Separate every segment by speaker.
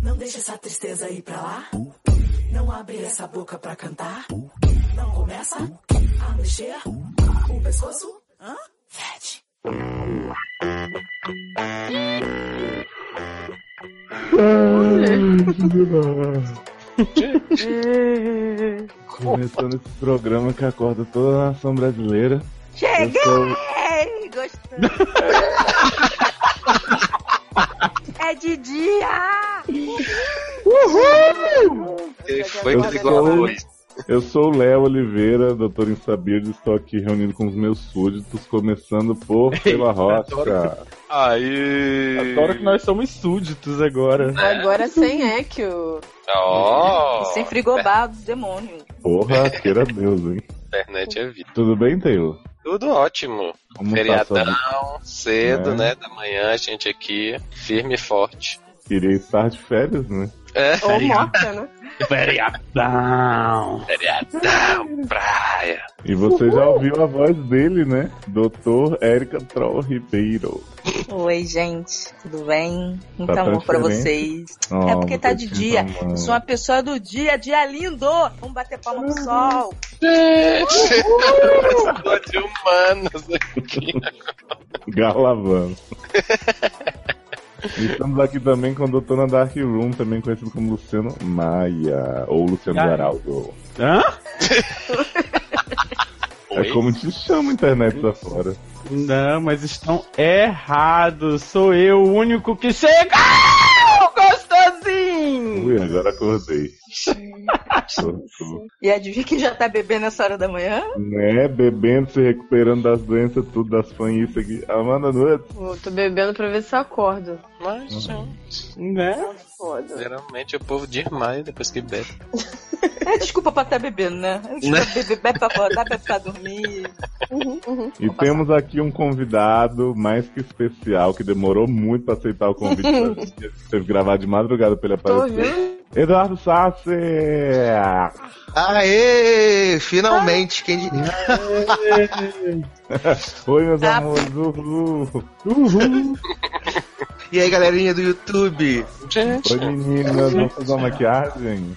Speaker 1: Não deixa essa tristeza ir pra lá. Não abre essa boca pra cantar. Não começa a mexer o pescoço. Hã? Fede.
Speaker 2: Começando esse programa que acorda toda a nação brasileira.
Speaker 3: Cheguei!
Speaker 2: Eu sou-
Speaker 3: Gostando. é de dia!
Speaker 4: Ele foi
Speaker 2: Eu
Speaker 4: igual a
Speaker 2: sou-
Speaker 4: dois.
Speaker 2: Eu sou o Léo Oliveira, doutor em Saber, e estou aqui reunido com os meus súditos, começando por Pela Rocha.
Speaker 4: Aí.
Speaker 5: Agora que nós somos súditos agora.
Speaker 6: Agora sem Equio.
Speaker 4: Ó,
Speaker 3: Sem frigobar dos demônios.
Speaker 2: Porra, queira Deus, hein?
Speaker 4: internet é vida.
Speaker 2: Tudo bem, Taylor?
Speaker 4: Tudo ótimo.
Speaker 2: Como tá sua...
Speaker 4: Feriadão, cedo,
Speaker 2: É.
Speaker 4: né? Da manhã, a gente aqui, firme e forte.
Speaker 2: Queria estar de férias, né?
Speaker 4: É,
Speaker 6: Ou morta, né?
Speaker 5: Feriadão.
Speaker 4: feriadão, praia.
Speaker 2: E você já ouviu a voz dele, né? Doutor Érica Troll Ribeiro.
Speaker 3: Oi, gente. Tudo bem? Muito
Speaker 2: Tá Hum.
Speaker 3: amor pra
Speaker 2: transparente.
Speaker 3: vocês.
Speaker 2: Oh,
Speaker 3: É porque tá
Speaker 2: você
Speaker 3: de
Speaker 2: tinha
Speaker 3: dia.
Speaker 2: essa mão.
Speaker 3: Eu sou uma pessoa do dia. Dia lindo! Vamos bater palma pro sol.
Speaker 4: Gente, pessoa de humanos aqui.
Speaker 2: Galavando. E Estamos aqui também com a doutora Dark Room, também conhecido como Luciano Maia, ou Luciano
Speaker 5: Ai.
Speaker 2: Araldo.
Speaker 5: Hã?
Speaker 2: É
Speaker 4: Oi?
Speaker 2: como te chama a internet lá fora.
Speaker 5: Não, mas estão errados. Sou eu o único que chega! Ah, Gostosinho!
Speaker 2: Ui, agora acordei. Tô- tô-
Speaker 3: E adivinha quem já tá bebendo essa hora da manhã?
Speaker 2: né, bebendo, se recuperando das doenças, tudo, das fanhices aqui. Amanda Nunes,
Speaker 6: Eu tô bebendo pra ver se eu acordo.
Speaker 4: Mas, gente,
Speaker 5: Né?
Speaker 6: Foda.
Speaker 4: geralmente o povo demais depois que bebe.
Speaker 3: É desculpa pra tá bebendo, né? É Desculpa, bebe, bebe pra acordar, bebe pra dormir.
Speaker 6: Uhum, uhum.
Speaker 2: e temos aqui um convidado mais que especial, que demorou muito pra aceitar o convite. pra gente. Teve que gravar de madrugada pra ele
Speaker 6: Tô
Speaker 2: aparecer.
Speaker 6: ouvindo.
Speaker 2: Eduardo Sasser!
Speaker 7: Aê! Finalmente! Quem diria?
Speaker 2: Oi, meus
Speaker 3: Ah.
Speaker 2: amores, uhul!
Speaker 5: Uhul.
Speaker 7: E aí, galerinha do YouTube?
Speaker 4: Gente,
Speaker 2: Oi, meninas, vamos fazer uma maquiagem?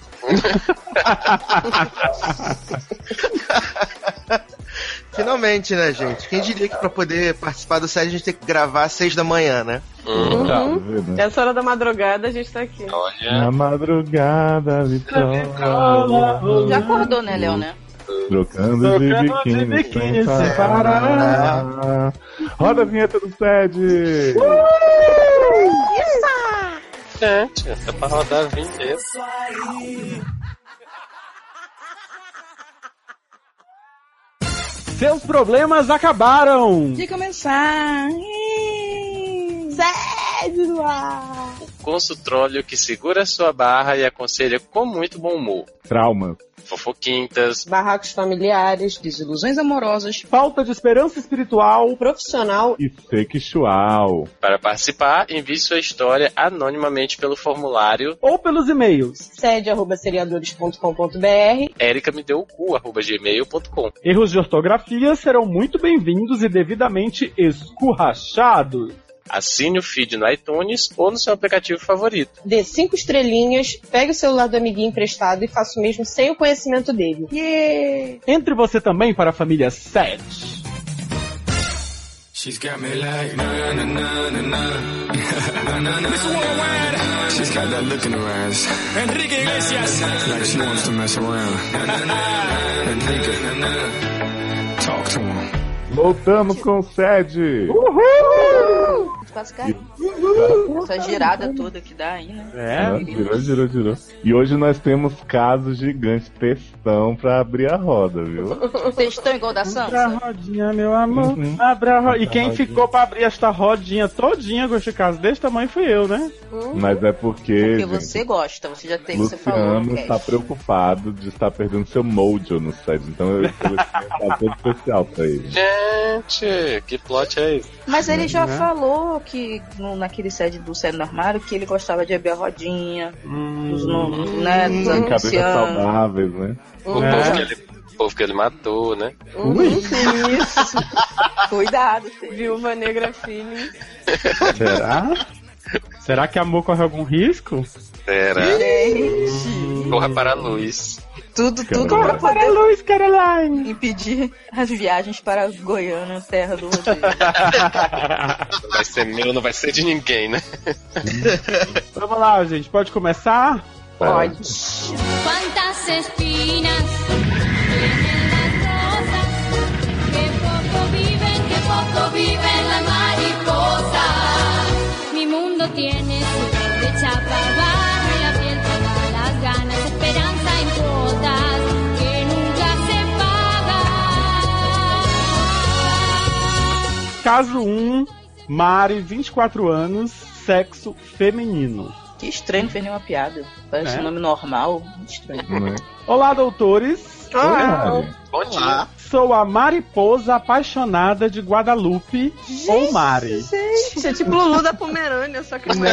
Speaker 7: Finalmente, né, gente? Quem diria que pra poder participar do site a gente tem que gravar às seis da manhã, né?
Speaker 4: hum,
Speaker 5: Tá.
Speaker 2: Tá vendo?
Speaker 6: Essa hora da madrugada a gente tá aqui.
Speaker 4: olha.
Speaker 2: Na madrugada, Vitrola.
Speaker 3: Já acordou, né, Léo, né?
Speaker 2: Trocando de
Speaker 5: Trocando de
Speaker 2: biquíni,
Speaker 5: biquíni
Speaker 2: sem
Speaker 5: sem
Speaker 2: parar. Roda a vinheta do SED!
Speaker 4: Gente, é pra rodar a vinheta.
Speaker 5: Seus problemas acabaram.
Speaker 3: De começar. Sede no ar.
Speaker 4: Consultróleo que segura sua barra e aconselha com muito bom humor.
Speaker 2: Traumas.
Speaker 4: Fofoquintas,
Speaker 6: Barracos familiares,
Speaker 3: Desilusões amorosas.
Speaker 5: Falta de esperança espiritual.
Speaker 6: profissional.
Speaker 2: E sexual.
Speaker 4: Para participar, envie sua história anonimamente pelo formulário
Speaker 5: Ou pelos e-mails.
Speaker 6: Sede arroba seriadores.com.br.
Speaker 4: ericamedeucu.gmail.com
Speaker 5: Erros de ortografia serão muito bem-vindos e devidamente escurrachados.
Speaker 4: Assine o feed no iTunes ou no seu aplicativo favorito.
Speaker 6: Dê cinco estrelinhas, pegue o celular do amiguinho emprestado e faça o mesmo sem o conhecimento dele.
Speaker 5: Entre você também para a família 7.
Speaker 8: She's got me like na na na na na na na na. She's got that look in her eyes, Enrique Iglesias, like she wants to mess around. Enrique, talk to him.
Speaker 2: Voltamos com o SED!
Speaker 3: Quase caiu. Tá Essa girada toda que dá aí, né?
Speaker 5: É.
Speaker 2: Ah, girou, girou, girou. E hoje nós temos caso gigante textão pra abrir a roda, viu?
Speaker 3: Vocês estão igual da
Speaker 5: Abre
Speaker 3: Sansa?
Speaker 5: a rodinha, meu amor.
Speaker 2: Uhum.
Speaker 5: Abre a rodinha.
Speaker 2: Abre
Speaker 5: E
Speaker 2: a
Speaker 5: quem
Speaker 2: rodinha.
Speaker 5: ficou pra abrir esta rodinha todinha, gosto de casa desse tamanho, fui eu, né?
Speaker 2: Mas é porque.
Speaker 3: Porque
Speaker 2: gente,
Speaker 3: você gosta, você já tem, você falou. é.
Speaker 2: Luciano
Speaker 3: no
Speaker 2: está
Speaker 3: cast.
Speaker 2: preocupado de estar perdendo seu mojo no site, então eu selecionei um fator especial pra ele.
Speaker 4: Gente, que plot é esse?
Speaker 3: Mas ele já
Speaker 5: Né?
Speaker 3: falou que no- naquele sede do Sede no Armário que ele gostava de abrir a rodinha, dos nomes, né? Dos
Speaker 2: Tem cabeças
Speaker 3: anunciantes.
Speaker 2: saudáveis, né?
Speaker 4: O,
Speaker 5: É.
Speaker 4: povo que ele, o povo que ele matou, né?
Speaker 3: Isso. Cuidado, filho.
Speaker 6: Viúva Negra Filho.
Speaker 5: Será? Será que amor corre algum risco?
Speaker 4: Será? Corra para a luz.
Speaker 3: Tudo,
Speaker 2: Caralho.
Speaker 3: tudo pra
Speaker 5: Para a
Speaker 3: poder
Speaker 5: É luz, Caroline!
Speaker 3: impedir as viagens para Goiânia, terra do Rodrigo.
Speaker 4: Não vai ser meu, não vai ser de ninguém, né?
Speaker 5: Vamos lá, gente, pode começar?
Speaker 3: Pode.
Speaker 9: ¿Cuántas espinas tienen las rosas? Que poco viven, que poco viven las mariposas. Mi mundo tiene su de chapa abajo y la piel todas las ganas, esperanza en cuotas que nunca se pagan.
Speaker 5: Caso 1, Mari, 24 anos, sexo feminino.
Speaker 3: Que estranho, não fez nenhuma piada. Parece
Speaker 5: É.
Speaker 3: um nome normal. Muito estranho.
Speaker 2: Né?
Speaker 5: Olá, doutores!
Speaker 2: Olha,
Speaker 4: Bom dia.
Speaker 5: Sou a mariposa apaixonada de Guadalupe, ou Mari.
Speaker 10: Gente, é tipo Lulu da Pomerânia, só que
Speaker 2: Né?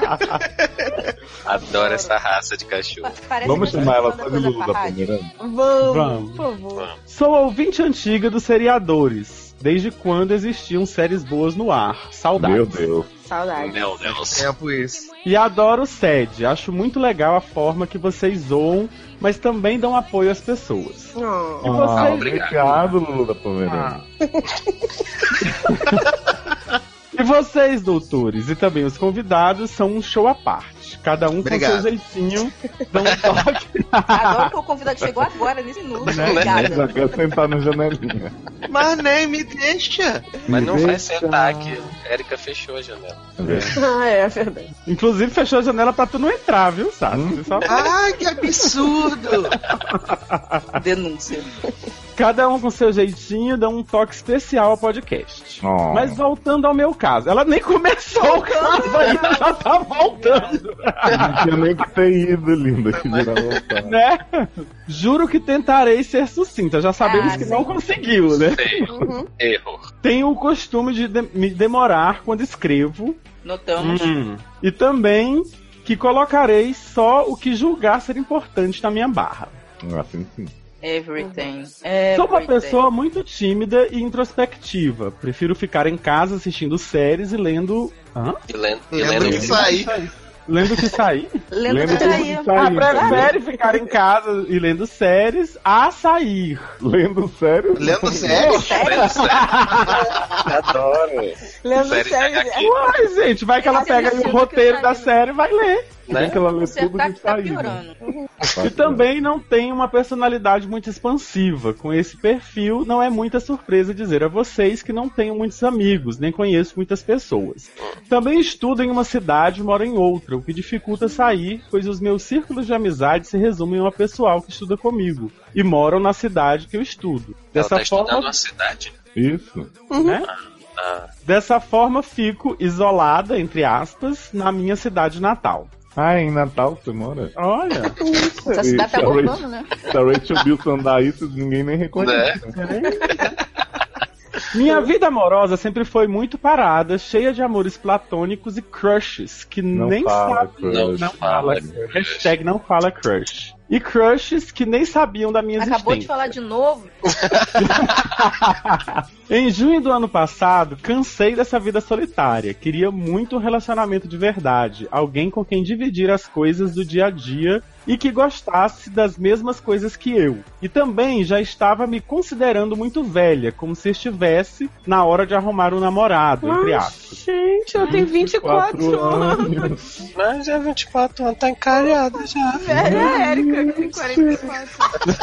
Speaker 10: não é.
Speaker 4: Adoro essa raça de cachorro.
Speaker 10: Parece
Speaker 2: Vamos
Speaker 10: que eu tô
Speaker 2: chamar
Speaker 3: tá
Speaker 2: ela só
Speaker 10: falando
Speaker 2: de
Speaker 10: coisa
Speaker 2: Lulu
Speaker 10: pra
Speaker 2: da
Speaker 10: rádio.
Speaker 2: Pomerânia?
Speaker 10: Vamos,
Speaker 5: Vamos.
Speaker 10: por favor.
Speaker 5: Sou ouvinte antiga dos seriadores. Desde quando existiam séries boas no ar? Saudades.
Speaker 2: Meu Deus.
Speaker 5: Ah,
Speaker 3: Saudade.
Speaker 4: Meu Deus.
Speaker 7: Tempo isso.
Speaker 5: E adoro o SED. Acho muito legal a forma que vocês zoam, mas também dão apoio às pessoas.
Speaker 10: Oh.
Speaker 5: E vocês-
Speaker 2: Ah, obrigado, Lulu da
Speaker 5: Ah,
Speaker 2: Pomerânia.
Speaker 5: e vocês, doutores, e também os convidados, são um show à parte. Cada um
Speaker 7: Obrigado.
Speaker 5: com seu jeitinho, dão um toque.
Speaker 3: Adoro que o convidado chegou agora, nesse minuto.
Speaker 5: Né?
Speaker 2: Eu
Speaker 3: Obrigada.
Speaker 2: Já quero sentar na janelinha.
Speaker 7: Mas nem me deixa.
Speaker 4: Mas não vai
Speaker 2: Deixa.
Speaker 4: sentar aqui. Érica fechou a janela.
Speaker 10: Ah, é verdade.
Speaker 5: Inclusive, fechou a janela pra tu não entrar, viu, Sato? Você só-
Speaker 7: Ai, que absurdo.
Speaker 3: Denúncia.
Speaker 5: Cada um com seu jeitinho, dão um toque especial ao podcast.
Speaker 2: Oh.
Speaker 5: Mas voltando ao meu caso, ela nem começou o caso ainda, já tá voltando,
Speaker 2: Não tinha nem que ter ido, linda, que virava vontade.
Speaker 5: né? Juro que tentarei ser sucinta, já sabemos
Speaker 3: Ah,
Speaker 5: que
Speaker 3: sim.
Speaker 5: não conseguiu, né?
Speaker 4: Sei.
Speaker 10: Uhum.
Speaker 4: Erro.
Speaker 5: Tenho o costume de, de- me demorar quando escrevo
Speaker 3: Notamos.
Speaker 2: Hum.
Speaker 5: e também que colocarei só o que julgar ser importante na minha barra.
Speaker 2: Assim sim.
Speaker 3: Everything. Everything.
Speaker 5: Sou uma pessoa muito tímida e introspectiva. Prefiro ficar em casa assistindo séries e lendo. Hã?
Speaker 4: E lendo, e
Speaker 7: Lembra
Speaker 4: lendo
Speaker 7: disso aí.
Speaker 5: Lendo o que sair?
Speaker 3: Lendo
Speaker 2: Lembra
Speaker 3: que tá
Speaker 2: tudo
Speaker 3: traía.
Speaker 2: que tá saiu.
Speaker 5: Ah, prefere ficar em casa e lendo séries a sair.
Speaker 2: Lendo sério?
Speaker 7: Lembra É. sério?
Speaker 4: lendo sério. Adoro.
Speaker 10: Leandro
Speaker 4: Série
Speaker 10: Sérgio,
Speaker 4: HQ.
Speaker 5: Uai, gente, vai que ela pega aí o roteiro da série e vai ler.
Speaker 2: Bem
Speaker 4: Né?
Speaker 2: que ela lê
Speaker 3: Você
Speaker 2: tudo
Speaker 3: tá,
Speaker 2: que
Speaker 3: tá
Speaker 2: saiu.
Speaker 3: piorando.
Speaker 5: E também não tem uma personalidade muito expansiva. Com esse perfil, não é muita surpresa dizer a vocês que não tenho muitos amigos, nem conheço muitas pessoas. Também estudo em uma cidade e moro em outra, o que dificulta sair, pois os meus círculos de amizade se resumem ao pessoal que estuda comigo e moram na cidade que eu estudo.
Speaker 4: Ela
Speaker 5: Dessa
Speaker 4: tá estudando
Speaker 5: forma,
Speaker 4: na cidade. né?
Speaker 2: Isso.
Speaker 4: Ah,
Speaker 5: dessa forma fico isolada, entre aspas, na minha cidade natal.
Speaker 2: Ah, em Natal você mora?
Speaker 5: Olha,
Speaker 3: Essa cidade tá
Speaker 2: Isso,
Speaker 3: bombando, né?
Speaker 2: Se a Rachel Bilson andar isso, ninguém nem reconhece. né?
Speaker 5: Minha vida amorosa sempre foi muito parada, cheia de amores platônicos e crushes, que
Speaker 2: Não
Speaker 5: nem
Speaker 2: fala,
Speaker 5: sabe.
Speaker 2: crush.
Speaker 4: Não,
Speaker 5: Não fala crush. Hashtag não fala crush. E crushes que nem sabiam da minha
Speaker 3: Acabou de
Speaker 5: existência.
Speaker 3: falar de novo.
Speaker 5: Em junho do ano passado, cansei dessa vida solitária. Queria muito um relacionamento de verdade. Alguém com quem dividir as coisas do dia a dia e que gostasse das mesmas coisas que eu. E também já estava me considerando muito velha, como se estivesse na hora de arrumar um namorado, entre
Speaker 10: Ai,
Speaker 5: aspas.
Speaker 10: gente, eu tenho 24 anos.
Speaker 2: anos.
Speaker 4: Mas é já 24 anos, tá encalhada já.
Speaker 10: Velha a É, Érica, que tem 44.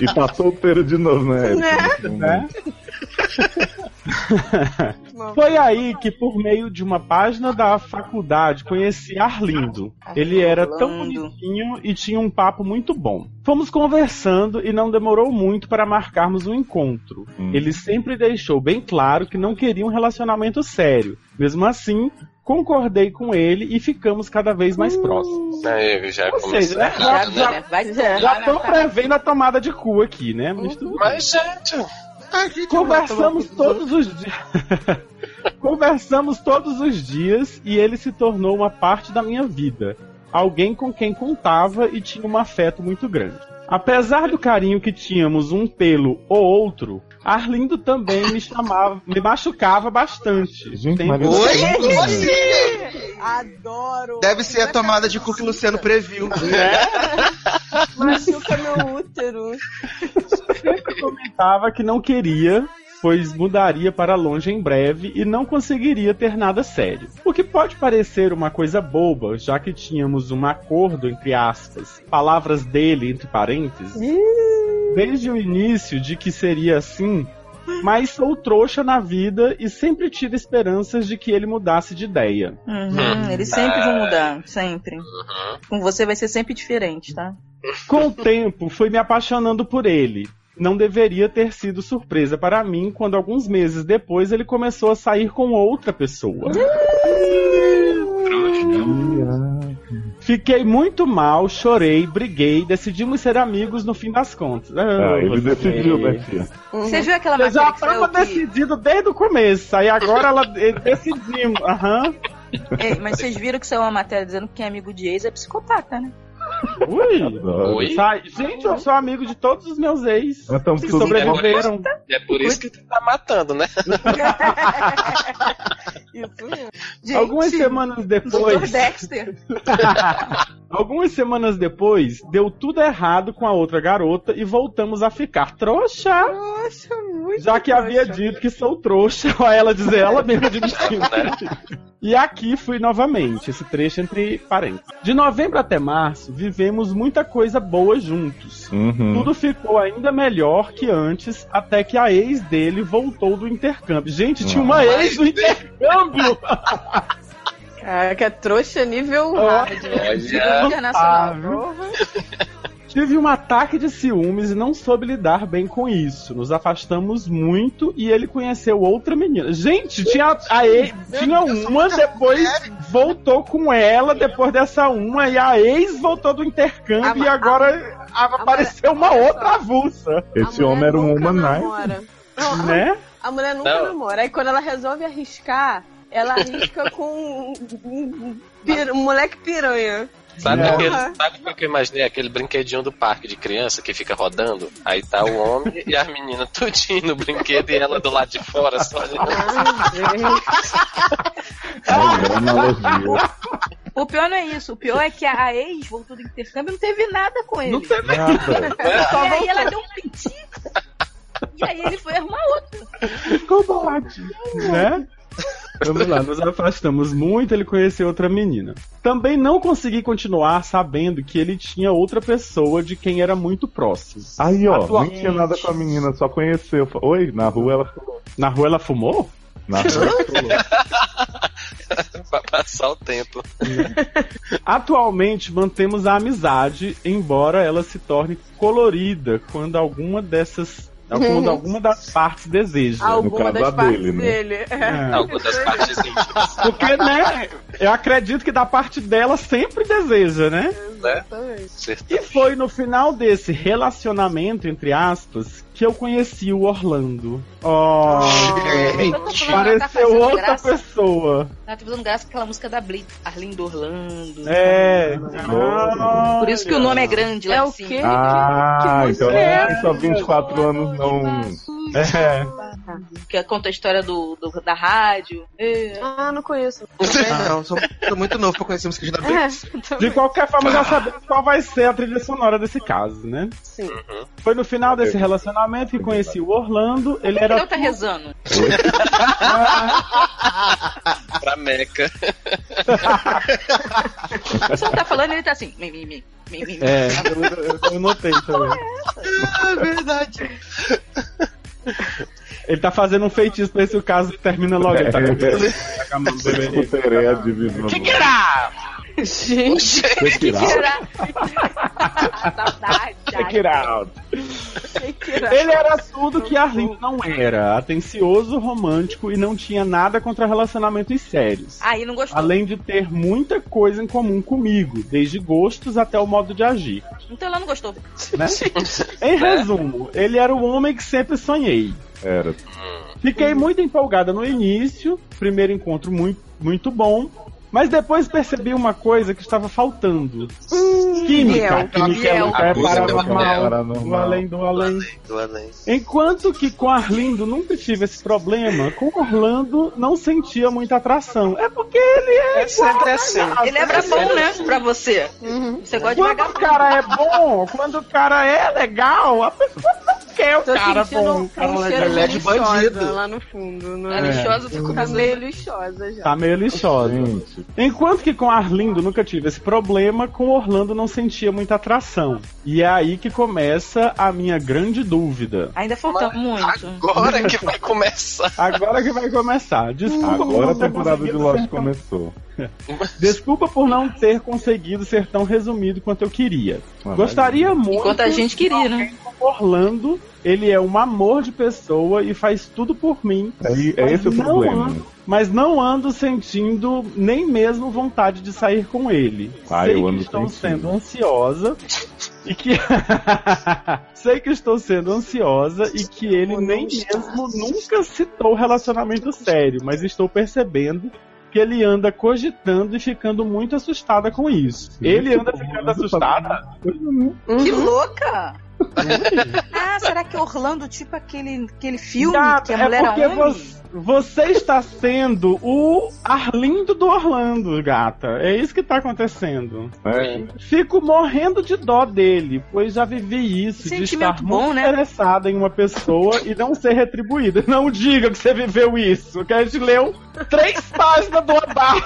Speaker 2: E tá solteiro de novo, né?
Speaker 5: né? Foi aí que, por meio de uma página da faculdade, conheci Arlindo. Ele era tão
Speaker 3: Arlindo.
Speaker 5: bonitinho e tinha um papo muito bom. Fomos conversando e não demorou muito para marcarmos um encontro.
Speaker 2: Hum.
Speaker 5: Ele sempre deixou bem claro que não queria um relacionamento sério. Mesmo assim, concordei com ele e ficamos cada vez mais próximos.
Speaker 4: Aí, já
Speaker 5: Ou
Speaker 4: começou.
Speaker 5: seja, né?
Speaker 4: errado,
Speaker 5: Já-
Speaker 4: né?
Speaker 3: Olha, Vai ser.
Speaker 5: Já estão prevendo a tomada de cu aqui, né? Mas tudo bem.
Speaker 4: Mas, gente,
Speaker 7: né?
Speaker 5: Conversamos todos os dias. Conversamos todos os dias e ele se tornou uma parte da minha vida. Alguém com quem contava e tinha um afeto muito grande. Apesar do carinho que tínhamos um pelo ou outro, Arlindo também me chamava, me machucava bastante.
Speaker 2: Gente,
Speaker 5: Tem- um
Speaker 2: mas-
Speaker 7: Oi? Como assim?
Speaker 10: Adoro.
Speaker 7: Deve ser assim a tomada de cu que o Luciano previu.
Speaker 10: É. Machuca meu útero.
Speaker 5: comentava que não queria, pois mudaria para longe em breve e não conseguiria ter nada sério. O que pode parecer uma coisa boba, já que tínhamos um acordo entre aspas, palavras dele entre parênteses, desde o início de que seria assim. Mas sou trouxa na vida e sempre tive esperanças de que ele mudasse de ideia.
Speaker 3: Uhum, eles sempre
Speaker 5: É.
Speaker 3: vão mudar, sempre.
Speaker 5: Uhum.
Speaker 3: Com você vai ser sempre diferente, tá?
Speaker 5: Com o tempo, fui me apaixonando por ele. Não deveria ter sido surpresa para mim quando alguns meses depois ele começou a sair com outra pessoa. Fiquei muito mal, chorei, briguei, decidimos ser amigos no fim das contas. Ah,
Speaker 2: Ah, ele
Speaker 5: você-
Speaker 2: decidiu, né, filha?
Speaker 3: Você viu aquela
Speaker 5: Mas já
Speaker 3: matéria que
Speaker 5: estava
Speaker 3: saiu que...
Speaker 5: decidido desde o começo, aí agora ela eh, decidimos. Aham.
Speaker 3: Ei, É, mas vocês viram que saiu uma matéria dizendo que quem é amigo de ex é psicopata, né?
Speaker 5: Ui.
Speaker 2: Adoro.
Speaker 4: Oi?
Speaker 5: Sai- Gente, eu sou amigo de todos os meus ex.
Speaker 2: Nós estamos
Speaker 5: Que
Speaker 2: tudo
Speaker 5: sobreviveram.
Speaker 4: É por isso que tu tá matando, né?
Speaker 10: Isso mesmo.
Speaker 3: Gente,
Speaker 5: Algumas semanas
Speaker 3: Doutor
Speaker 5: depois.
Speaker 3: Dexter.
Speaker 5: Algumas semanas depois, deu tudo errado com a outra garota e voltamos a ficar trouxa.
Speaker 10: Nossa, muito
Speaker 5: Já que
Speaker 10: trouxa.
Speaker 5: havia dito que sou trouxa, a ela dizer ela mesma de mentira. E aqui fui novamente, esse trecho entre parênteses. De novembro até março, vivemos muita coisa boa juntos.
Speaker 11: Hum.
Speaker 2: Uhum.
Speaker 5: Tudo ficou ainda melhor que antes, até que a ex dele voltou do intercâmbio. Gente, tinha uma ex do intercâmbio!
Speaker 10: Caraca, é trouxa nível
Speaker 5: Ó.
Speaker 10: hard.
Speaker 4: Olha.
Speaker 5: Oh, Ah, viu?
Speaker 10: Internacional.
Speaker 5: Tive um ataque de ciúmes e não soube lidar bem com isso. Nos afastamos muito e ele conheceu outra menina. Gente, tinha, a ex, tinha uma, depois voltou com ela, depois dessa uma, e a ex voltou do intercâmbio e agora apareceu uma outra avulsa,
Speaker 2: Esse homem era um
Speaker 10: nunca
Speaker 2: humanoide.
Speaker 10: namora. Não, a-
Speaker 5: né?
Speaker 10: A mulher nunca
Speaker 4: Não.
Speaker 10: namora. Aí quando ela resolve arriscar, ela arrisca com um, um- um pir- um moleque piranha.
Speaker 4: Sabe
Speaker 5: Não.
Speaker 4: o que, sabe o que eu imaginei? Aquele brinquedinho do parque de criança que fica rodando. Aí tá o homem e as meninas tudinho no brinquedo e ela do lado de fora só olhando.
Speaker 2: Ai, é uma analogia.
Speaker 3: O pior não é isso. O pior é que a ex voltou do intercâmbio e não teve nada com ele.
Speaker 5: Não teve
Speaker 2: Nada.
Speaker 3: e aí ela deu um piti. E aí ele foi arrumar outro.
Speaker 5: chocolate. Né? Vamos lá, nos afastamos muito, ele conheceu outra menina. Também não consegui continuar sabendo que ele tinha outra pessoa de quem era muito próximo.
Speaker 2: Aí, ó,
Speaker 5: Atualmente.
Speaker 2: nem tinha nada com a menina, só conheceu. Fa- Oi, na rua ela ficou.
Speaker 5: Na rua ela fumou?
Speaker 2: Na rua ela ficou louca.
Speaker 4: pra passar o tempo.
Speaker 5: Atualmente mantemos a amizade, embora ela se torne colorida quando alguma dessas. Quando alguma das partes deseja.
Speaker 10: Alguma
Speaker 2: caso, a
Speaker 10: das partes
Speaker 2: dele,
Speaker 10: dele.
Speaker 2: né?
Speaker 10: É.
Speaker 5: É.
Speaker 4: Algumas das partes íntimas,
Speaker 5: Porque, né? Eu acredito que da parte dela sempre deseja, né?
Speaker 4: né?
Speaker 10: Exatamente.
Speaker 5: E foi no final desse relacionamento, entre aspas, que eu conheci o Orlando. Oh,
Speaker 3: Eu tô falando, ela tá
Speaker 5: pareceu
Speaker 3: fazendo
Speaker 5: outra
Speaker 3: graça.
Speaker 5: pessoa.
Speaker 3: Ela tá fazendo graça com aquela música da Blitz, Arlindo Orlando.
Speaker 5: É.
Speaker 3: Por isso que o nome é grande lá
Speaker 10: É
Speaker 3: em
Speaker 10: o
Speaker 3: cima.
Speaker 10: quê?
Speaker 2: Ah,
Speaker 10: Que
Speaker 2: então não
Speaker 10: mulher.
Speaker 2: é só
Speaker 3: assim.
Speaker 2: 24 anos, não.
Speaker 5: É.
Speaker 3: Que conta a história do, do- da rádio. É.
Speaker 10: Ah, não conheço.
Speaker 7: Não sei, não. Sou, sou muito novo pra conhecer música de da
Speaker 10: É,
Speaker 5: De qualquer forma, já sabemos qual vai ser a trilha sonora desse caso, né?
Speaker 10: sim.
Speaker 5: Foi no final desse relacionamento que conheci o Orlando. Ele
Speaker 3: Ela
Speaker 5: era.
Speaker 3: tá rezando.
Speaker 4: Pra Meca.
Speaker 3: O senhor tá falando e ele tá assim. Mim, mim, mim, mim, mim.
Speaker 5: É, eu, eu notei também.
Speaker 7: É verdade.
Speaker 5: Ele tá fazendo um feitiço pra esse caso termina logo. Ele tá com a mão do bebê.
Speaker 2: Escuterei a divisão.
Speaker 10: é Gente,
Speaker 2: Take it out.
Speaker 3: Saudade.
Speaker 5: Check it out.
Speaker 10: que era.
Speaker 5: Ele era tudo que Arlindo não era. Atencioso, romântico e não tinha nada contra relacionamentos sérios.
Speaker 3: Aí não gostou.
Speaker 5: Além de ter muita coisa em comum comigo, desde gostos até o modo de agir.
Speaker 3: Então ela não gostou.
Speaker 5: né? Em resumo, ele era o homem que sempre sonhei.
Speaker 2: Era.
Speaker 5: Fiquei muito empolgada no início, primeiro encontro muito, muito bom, mas depois percebi uma coisa que estava faltando. Química. Química é
Speaker 10: Biel.
Speaker 5: um lugar
Speaker 2: Abusa pelo
Speaker 5: paranormal.
Speaker 2: paranormal.
Speaker 5: Do além, do além.
Speaker 4: Do além.
Speaker 5: Enquanto que com Arlindo nunca tive esse problema, com Orlando não sentia muita atração. É porque ele é. igual
Speaker 3: sempre
Speaker 5: a
Speaker 3: assim.
Speaker 5: nós.
Speaker 3: Ele é brabão, né? Pra você. Você gosta de
Speaker 5: Quando o
Speaker 3: vagabundo.
Speaker 5: cara é bom, quando o cara é legal, a pessoa não quer o
Speaker 10: Tô
Speaker 5: cara
Speaker 10: sentindo
Speaker 5: bom.
Speaker 10: um
Speaker 5: o cara
Speaker 10: cheiro
Speaker 5: legal.
Speaker 7: Ele é de bandido.
Speaker 10: lá no fundo. Não
Speaker 3: É
Speaker 10: é?
Speaker 3: lixosa, eu fico
Speaker 10: Tá
Speaker 3: com
Speaker 10: meio lixosa já.
Speaker 5: Tá meio lixosa.
Speaker 2: Gente,
Speaker 5: Enquanto que com Arlindo nunca tive esse problema, com Orlando não sentia muita atração. E é aí que começa a minha grande dúvida.
Speaker 3: Ainda faltou muito.
Speaker 4: Agora que vai começar.
Speaker 5: Agora que vai começar. Desculpa,
Speaker 2: agora a
Speaker 5: por não ter
Speaker 2: temporada de
Speaker 5: conseguido
Speaker 2: Lost
Speaker 5: ser tão-
Speaker 2: começou.
Speaker 5: Desculpa por não ter conseguido ser tão resumido quanto eu queria.
Speaker 2: Ah,
Speaker 5: Gostaria muito
Speaker 3: Enquanto a gente queria, né?
Speaker 5: com Orlando. Ele é um amor de pessoa e faz tudo por mim.
Speaker 2: Aí, é esse o
Speaker 5: Não
Speaker 2: problema.
Speaker 5: ando, mas não ando sentindo nem mesmo vontade de sair com ele.
Speaker 2: Ah,
Speaker 5: Sei
Speaker 2: eu
Speaker 5: que
Speaker 2: ando
Speaker 5: estou
Speaker 2: sentindo.
Speaker 5: sendo ansiosa e que sei que estou sendo ansiosa e que ele nem mesmo nunca citou relacionamento sério, mas estou percebendo que ele anda cogitando e ficando muito assustada com isso. Ele anda ficando assustada?
Speaker 3: Que louca! ah, será que Orlando, tipo aquele, aquele filme
Speaker 5: Tá,
Speaker 3: que a mulher
Speaker 5: é porque
Speaker 3: homem?
Speaker 5: vo- você está sendo o Arlindo do Orlando, gata. É isso que tá acontecendo.
Speaker 2: É,
Speaker 5: Fico morrendo de dó dele, pois já vivi isso de
Speaker 3: Sentimento
Speaker 5: estar
Speaker 3: bom,
Speaker 5: muito
Speaker 3: né?
Speaker 5: interessada em uma pessoa e não ser retribuída. Não diga que você viveu isso, que a gente leu três páginas do Obar.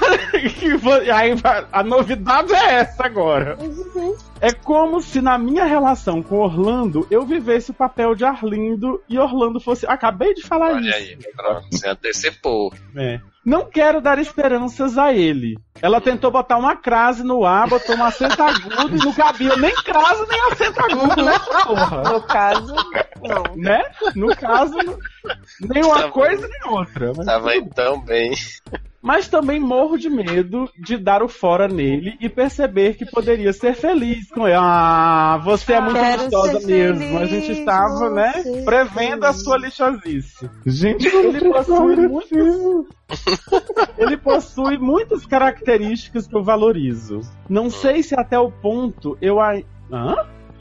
Speaker 5: que vo- e aí vai- a novidade é essa agora.
Speaker 10: Uhum.
Speaker 5: É como se na minha relação com Orlando eu vivesse o papel de Arlindo e Orlando fosse. Acabei de falar
Speaker 4: Olha
Speaker 5: isso.
Speaker 4: aí, pronto. Você antecipou.
Speaker 5: É. Não quero dar esperanças a ele. Ela tentou botar uma crase no ar, botou um acento agudo e não cabia nem crase nem acento agudo nessa porra.
Speaker 10: No caso, não.
Speaker 5: Né? No caso, não- nem uma
Speaker 4: Tá bom.
Speaker 5: coisa nem outra. né? Mas,
Speaker 4: Tava aí tão bem.
Speaker 5: mas também morro de medo de dar o fora nele e perceber que poderia ser feliz com ele. Ah, você é muito
Speaker 10: Quero
Speaker 5: gostosa
Speaker 10: ser
Speaker 5: mesmo. a
Speaker 10: feliz,
Speaker 5: gente estava, né?
Speaker 10: você
Speaker 5: Prevendo a sua lixosice.
Speaker 2: Gente,
Speaker 5: Ele possui muitos. Ele possui muitas características que eu valorizo. Não sei se até o ponto eu a... Hã?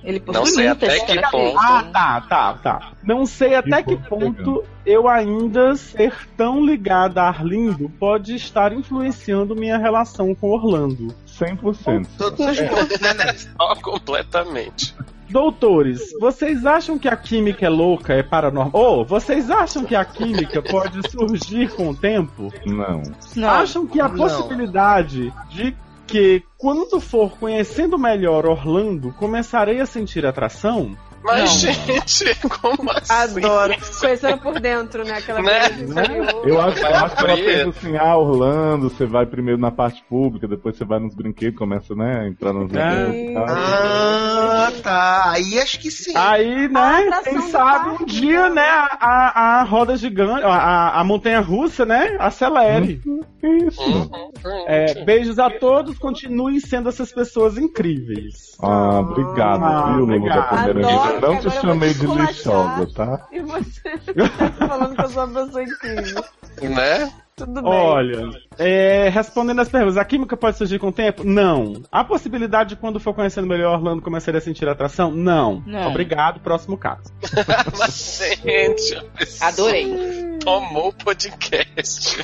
Speaker 3: Ele possui
Speaker 4: Não sei
Speaker 3: muitas
Speaker 4: até que
Speaker 3: características.
Speaker 4: ponto.
Speaker 5: Ah, tá, tá, tá. Não sei até
Speaker 2: Que
Speaker 5: que
Speaker 2: ponto
Speaker 5: ponto eu ainda ser tão ligada a Arlindo pode estar influenciando minha relação com Orlando.
Speaker 2: 100%.
Speaker 7: Todos os pontos, né, Nerd?
Speaker 4: Ó, completamente.
Speaker 5: Doutores, vocês acham que a química é louca, é paranormal? Ou vocês acham que a química pode surgir com o tempo?
Speaker 2: Não.
Speaker 3: Não,
Speaker 5: acham que a
Speaker 7: Não.
Speaker 5: possibilidade de que, quando for conhecendo melhor Orlando, começarei a sentir atração?
Speaker 4: Mas, gente, como assim?
Speaker 10: Adoro. Conhecendo por dentro, né? Aquela
Speaker 4: Né?
Speaker 10: coisa
Speaker 5: Né?
Speaker 2: Eu acho, eu acho que é ela
Speaker 4: Abrir.
Speaker 2: fez assim, ah, Orlando, você vai primeiro na parte pública, depois você vai nos brinquedos, começa, né, a entrar nas
Speaker 5: É.
Speaker 2: ideias e tal.
Speaker 7: Ah, tá. Aí acho que sim.
Speaker 5: Aí,
Speaker 10: A
Speaker 5: né,
Speaker 10: atração
Speaker 5: quem
Speaker 10: do
Speaker 5: sabe
Speaker 10: parque,
Speaker 5: um dia, né, a, a- a roda gigante, a, a- a montanha russa, né, acelere.
Speaker 2: Que isso?
Speaker 5: É, beijos a todos, continuem sendo essas pessoas incríveis.
Speaker 2: Ah, obrigado,
Speaker 5: Ah,
Speaker 2: viu, Lula da
Speaker 5: obrigado.
Speaker 2: Bandeira
Speaker 10: Adoro,
Speaker 2: Negra. Não te
Speaker 10: agora eu
Speaker 2: chamei
Speaker 10: vou
Speaker 2: de
Speaker 10: esculachar.
Speaker 2: lixosa, tá?
Speaker 10: E você tá falando que eu sou uma pessoa incrível.
Speaker 4: Né?
Speaker 10: Tudo bem.
Speaker 5: Olha, é, respondendo as perguntas, a química pode surgir com o tempo? Não. A possibilidade de quando for conhecendo melhor Orlando começar a sentir atração? Não.
Speaker 10: É.
Speaker 3: Não.
Speaker 5: Obrigado, próximo caso.
Speaker 4: Mas, gente, a pessoa
Speaker 3: Adorei.
Speaker 4: tomou o podcast.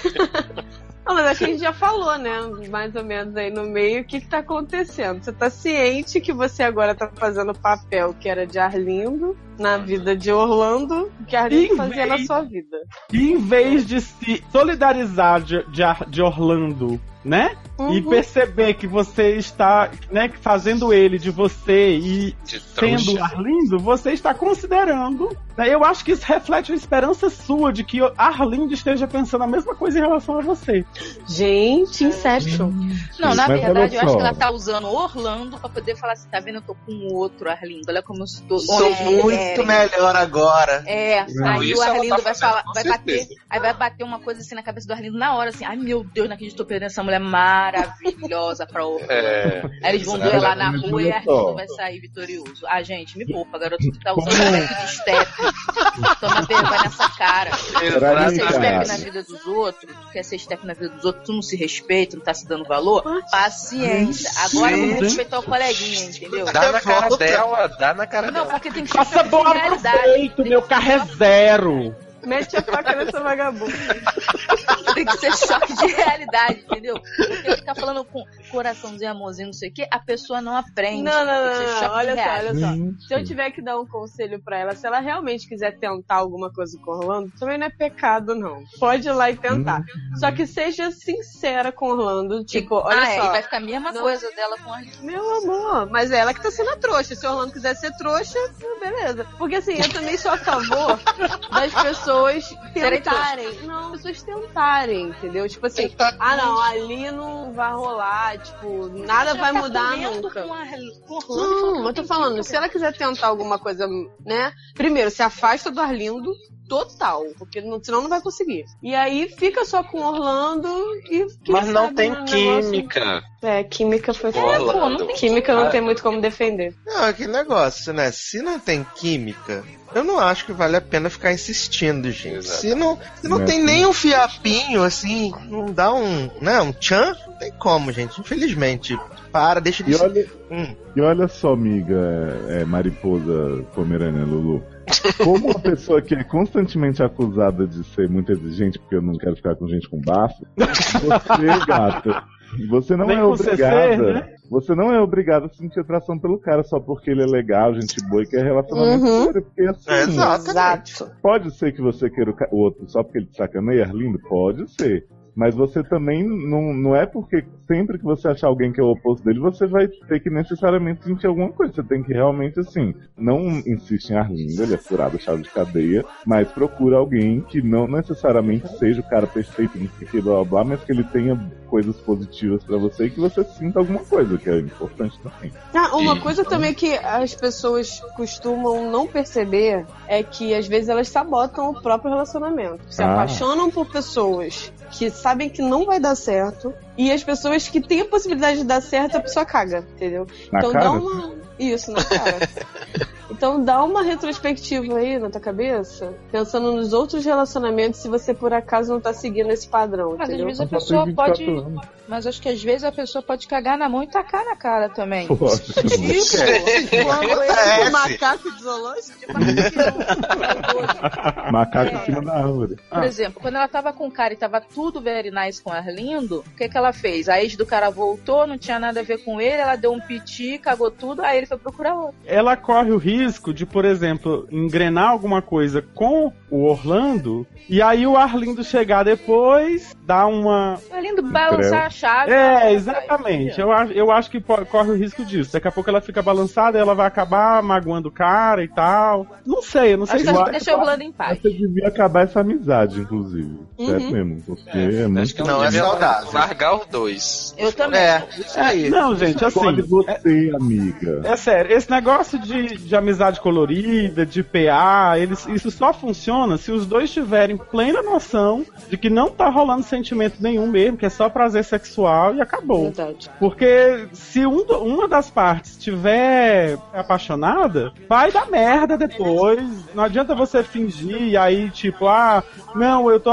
Speaker 10: Não, mas acho que a gente já falou, né? Mais ou menos aí no meio, o que, que tá acontecendo? Você tá ciente que você agora tá fazendo o papel que era de Arlindo na vida de Orlando, que Arlindo
Speaker 5: Ih,
Speaker 10: fazia na
Speaker 5: véi.
Speaker 10: sua vida.
Speaker 5: E em vez de se solidarizar de, de, Ar- de Orlando, né? E
Speaker 10: Uhum.
Speaker 5: perceber que você está né, fazendo ele de você e
Speaker 4: De
Speaker 5: sendo
Speaker 4: trouxa.
Speaker 5: Arlindo, você está considerando. né? Eu acho que isso reflete uma esperança sua de que Arlindo esteja pensando a mesma coisa em relação a você.
Speaker 10: Gente, Inception.
Speaker 3: Não, na
Speaker 2: Mas olha
Speaker 3: verdade, eu acho
Speaker 2: só.
Speaker 3: que ela tá usando Orlando pra poder falar assim, tá vendo? Eu tô com outro Arlindo. Olha como eu é, estou.
Speaker 7: Sou muito melhor agora.
Speaker 3: É, aí
Speaker 4: isso
Speaker 3: o
Speaker 4: ela
Speaker 3: Arlindo
Speaker 4: tá
Speaker 3: vai
Speaker 4: fazendo,
Speaker 3: falar,
Speaker 4: com
Speaker 3: vai bater,
Speaker 4: certeza.
Speaker 3: aí vai bater uma coisa assim na cabeça do Arlindo na hora, assim, ai meu Deus, não acredito que eu tô perdendo essa mulher maravilhosa pra Orlando.
Speaker 4: É.
Speaker 3: Eles vão
Speaker 4: Exato.
Speaker 3: duelar na rua e
Speaker 4: Olha
Speaker 3: a
Speaker 4: só.
Speaker 3: gente vai sair vitorioso. Ah, gente, me poupa, garoto que tá usando
Speaker 5: é?
Speaker 3: leque de step. Toma vergonha nessa cara.
Speaker 1: Pra
Speaker 3: Tu
Speaker 1: mim,
Speaker 3: ser
Speaker 1: cara.
Speaker 3: step na vida dos outros, tu quer ser step na vida dos outros, tu não se respeita, não tá se dando valor. Paciência. Agora vamos
Speaker 12: Gente.
Speaker 3: respeitar o coleguinha, entendeu?
Speaker 12: Dá na cara dela, dá na cara
Speaker 3: Não,
Speaker 12: dela.
Speaker 3: porque tem que ser
Speaker 5: Passa a bola pro peito, meu carro é zero.
Speaker 10: Mete a faca nessa vagabunda.
Speaker 3: Tem que ser choque de realidade, entendeu? Porque ficar falando com coraçãozinho, amorzinho, não sei o quê, a pessoa não aprende.
Speaker 10: Não,
Speaker 3: Tem
Speaker 10: não,
Speaker 3: que
Speaker 10: não,
Speaker 3: ser
Speaker 10: não,
Speaker 3: choque
Speaker 10: não.
Speaker 3: de
Speaker 10: Olha só,
Speaker 3: realidade.
Speaker 10: olha só. Se eu tiver que dar um conselho pra ela, se ela realmente quiser tentar alguma coisa com o Orlando, também não é pecado, não. Pode ir lá e tentar. Só que seja sincera com o Orlando. Tipo, olha
Speaker 3: ah, é,
Speaker 10: só.
Speaker 3: e vai ficar a mesma
Speaker 10: Não.
Speaker 3: coisa dela com a gente.
Speaker 10: Meu amor, mas é ela que tá sendo a trouxa. Se o Orlando quiser ser trouxa, beleza. Porque assim, eu também sou a favor das pessoas
Speaker 3: Serem
Speaker 10: tentarem. Não, as pessoas tentarem, entendeu? Tipo assim, ah não, ali não vai rolar, tipo, nada vai
Speaker 3: tá
Speaker 10: mudar nunca. Não, eu tô falando, se ela quiser tentar alguma coisa, né? Primeiro, se afasta do Arlindo total, porque não- senão não vai conseguir. E aí fica só com o Orlando e. quem
Speaker 12: Mas não
Speaker 10: sabe
Speaker 12: tem
Speaker 10: um negócio-
Speaker 12: química.
Speaker 10: É, química foi
Speaker 12: Com Orlando.
Speaker 10: É, pô, não tem Química não tem muito como defender.
Speaker 7: Não, é aquele negócio, né? Se não tem química, eu não acho que vale a pena ficar insistindo, gente. Se não, se não
Speaker 1: Né?
Speaker 7: tem nem um fiapinho, assim, não dá um, né, um tchan, não tem como, gente. Infelizmente. Para, deixa de
Speaker 2: E
Speaker 7: ser-
Speaker 2: olha-
Speaker 7: Hum.
Speaker 2: E olha só, amiga é, mariposa pomerânia, Lulu. Como uma pessoa que é constantemente acusada de ser muito exigente porque eu não quero ficar com gente com bafo, você, gata, você não
Speaker 5: Nem
Speaker 2: é
Speaker 5: com CC,
Speaker 2: obrigada.
Speaker 5: né?
Speaker 2: Você não é obrigada a sentir atração pelo cara só porque ele é legal, gente boa e quer relacionamento
Speaker 1: Uhum.
Speaker 2: sério. Porque assim,
Speaker 1: É, exatamente.
Speaker 2: Pode ser que você queira o ca- o outro só porque ele te sacaneia, lindo? Pode ser. Mas você também não, não é porque sempre que você achar alguém que é o oposto dele, você vai ter que necessariamente sentir alguma coisa. Você tem que realmente, assim, não insiste em Arlindo, ele é furado, chave de cadeia, mas procura alguém que não necessariamente seja o cara perfeito, não sei o que, blá blá blá, mas que ele tenha coisas positivas pra você e que você sinta alguma coisa, que é importante também.
Speaker 10: Ah, uma
Speaker 2: Sim.
Speaker 10: coisa também que as pessoas costumam não perceber é que às vezes elas sabotam o próprio relacionamento. Se
Speaker 1: Ah.
Speaker 10: apaixonam por pessoas que sabem que não vai dar certo e as pessoas que têm a possibilidade de dar certo, a pessoa caga, entendeu?
Speaker 1: Na
Speaker 10: então dá
Speaker 2: é
Speaker 1: cara?
Speaker 10: uma. Isso, na cara. então dá uma retrospectiva aí na tua cabeça, pensando nos outros relacionamentos, se você por acaso não tá seguindo esse padrão.
Speaker 3: Mas às
Speaker 10: entendeu?
Speaker 3: vezes a pessoa pode. Mas acho que às vezes a pessoa pode cagar na mão e tacar na cara também.
Speaker 10: Tipo, Esse um macaco de zoológico de
Speaker 3: É
Speaker 2: Macaco em cima da árvore.
Speaker 3: Por exemplo, quando ela tava com o cara e tava tudo very nice com o Arlindo, o que que ela fez? A ex do cara voltou, não tinha nada a ver com ele, ela deu um piti, cagou tudo, aí ele foi procurar outro.
Speaker 5: ela corre o risco de, por exemplo, engrenar alguma coisa com o Orlando e aí o Arlindo chegar depois, dar uma.
Speaker 3: O Arlindo É balançar a chave. né?
Speaker 5: É, exatamente. Eu acho, eu acho que po- corre o risco disso. Daqui a pouco ela fica balançada e ela vai acabar magoando o cara e tal. Não sei, eu não sei
Speaker 3: Acho que ela deixa o Orlando em paz.
Speaker 2: Você devia acabar essa amizade, inclusive.
Speaker 3: Uhum.
Speaker 2: Certo mesmo? Porque é, muito
Speaker 4: Eu devia Largar os dois.
Speaker 7: É,
Speaker 3: Eu também.
Speaker 2: É,
Speaker 5: Não, gente, assim.
Speaker 2: Escolhe você, amiga.
Speaker 5: É sério, esse negócio de, de amizade colorida, de PA, eles, isso só funciona se os dois tiverem plena noção de que não tá rolando sentimento nenhum mesmo, que é só prazer sexual e acabou.
Speaker 10: Verdade.
Speaker 5: Porque se um do- uma das partes tiver apaixonada, vai dar merda depois. Não adianta você fingir e aí, tipo, ah, não, eu tô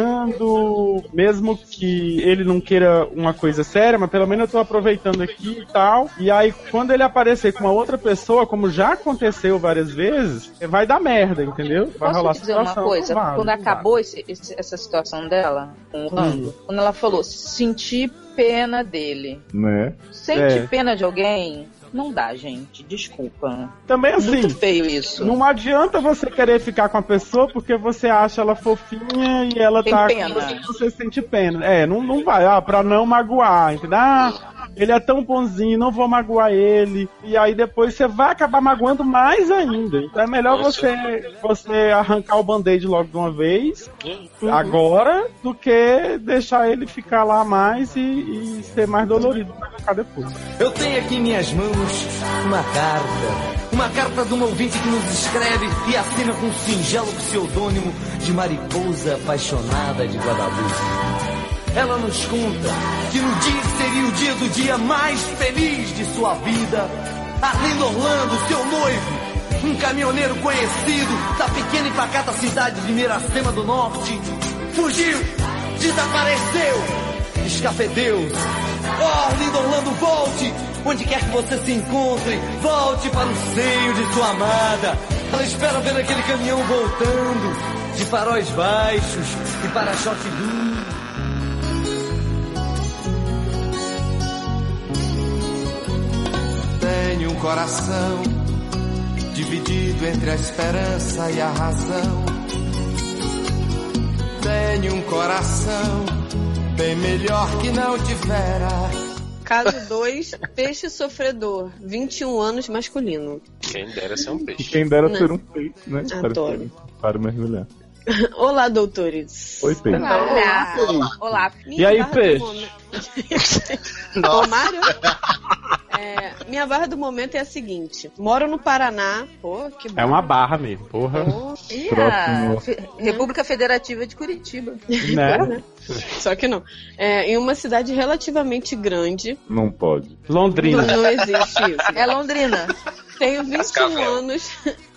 Speaker 5: aproveitando, mesmo que ele não queira uma coisa séria, mas pelo menos eu tô aproveitando aqui e tal. E aí, quando ele aparecer com uma outra pessoa, como já aconteceu várias vezes, vai dar merda, entendeu? Vai
Speaker 3: Posso
Speaker 5: rolar
Speaker 3: te dizer uma
Speaker 5: situação,
Speaker 3: coisa?
Speaker 5: não vale,
Speaker 3: Quando
Speaker 5: não
Speaker 3: acabou esse- esse- essa situação dela com o Orlando, quando ela falou, senti pena dele.
Speaker 2: Né?
Speaker 3: Sente
Speaker 2: É.
Speaker 3: pena de alguém? Não dá, gente. Desculpa.
Speaker 5: Também assim.
Speaker 3: Muito feio isso.
Speaker 5: Não adianta você querer ficar com a pessoa porque você acha ela fofinha e ela
Speaker 3: Tem
Speaker 5: tá.
Speaker 3: pena.
Speaker 5: Você, você sente pena. É, não, não vai. Ah, pra não magoar, entendeu? Ah, ele é tão bonzinho, não vou magoar ele. E aí depois você vai acabar magoando mais ainda. Então é melhor você, você arrancar o band-aid logo de uma vez, agora, do que deixar ele ficar lá mais e, e ser mais dolorido pra ficar depois.
Speaker 13: Eu tenho aqui em minhas mãos uma carta. Uma carta de um ouvinte que nos escreve e assina com um singelo pseudônimo de mariposa apaixonada de Guadalupe.
Speaker 11: Ela nos conta que no dia que seria o dia do dia mais feliz de sua vida, Arlindo Orlando, seu noivo, um caminhoneiro conhecido da pequena e pacata cidade de Miracema do Norte, fugiu, desapareceu, escafedeu-se. Oh, lindo Orlando, volte! Onde quer que você se encontre, volte para o seio de sua amada. Ela espera ver aquele caminhão voltando, de faróis baixos e para-choque duro.
Speaker 7: Tenho um coração dividido entre a esperança e a razão. Tenho um coração bem melhor que não tivera.
Speaker 10: Caso 2, peixe sofredor, 21 anos masculino.
Speaker 4: Quem dera ser um
Speaker 2: E
Speaker 4: peixe.
Speaker 2: quem dera
Speaker 10: Né?
Speaker 2: ser um peixe, né? Para,
Speaker 10: Adoro.
Speaker 2: para mergulhar.
Speaker 10: Olá, doutores.
Speaker 2: Oi, peixe.
Speaker 10: Olá. Olá.
Speaker 5: E aí, peixe?
Speaker 10: Ô, Mário? É, minha barra do momento é a seguinte: moro no Paraná. Pô, que
Speaker 5: É uma barra mesmo, porra.
Speaker 3: Ih,
Speaker 5: Próximo.
Speaker 3: a Fe- República Federativa de Curitiba.
Speaker 5: Né?
Speaker 10: Pô, Só que não. É, em uma cidade relativamente grande.
Speaker 2: Não pode.
Speaker 5: Londrina.
Speaker 10: Não existe isso.
Speaker 3: É Londrina.
Speaker 10: Tenho 21
Speaker 3: Cascavel.
Speaker 10: anos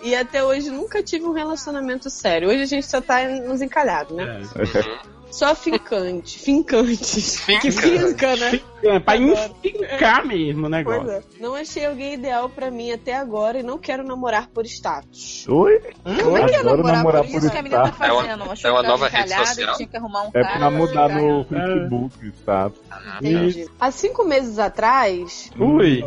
Speaker 10: e até hoje nunca tive um relacionamento sério. Hoje a gente só tá nos encalhados, né?
Speaker 3: É.
Speaker 10: Só fincante, fincantes. Que finca, né?
Speaker 5: É, pra
Speaker 10: Adoro.
Speaker 5: enfincar mesmo o negócio.
Speaker 10: Pois é. Não achei alguém ideal pra mim até agora e não quero namorar por status.
Speaker 2: Oi?
Speaker 10: como é que é
Speaker 2: Adoro
Speaker 10: namorar
Speaker 2: namorar
Speaker 10: por
Speaker 2: por
Speaker 10: isso que a menina tá
Speaker 2: status.
Speaker 10: fazendo?
Speaker 3: Não, acho
Speaker 2: É uma
Speaker 3: que tava
Speaker 2: nova rede
Speaker 3: encalhada,
Speaker 2: social?
Speaker 3: Tinha que arrumar um
Speaker 2: É
Speaker 3: cara.
Speaker 2: pra mudar
Speaker 3: ficar-
Speaker 2: no
Speaker 10: É.
Speaker 2: Facebook, status.
Speaker 4: Uhum.
Speaker 10: Entendi. Há cinco meses atrás,
Speaker 5: Ui.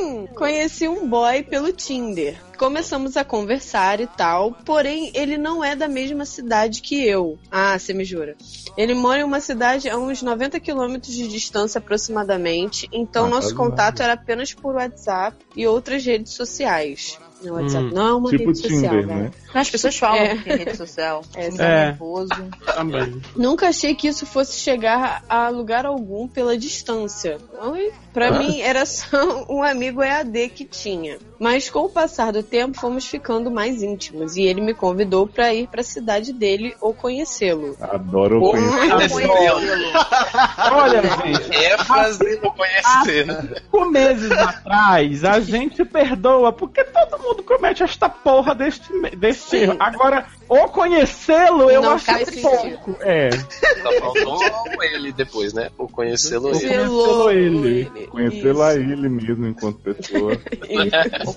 Speaker 10: hum, conheci um boy pelo Tinder. Começamos a conversar e tal, porém ele não é da mesma cidade que eu. Ah, você me jura. Ele mora em uma cidade a uns 90 quilômetros de distância aproximadamente, então
Speaker 14: Ah,
Speaker 10: nosso
Speaker 14: quase
Speaker 10: contato era apenas por WhatsApp e outras redes sociais. Não, WhatsApp não é uma
Speaker 2: tipo
Speaker 10: rede social,
Speaker 2: Tinder,
Speaker 10: né?
Speaker 2: né?
Speaker 3: As pessoas falam
Speaker 10: É.
Speaker 3: que tem rede social. É,
Speaker 10: É.
Speaker 3: nervoso.
Speaker 5: Também.
Speaker 10: Nunca achei que isso fosse chegar a lugar algum pela distância. Oi? Pra
Speaker 14: Ah.
Speaker 10: mim era só um amigo EAD que tinha. Mas com o passar do tempo fomos ficando mais íntimos e ele me convidou pra ir pra cidade dele ou conhecê-lo.
Speaker 2: Adoro
Speaker 10: Porra,
Speaker 2: conhecer.
Speaker 5: Olha, gente.
Speaker 15: É fazer pra conhecer, né?
Speaker 5: Cinco meses atrás, a gente perdoa porque todo mundo comete esta porra deste, deste erro. Agora, ou conhecê-lo, eu
Speaker 10: Não
Speaker 5: acho
Speaker 10: faz
Speaker 5: que
Speaker 10: sentido.
Speaker 5: pouco. É.
Speaker 4: Só faltou ele depois, né? Ou conhecê-lo
Speaker 10: Conhecê-lo
Speaker 2: ele. Conhecê-lo a ele mesmo enquanto pessoa.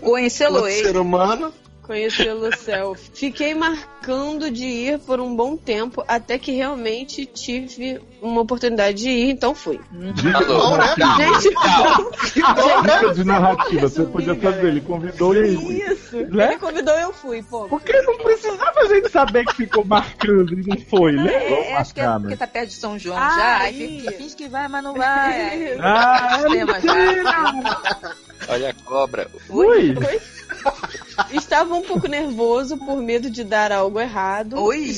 Speaker 10: Conhecê-lo
Speaker 2: ele. ser
Speaker 10: humano. Conhecê-lo self. Fiquei marcando de ir por um bom tempo até que realmente tive uma oportunidade de ir, então fui.
Speaker 2: Dica de narrativa.
Speaker 10: Gente,
Speaker 2: Dica de narrativa. Você podia fazer. Ele convidou e aí.
Speaker 10: Isso.
Speaker 5: Né?
Speaker 10: Ele convidou, eu fui, pô.
Speaker 5: Porque não precisava a gente saber que ficou marcando e não foi, né?
Speaker 3: É, acho que é porque tá perto de São João já. Aí fica- finge que vai, mas não vai.
Speaker 10: é.
Speaker 5: Ah,
Speaker 3: Aí tema já.
Speaker 4: Olha a cobra.
Speaker 5: Ui!
Speaker 10: Estava um pouco nervoso por medo de dar algo errado. Oi?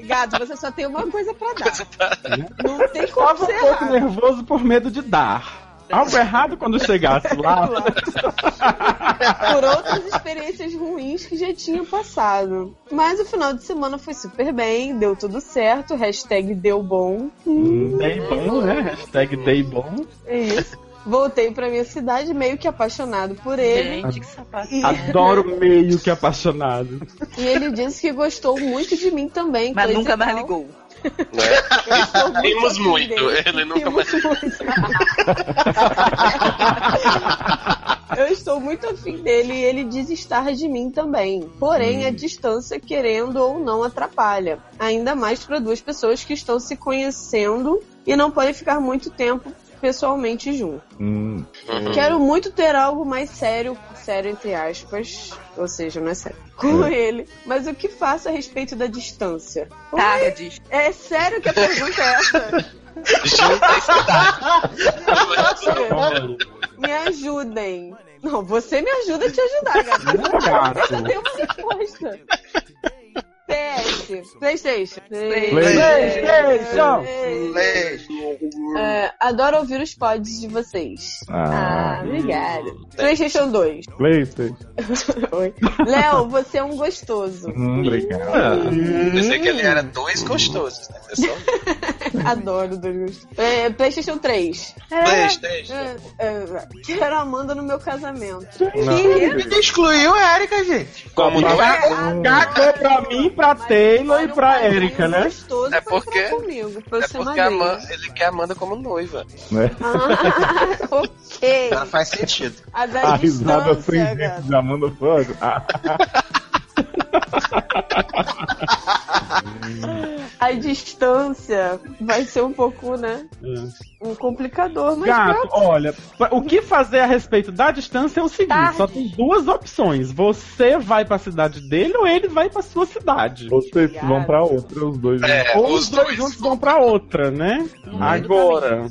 Speaker 10: Gato, você só tem uma coisa pra dar. Não tem como
Speaker 5: Tava
Speaker 10: ser
Speaker 5: um pouco
Speaker 10: errado.
Speaker 5: nervoso por medo de dar. Algo errado quando chegasse lá.
Speaker 10: por outras experiências ruins que já tinha passado. Mas o final de semana foi super bem, deu tudo certo, hashtag deu bom.
Speaker 5: Dei bom, né? Hashtag dei bom.
Speaker 10: É isso. Voltei pra minha cidade meio que apaixonado por ele.
Speaker 5: Gente, que
Speaker 10: sapato.
Speaker 5: Adoro meio que apaixonado.
Speaker 10: E ele disse que gostou muito de mim também.
Speaker 3: Mas nunca mais
Speaker 10: ligou.
Speaker 4: Rimos muito. Ele nunca mais.
Speaker 10: Eu estou muito afim dele e ele diz estar de mim também. Porém,
Speaker 4: Hum.
Speaker 10: a distância, querendo ou não, atrapalha. Ainda mais para duas pessoas que estão se conhecendo e não podem ficar muito tempo pessoalmente junto.
Speaker 2: Hum.
Speaker 10: Quero muito ter algo mais sério, sério entre aspas, ou seja, não é sério,
Speaker 4: Hum.
Speaker 10: com
Speaker 2: É.
Speaker 10: ele. Mas o que faço a respeito da distância?
Speaker 3: Tá. Tardes.
Speaker 10: É sério que a pergunta é essa? me ajudem. Não, você me ajuda a te ajudar,
Speaker 5: Não,
Speaker 10: gato.
Speaker 5: gato.
Speaker 10: Eu só tenho uma resposta. PS. Playstation.
Speaker 5: PlayStation.
Speaker 10: É, adoro ouvir os pods de vocês.
Speaker 2: Ah.
Speaker 10: Ah, obrigada. Playstation 2.
Speaker 2: Playstation.
Speaker 10: Oi. Léo, você é um gostoso.
Speaker 2: Hum, obrigado.
Speaker 4: Pensei que ele era dois gostosos, né? É só um.
Speaker 10: Adoro dois gostosos. É, Playstation 3.
Speaker 4: Playstation.
Speaker 10: É, é, quero a Amanda no meu casamento.
Speaker 7: Quem excluiu a Erika, gente?
Speaker 4: Como não é?
Speaker 5: Cagou pra mim, pra
Speaker 10: um
Speaker 5: Taylor e pra Erika, né?
Speaker 4: É porque,
Speaker 10: comigo, pra eu
Speaker 4: é
Speaker 10: ser
Speaker 4: porque a
Speaker 10: madrinha.
Speaker 4: Amanda, ele quer a Amanda como noiva.
Speaker 2: né?
Speaker 10: Ah, ok.
Speaker 4: Não faz sentido.
Speaker 10: A da
Speaker 2: A risada sem
Speaker 10: distância, cara.
Speaker 2: jeito já manda Ah, fogo.
Speaker 10: A distância vai ser um pouco, né? Um complicador, mas
Speaker 5: Gato,
Speaker 10: pronto.
Speaker 5: olha, pra- o que fazer a respeito da distância é o seguinte: só tem duas opções. Você vai pra cidade dele ou ele vai pra sua cidade.
Speaker 2: Vocês vão pra outra, os dois. né?
Speaker 5: É, ou os dois juntos vão pra outra, né? Agora.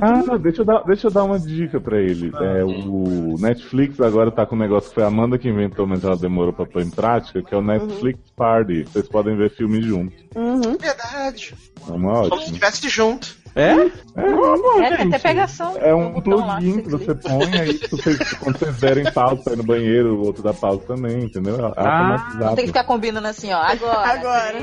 Speaker 2: Ah, deixa eu, dar, deixa eu dar uma dica pra ele. É, o Netflix agora tá com um negócio que foi a Amanda que inventou, mas ela demorou pra pôr em prática, que é o Netflix Party. Vocês podem ver filme junto.
Speaker 10: Uhum.
Speaker 7: Verdade.
Speaker 2: É uma
Speaker 7: Como se
Speaker 2: ótima.
Speaker 7: estivesse junto.
Speaker 5: É?
Speaker 3: É, tem até pegação.
Speaker 2: É um plugin que você põe aí, se vocês- quando vocês derem pausa, sai no banheiro, o outro dá pausa também, entendeu? É automatizado.
Speaker 3: Tem que ficar combinando assim, ó. Agora. Agora.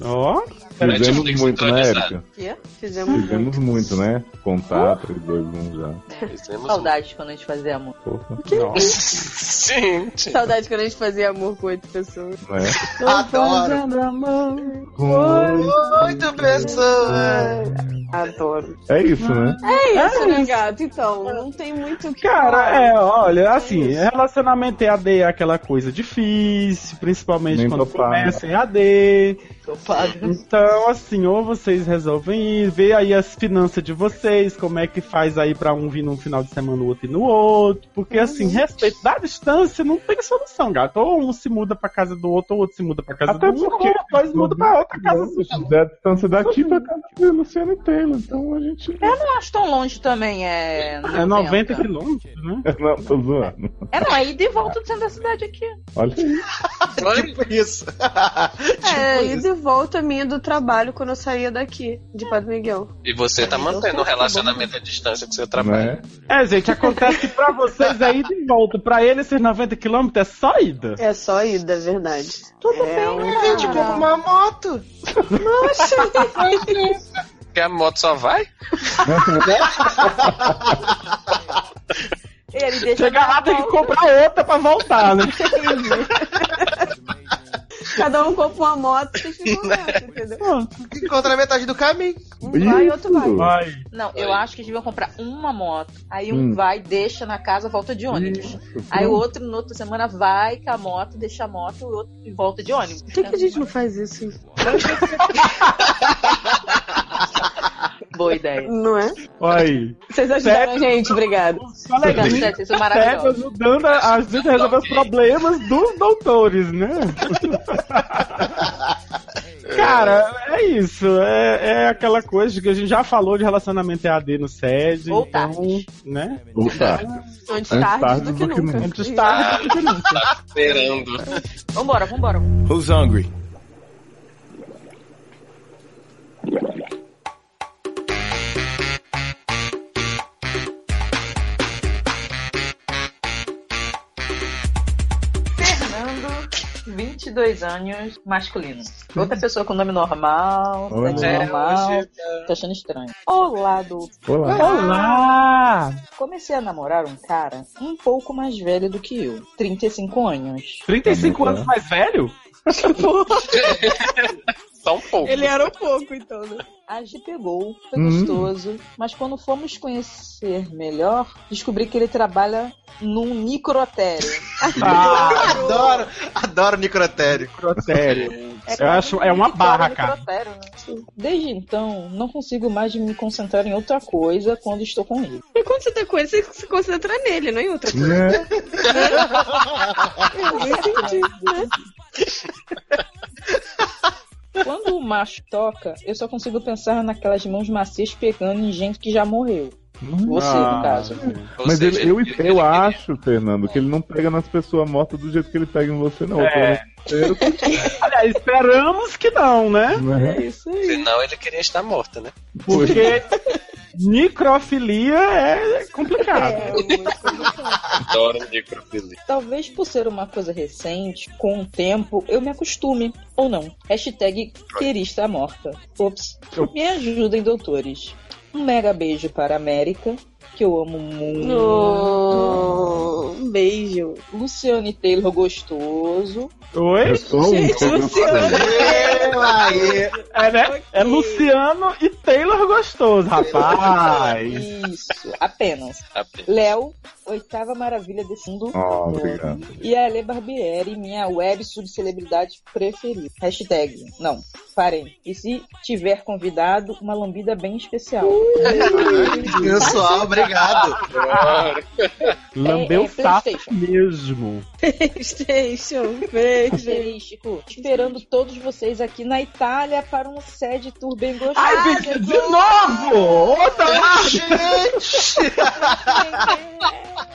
Speaker 10: um
Speaker 2: Ó, fizemos muito, né, Erika?
Speaker 3: Quê? Fizemos
Speaker 2: Fizemos muito, né? Contar, 3, 2, 1 já.
Speaker 4: é
Speaker 3: Saudades quando a gente fazia amor.
Speaker 2: Porra.
Speaker 4: Gente.
Speaker 10: Saudade quando a gente fazia amor com oito pessoas.
Speaker 2: Né?
Speaker 7: Adoro.
Speaker 10: Oito
Speaker 7: É.
Speaker 10: pessoas. Adoro.
Speaker 2: É isso, né?
Speaker 10: É isso, né, gato? Então, não tem muito o que
Speaker 5: Cara,
Speaker 10: falar.
Speaker 5: é, olha, assim, relacionamento EAD é aquela coisa difícil, principalmente
Speaker 2: Nem
Speaker 5: quando
Speaker 2: topado.
Speaker 5: começa EAD. Então, assim, ou vocês resolvem ir, ver aí as finanças de vocês, como é que faz aí pra um vir num final de semana, o outro e no outro. Porque, assim, respeito da distância não tem solução, gato. Ou um se muda pra casa do outro, ou outro se muda pra casa
Speaker 2: Até
Speaker 5: do outro,
Speaker 2: porque-
Speaker 5: ou os dois mudam pra outra casa.
Speaker 2: Da distância daqui pra casa de Luciano e Taylor, então a gente.
Speaker 3: Eu não acho tão longe também, é.
Speaker 5: É 90 quilômetros, né?
Speaker 2: Não, tô zoando.
Speaker 3: É, não, é ida e volta do centro da cidade aqui.
Speaker 2: Olha aí.
Speaker 7: tipo isso.
Speaker 10: É, ida e volta minha do trabalho quando eu saía daqui, de Padre Miguel.
Speaker 4: E você tá mantendo um relacionamento à distância com seu
Speaker 2: Tá Né?
Speaker 4: trabalho.
Speaker 5: É, gente, acontece que pra vocês é ida e volta. Pra ele, esses 90 quilômetros é só ida.
Speaker 10: É só ida, é verdade. Tudo bem,
Speaker 7: A gente compra uma moto.
Speaker 10: Nossa!
Speaker 4: Porque a moto só vai?
Speaker 10: Ele um
Speaker 5: Chegar lá tem que comprar outra pra voltar, né?
Speaker 10: Cada um compra uma moto e ficam nessa, entendeu?
Speaker 7: Encontra a metade do caminho.
Speaker 10: Um vai, outro vai.
Speaker 3: Não, eu acho que eles deviam comprar uma moto. Aí um
Speaker 7: Hum.
Speaker 3: vai, deixa na casa, volta de ônibus. Aí o outro, no outro semana, vai com a moto, deixa a moto e o outro e volta de ônibus.
Speaker 10: Por que, que a gente não faz isso?
Speaker 3: Boa ideia.
Speaker 10: Não é?
Speaker 5: Olha aí.
Speaker 10: Vocês ajudaram a gente, obrigado.
Speaker 5: Obrigado,
Speaker 3: Sete, vocês são
Speaker 5: Sérgio
Speaker 3: maravilhosos.
Speaker 5: ajudando a, a gente a resolver os problemas dos doutores, né? Cara, é isso. É, é aquela coisa que a gente já falou de relacionamento EAD no SED.
Speaker 10: Ou
Speaker 5: então,
Speaker 10: tarde.
Speaker 5: né?
Speaker 2: Ou tarde.
Speaker 10: Antes tarde do que nunca.
Speaker 5: Antes tarde do que nunca.
Speaker 4: Esperando.
Speaker 3: Vambora, vambora.
Speaker 8: Who's hungry?
Speaker 3: Fernando, 22 anos, masculino. Outra pessoa com nome normal,
Speaker 1: Olha.
Speaker 3: sexo normal.
Speaker 1: É, hoje
Speaker 3: Tô achando estranho. Olá, do.
Speaker 1: Olá.
Speaker 5: Olá!
Speaker 3: Comecei a namorar um cara um pouco mais velho do que eu. 35 anos.
Speaker 5: 35
Speaker 10: é tá?
Speaker 5: anos mais velho?
Speaker 4: Só um pouco.
Speaker 3: Ele era um
Speaker 10: pouco, então, né?
Speaker 3: A gente pegou, foi
Speaker 5: Hum.
Speaker 3: gostoso. Mas quando fomos conhecer melhor, descobri que ele trabalha num microtério.
Speaker 5: Ah,
Speaker 7: adoro, adoro microtério.
Speaker 10: Ah,
Speaker 5: Microtério. Eu acho, é uma barra, cara.
Speaker 3: Microtério, né? Desde então, não consigo mais me concentrar em outra coisa quando estou com ele.
Speaker 10: Mas quando você tá com ele, você se concentra nele, não em outra coisa. Eu não entendi.
Speaker 3: Quando o macho toca, eu só consigo pensar naquelas mãos macias pegando em gente que já morreu. Você,
Speaker 5: Ah.
Speaker 10: Ah,
Speaker 3: no caso.
Speaker 2: Ou Mas
Speaker 4: seja,
Speaker 2: ele- eu, eu acho, Fernando, que ele não pega nas pessoas mortas do jeito que ele pega em você, não.
Speaker 5: É.
Speaker 2: Eu-
Speaker 5: Aliás, esperamos que não, né?
Speaker 2: É
Speaker 5: isso
Speaker 4: Senão ele queria estar morto, né?
Speaker 5: Porque necrofilia é complicado.
Speaker 4: Adoro um necrofilia.
Speaker 3: Talvez por ser uma coisa recente, com o tempo, eu me acostume, ou não. Hashtag querista morta. Ops. Me ajudem, doutores. Um mega beijo para a América, que eu amo muito.
Speaker 10: Oh,
Speaker 3: um beijo. Luciane Taylor gostoso.
Speaker 5: Oi?
Speaker 2: Eu sou um.
Speaker 3: Gente, Luciano.
Speaker 5: É, né? É Luciano e Taylor gostoso, rapaz.
Speaker 3: Isso, apenas.
Speaker 4: Apenas.
Speaker 3: Léo, oitava maravilha desse mundo.
Speaker 2: Oh, obrigado.
Speaker 3: E a Ale Barbieri, minha web subcelebridade preferida. Hashtag, não, parem. E se tiver convidado, uma lambida bem especial.
Speaker 7: Pessoal, obrigado.
Speaker 5: Lambeu
Speaker 3: É, é
Speaker 5: sapo
Speaker 3: PlayStation.
Speaker 5: mesmo.
Speaker 3: Playstation, um beijo. Chico, esperando todos vocês aqui na Itália para um sede tour bem gostoso.
Speaker 5: Ai, Vicky, de novo! Outra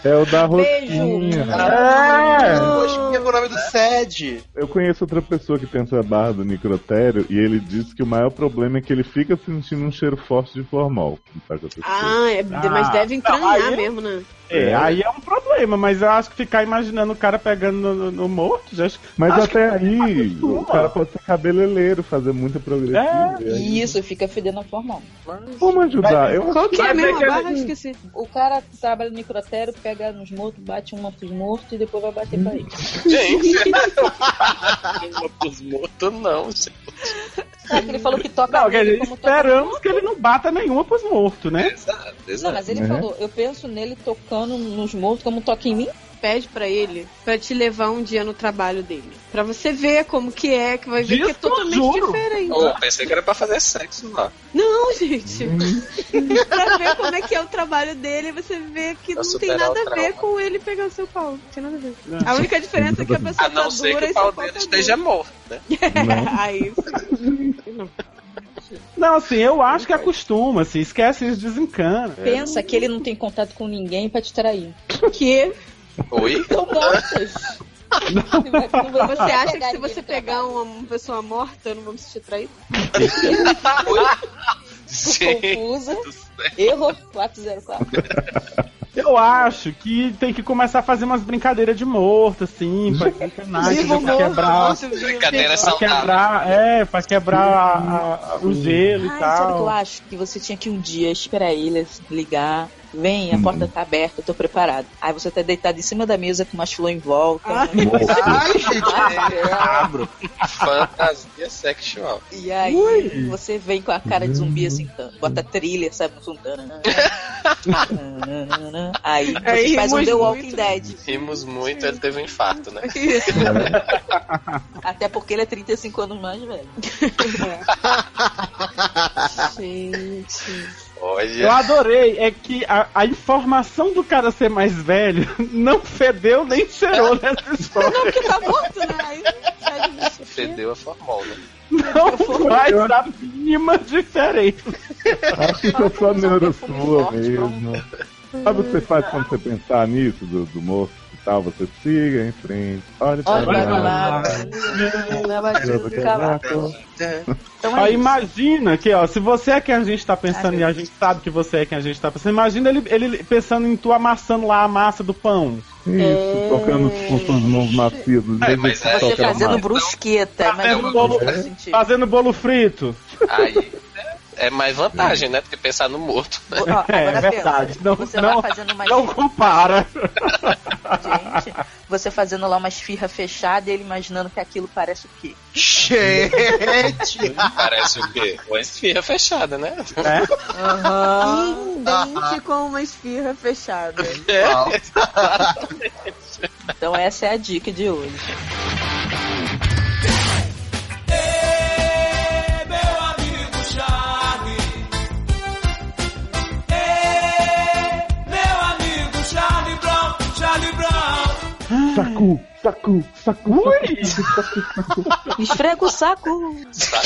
Speaker 2: É o da
Speaker 3: Beijo.
Speaker 2: Rosinha.
Speaker 7: É. Rosquinha com o nome do sede.
Speaker 2: Eu conheço outra pessoa que tem essa barra do microtério e ele disse que o maior problema é que ele fica sentindo um cheiro forte de formal. Não sabe o que eu tô dizendo?
Speaker 10: Ah, é- mas
Speaker 5: Ah,
Speaker 10: deve
Speaker 5: aí
Speaker 10: entranhar
Speaker 5: é-
Speaker 10: mesmo, né?
Speaker 5: É, aí é um problema, mas eu acho que ficar imaginando o cara pegando no, no- no morto, já acho,
Speaker 2: Mas
Speaker 5: acho
Speaker 2: até aí, o cara pode ser cabeleireiro, fazer né? muita progressiva. É, e aí-
Speaker 3: Isso, fica fedendo a formal.
Speaker 2: Vamos ajudar. Eu
Speaker 10: Qual que é
Speaker 3: Quer ver
Speaker 10: mesmo?
Speaker 3: que
Speaker 10: A barra,
Speaker 3: ele-
Speaker 10: esqueci.
Speaker 3: O cara trabalha no microtério, pega nos mortos, bate uma pros mortos e depois vai bater pra ele.
Speaker 4: Gente, não pros mortos, não. gente.
Speaker 3: Sabe que ele falou que toca
Speaker 5: Não, quer
Speaker 3: nele
Speaker 5: dizer,
Speaker 3: como tá
Speaker 5: esperamos que ele não bata nenhuma pros mortos, né?
Speaker 3: Não, mas ele
Speaker 5: Né?
Speaker 3: falou, eu penso nele tocando nos mortos como toca em mim.
Speaker 10: Pede pra ele pra te levar um dia no trabalho dele. Pra você ver como que é, que vai ver que é
Speaker 4: Disso eu
Speaker 10: totalmente
Speaker 4: juro.
Speaker 10: diferente.
Speaker 4: Oh, pensei que era pra fazer sexo lá.
Speaker 10: Não, gente. pra ver como é que é o trabalho dele, você vê que
Speaker 4: Pra
Speaker 10: não tem
Speaker 4: superar
Speaker 10: nada
Speaker 4: o
Speaker 10: a ver
Speaker 4: trauma.
Speaker 10: com ele pegar o seu pau. Não tem nada a ver. A única diferença é que a pessoa
Speaker 4: A não
Speaker 10: tá
Speaker 4: ser
Speaker 10: dura
Speaker 4: que
Speaker 10: e
Speaker 4: o
Speaker 10: seu
Speaker 4: pau
Speaker 10: pau
Speaker 4: dele
Speaker 10: tá
Speaker 4: esteja
Speaker 10: duro.
Speaker 4: morto, né?
Speaker 10: Aí
Speaker 5: Não, assim, eu acho que acostuma, assim, esquece isso, desencana.
Speaker 3: Pensa que ele não tem contato com ninguém pra te trair.
Speaker 10: Que?
Speaker 4: Oi?
Speaker 3: Então mortas.
Speaker 10: Você
Speaker 3: Ah.
Speaker 10: acha que se você
Speaker 3: tá
Speaker 10: pegar uma, uma pessoa morta, eu não vou me sentir traído?
Speaker 3: Confusa. Erro 404.
Speaker 5: Eu acho que tem que começar a fazer umas brincadeiras de morto, assim, pra desencanar,
Speaker 4: Viva
Speaker 5: entendeu?
Speaker 4: o
Speaker 5: pra
Speaker 4: morto,
Speaker 5: quebrar.
Speaker 4: morto, viva. Brincadeira
Speaker 5: pra
Speaker 4: saudável.
Speaker 5: quebrar, é, pra quebrar a- a- o gelo e
Speaker 3: Ai, sabe o que eu
Speaker 5: tal.
Speaker 3: acho? Que você tinha que um dia esperar ele assim, ligar. Vem, a porta tá aberta, eu tô preparado. Aí você tá deitado em cima da mesa com umas flores em volta.
Speaker 4: Ai,
Speaker 7: gente,
Speaker 4: Fantasia sexual.
Speaker 3: E aí você vem com a cara de zumbi assim, tá? bota trilha, sabe? um tantana. Aí você
Speaker 4: Aí
Speaker 3: faz um
Speaker 4: rimos
Speaker 3: The Walking Dead.
Speaker 4: Rimos muito, ele teve um infarto, né?
Speaker 3: Até porque ele é 35 anos mais velho.
Speaker 10: Gente.
Speaker 5: Eu
Speaker 4: Olha.
Speaker 5: adorei, é que a, a informação do cara ser mais velho não fedeu nem cheirou nessa história.
Speaker 10: Não, porque tá morto, né? Aí não sai do bicho.
Speaker 4: Fedeu a formal, né?
Speaker 5: Não faz a mínima diferença.
Speaker 2: Acho que isso é só neura sua mesmo. Sabe o que você faz quando você pensar nisso, do, do moço e tal? Você siga em frente, olha pra
Speaker 3: Olha pra
Speaker 2: lá.
Speaker 3: lá. É,
Speaker 5: É,
Speaker 2: tira do cavaco.
Speaker 3: Então
Speaker 5: Ó,
Speaker 3: é isso.
Speaker 5: imagina que, ó, se você é quem a gente tá pensando e a gente sabe que você é quem a gente tá pensando, imagina ele, ele pensando em tu amassando lá a massa do pão.
Speaker 2: Isso, tocando com suas mãos macias. dos
Speaker 4: É,
Speaker 2: dedos
Speaker 4: mas
Speaker 2: que
Speaker 4: é-
Speaker 2: toca
Speaker 3: Você
Speaker 2: na
Speaker 3: fazendo
Speaker 2: massa.
Speaker 10: Tá
Speaker 3: brusqueta, imagina
Speaker 5: Fazendo
Speaker 3: o que
Speaker 5: bolo-
Speaker 3: vai sentir.
Speaker 5: Fazendo bolo frito.
Speaker 4: Aí né, é mais vantagem, né? Porque pensar no morto. né?
Speaker 3: Ó, agora
Speaker 5: é verdade.
Speaker 3: pensa,
Speaker 5: Não,
Speaker 3: você
Speaker 5: não,
Speaker 3: vai fazendo mais
Speaker 5: não compara.
Speaker 3: gente, você fazendo lá uma esfirra fechada e ele imaginando que aquilo parece o quê?
Speaker 7: Gente!
Speaker 4: Parece o quê? Uma esfirra fechada, né?
Speaker 5: É?
Speaker 10: Um dente com uma esfirra fechada.
Speaker 3: Então essa é a dica de hoje.
Speaker 13: meu amigo Charme. Ei, meu amigo Charlie Brown, Charlie Brown.
Speaker 2: Sacu, saco, saco,
Speaker 10: Ui!
Speaker 2: saco, saco, saco.
Speaker 10: Esfrega o saco.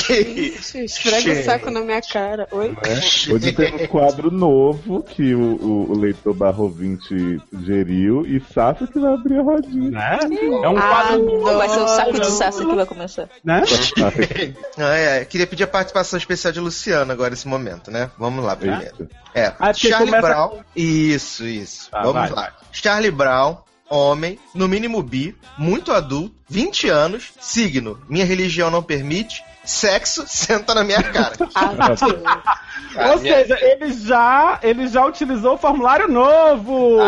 Speaker 7: Que
Speaker 10: Isso, esfrega o
Speaker 2: Gente.
Speaker 10: saco na minha cara. Oi?
Speaker 2: né? Hoje tem um quadro novo que o, o- o leitor barro 20 geriu e Sassi que vai abrir a rodinha.
Speaker 5: É um
Speaker 3: Ah, vai ser o saco de Sassi que vai começar.
Speaker 5: Né?
Speaker 2: um
Speaker 7: Ai, ai, Queria pedir a participação especial de Luciano agora nesse momento, né? Vamos lá primeiro. É,
Speaker 5: Ah, porque
Speaker 7: Charlie
Speaker 5: começa-
Speaker 7: Brown. Isso, isso.
Speaker 5: Tá,
Speaker 7: Vamos
Speaker 5: vai.
Speaker 7: lá. Charlie Brown, homem, no mínimo bi, muito adulto, 20 anos, signo, minha religião não permite, sexo, senta na minha cara.
Speaker 10: Ah,
Speaker 5: Ou seja, ele já, ele já utilizou o formulário novo!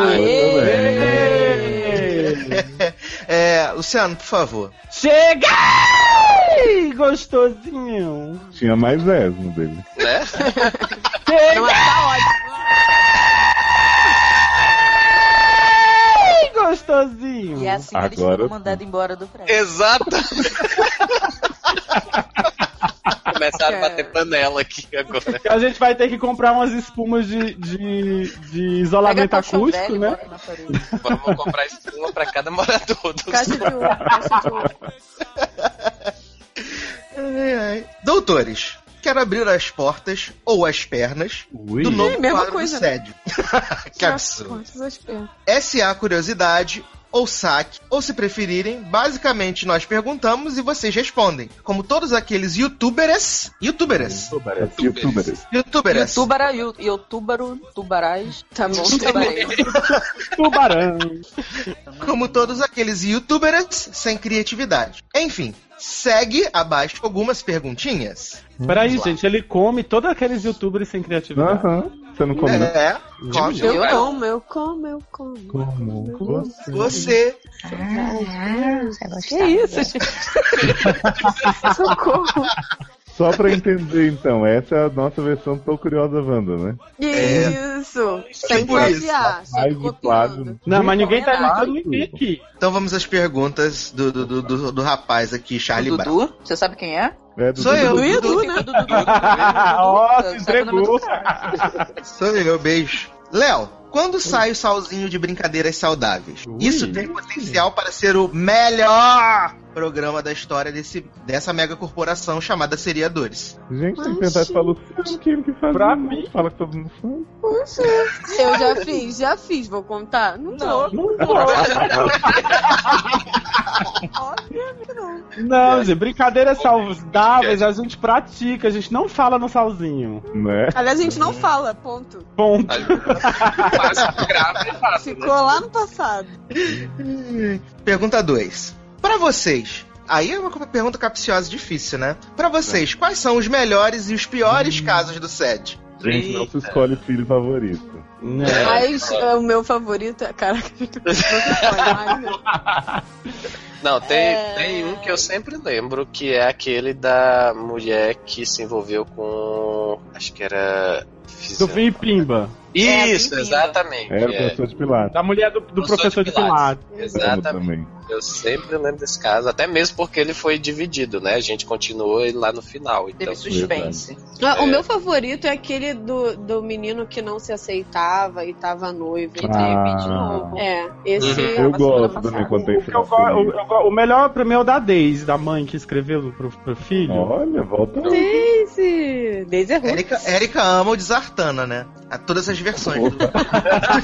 Speaker 7: É, Luciano, por favor.
Speaker 5: Chega! Gostosinho!
Speaker 2: Tinha mais esmo dele.
Speaker 7: Né?
Speaker 5: Chega!
Speaker 3: tá
Speaker 5: Ai, Gostosinho!
Speaker 4: Uhum.
Speaker 3: E é assim que eles
Speaker 2: Agora
Speaker 3: foram
Speaker 2: sim.
Speaker 3: mandados embora do
Speaker 5: É,
Speaker 3: prédio.
Speaker 4: Exato! Começaram a bater panela aqui agora.
Speaker 5: A gente vai ter que comprar umas espumas de, de, de isolamento
Speaker 4: Pega colchão
Speaker 5: acústico,
Speaker 4: velho e
Speaker 5: né?
Speaker 4: bota Vamos comprar espuma pra cada morador do
Speaker 5: Caixa de ouro, caixa de ouro.
Speaker 7: Ai, ai. Doutores, quero abrir as portas ou as pernas do novo
Speaker 10: É, mesma
Speaker 7: quadro
Speaker 10: coisa,
Speaker 7: do
Speaker 10: né?
Speaker 7: SED. que absurdo.
Speaker 10: é.
Speaker 7: SA Curiosidade ou saque, ou se preferirem, basicamente nós perguntamos e vocês respondem. Como todos aqueles youtubers. Youtubers.
Speaker 5: um
Speaker 2: Youtubers.
Speaker 7: Youtubers.
Speaker 3: Youtubara, yu- youtubaro, tubarás. Tá bom,
Speaker 5: Tubarão.
Speaker 7: Como todos aqueles youtubers sem criatividade. Enfim, segue abaixo algumas perguntinhas.
Speaker 5: Peraí,
Speaker 7: Vamos lá.
Speaker 5: gente, ele come todos aqueles youtubers sem criatividade.
Speaker 2: Aham, você não come, não?
Speaker 7: É, come.
Speaker 10: Eu né? como, eu como, eu como.
Speaker 2: Como você?
Speaker 7: Você.
Speaker 3: É,
Speaker 10: Que isso, gente? Socorro.
Speaker 2: Só pra entender, então, essa é a nossa versão Tô Curiosa Wanda, né?
Speaker 10: Isso. Sem
Speaker 7: Tipo isso.
Speaker 10: copiar.
Speaker 2: Mais o quadro.
Speaker 5: Não, mas ninguém tá
Speaker 7: Claro.
Speaker 5: imitando ninguém aqui.
Speaker 7: Então vamos às perguntas do, do, do, do, do rapaz aqui, Charlie Brown.
Speaker 3: Você sabe quem é?
Speaker 2: É,
Speaker 7: Sou eu.
Speaker 3: Dudu, né? Dudu, Dudu.
Speaker 5: Ó,
Speaker 3: se entregou.
Speaker 7: Sou eu, beijo. Léo, quando sai o salzinho de brincadeiras saudáveis? Isso tem potencial para ser o melhor programa da história desse, dessa mega corporação chamada Seriadores.
Speaker 2: Gente, tem que tentar falar Luciano que ele que faz.
Speaker 5: Pra
Speaker 2: não
Speaker 5: mim.
Speaker 2: Fala que todo mundo faz.
Speaker 10: Poxa, eu já fiz, já fiz, vou contar? Não, vou.
Speaker 5: Não, gente, é brincadeiras saudáveis a gente pratica, a gente não fala no salzinho.
Speaker 2: Né?
Speaker 10: Aliás, a gente não fala, ponto.
Speaker 5: Ponto.
Speaker 10: Ficou lá no passado.
Speaker 3: Hum.
Speaker 7: Pergunta 2. Pra vocês, aí é uma pergunta capciosa e difícil, né? Pra vocês, quais são os melhores e os
Speaker 3: Hum.
Speaker 7: piores casos do SED?
Speaker 2: Gente, não se escolhe filho favorito.
Speaker 10: Mas é, o meu favorito é. Caraca,
Speaker 4: Não, tem,
Speaker 10: É.
Speaker 4: tem um que eu sempre lembro, que é aquele da mulher que se envolveu com. Acho que era.
Speaker 5: Do Vim Pimba.
Speaker 10: É,
Speaker 4: Isso, exatamente.
Speaker 2: Era
Speaker 4: é.
Speaker 2: professor de Pilates.
Speaker 5: Da mulher do, do professor de Pilates.
Speaker 4: Exatamente. Eu sempre lembro desse caso, até mesmo porque ele foi dividido, né? A gente continuou ele lá no final. Então.
Speaker 3: Teve suspense.
Speaker 10: Ah,
Speaker 4: É.
Speaker 10: O meu favorito é aquele do, do menino que não se aceitava e tava noivo. e teve de
Speaker 2: Ah.
Speaker 10: novo. É, esse
Speaker 2: Eu
Speaker 10: é uma
Speaker 2: gosto
Speaker 10: semana
Speaker 2: também
Speaker 10: passada.
Speaker 2: quando tem
Speaker 5: O, que eu go- o- eu go- o melhor pra mim é o da Daisy, da mãe que escreveu pro, pro filho.
Speaker 2: Olha, volta
Speaker 10: Daisy! Daisy é ruim.
Speaker 7: Érica, Érica ama o Desartana, né? A todas as versões.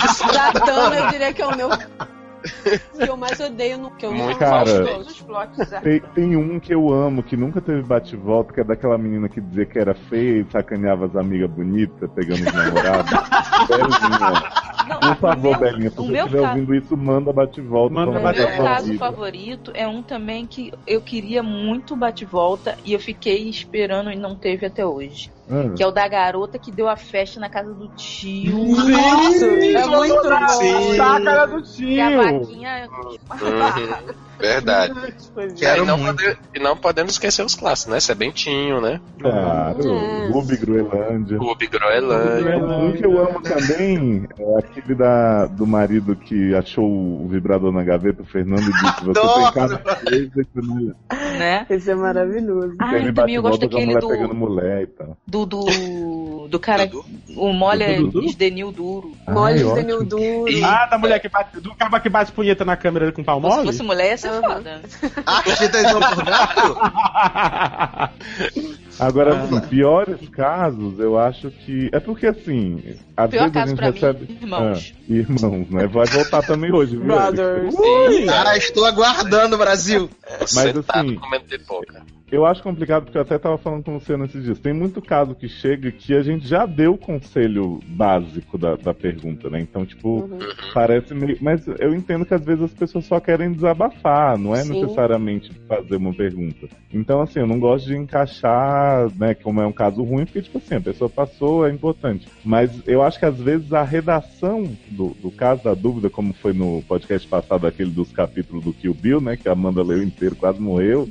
Speaker 10: Satana, eu diria que é o meu. que eu mais odeio no que eu
Speaker 2: Muito
Speaker 10: mais
Speaker 2: cara.
Speaker 10: gosto de todos os blocos. é.
Speaker 2: Tem, tem um que eu amo, que nunca teve bate-volta, que é daquela menina que dizia que era feia e sacaneava as amigas bonitas, pegando os namorados. Belinha. Por favor, Belinha, se
Speaker 3: o
Speaker 2: você
Speaker 3: meu
Speaker 2: estiver
Speaker 3: ca-
Speaker 2: ouvindo isso, manda bate-volta.
Speaker 5: Manda
Speaker 2: pra
Speaker 3: O meu
Speaker 2: mandar pra
Speaker 3: caso
Speaker 2: vida.
Speaker 3: favorito é um também que eu queria muito bate-volta e eu fiquei esperando e não teve até hoje.
Speaker 2: Ah.
Speaker 3: Que é o da garota que deu a festa na casa do tio.
Speaker 5: Nossa,
Speaker 3: é muito bom.
Speaker 5: Sim. Tá a cara do
Speaker 3: E a
Speaker 5: tio.
Speaker 3: vaquinha.
Speaker 4: Uhum, verdade. É,
Speaker 7: Quero
Speaker 4: e, não
Speaker 7: muito.
Speaker 4: pode- e não podemos esquecer os clássicos, né? Sebentinho, né?
Speaker 2: Claro, Ruby Groenlândia.
Speaker 4: Ruby Groenlândia.
Speaker 2: Um que eu amo também é aquele da, do marido que achou o vibrador na gaveta, o Fernando, e disse: Você tem
Speaker 7: Adoro!
Speaker 2: cada coisa que não é."
Speaker 16: né?
Speaker 10: Esse é maravilhoso.
Speaker 16: Ah, eu também eu gosto
Speaker 2: bate-volta de
Speaker 16: daquele
Speaker 2: uma mulher
Speaker 16: do,
Speaker 2: pegando mulher e tal.
Speaker 16: do, do, do cara, o Molha
Speaker 5: Dudu, Dudu?
Speaker 16: Esdenil Duro.
Speaker 5: Ai, Molha Esdenil ótimo.
Speaker 10: Duro.
Speaker 5: Ah, da mulher que bate. Do cara que bate punheta na câmera com pau
Speaker 16: Se
Speaker 5: mole?
Speaker 16: fosse mulher, ia ser foda.
Speaker 2: Agora, assim, piores casos, eu acho que. É porque, assim, às
Speaker 16: é Pior
Speaker 2: vezes
Speaker 16: caso
Speaker 2: a gente
Speaker 16: pra mim,
Speaker 2: recebe.
Speaker 16: irmãos.
Speaker 2: Ah, irmãos, né? Vai voltar também hoje, viu?
Speaker 7: Brothers.
Speaker 2: Ui!
Speaker 7: Cara, Ah, estou aguardando, Brasil.
Speaker 2: Mas, assim,
Speaker 4: tá comendo pipoca.
Speaker 2: eu acho complicado porque eu até tava falando com você nesses dias. Tem muito caso que chega que a gente já deu o conselho básico da, da pergunta, né? Então, tipo,
Speaker 10: Uhum.
Speaker 2: parece meio. Mas eu entendo que às vezes as pessoas só querem desabafar, não é
Speaker 5: Sim.
Speaker 2: necessariamente fazer uma pergunta. Então, assim, eu não gosto de encaixar, né, como é um caso ruim, porque, tipo assim, a pessoa passou, é importante. Mas eu acho que às vezes a redação do, do caso da dúvida, como foi no podcast passado, aquele dos capítulos do Kill Bill, né, que a Amanda leu inteiro, quase morreu,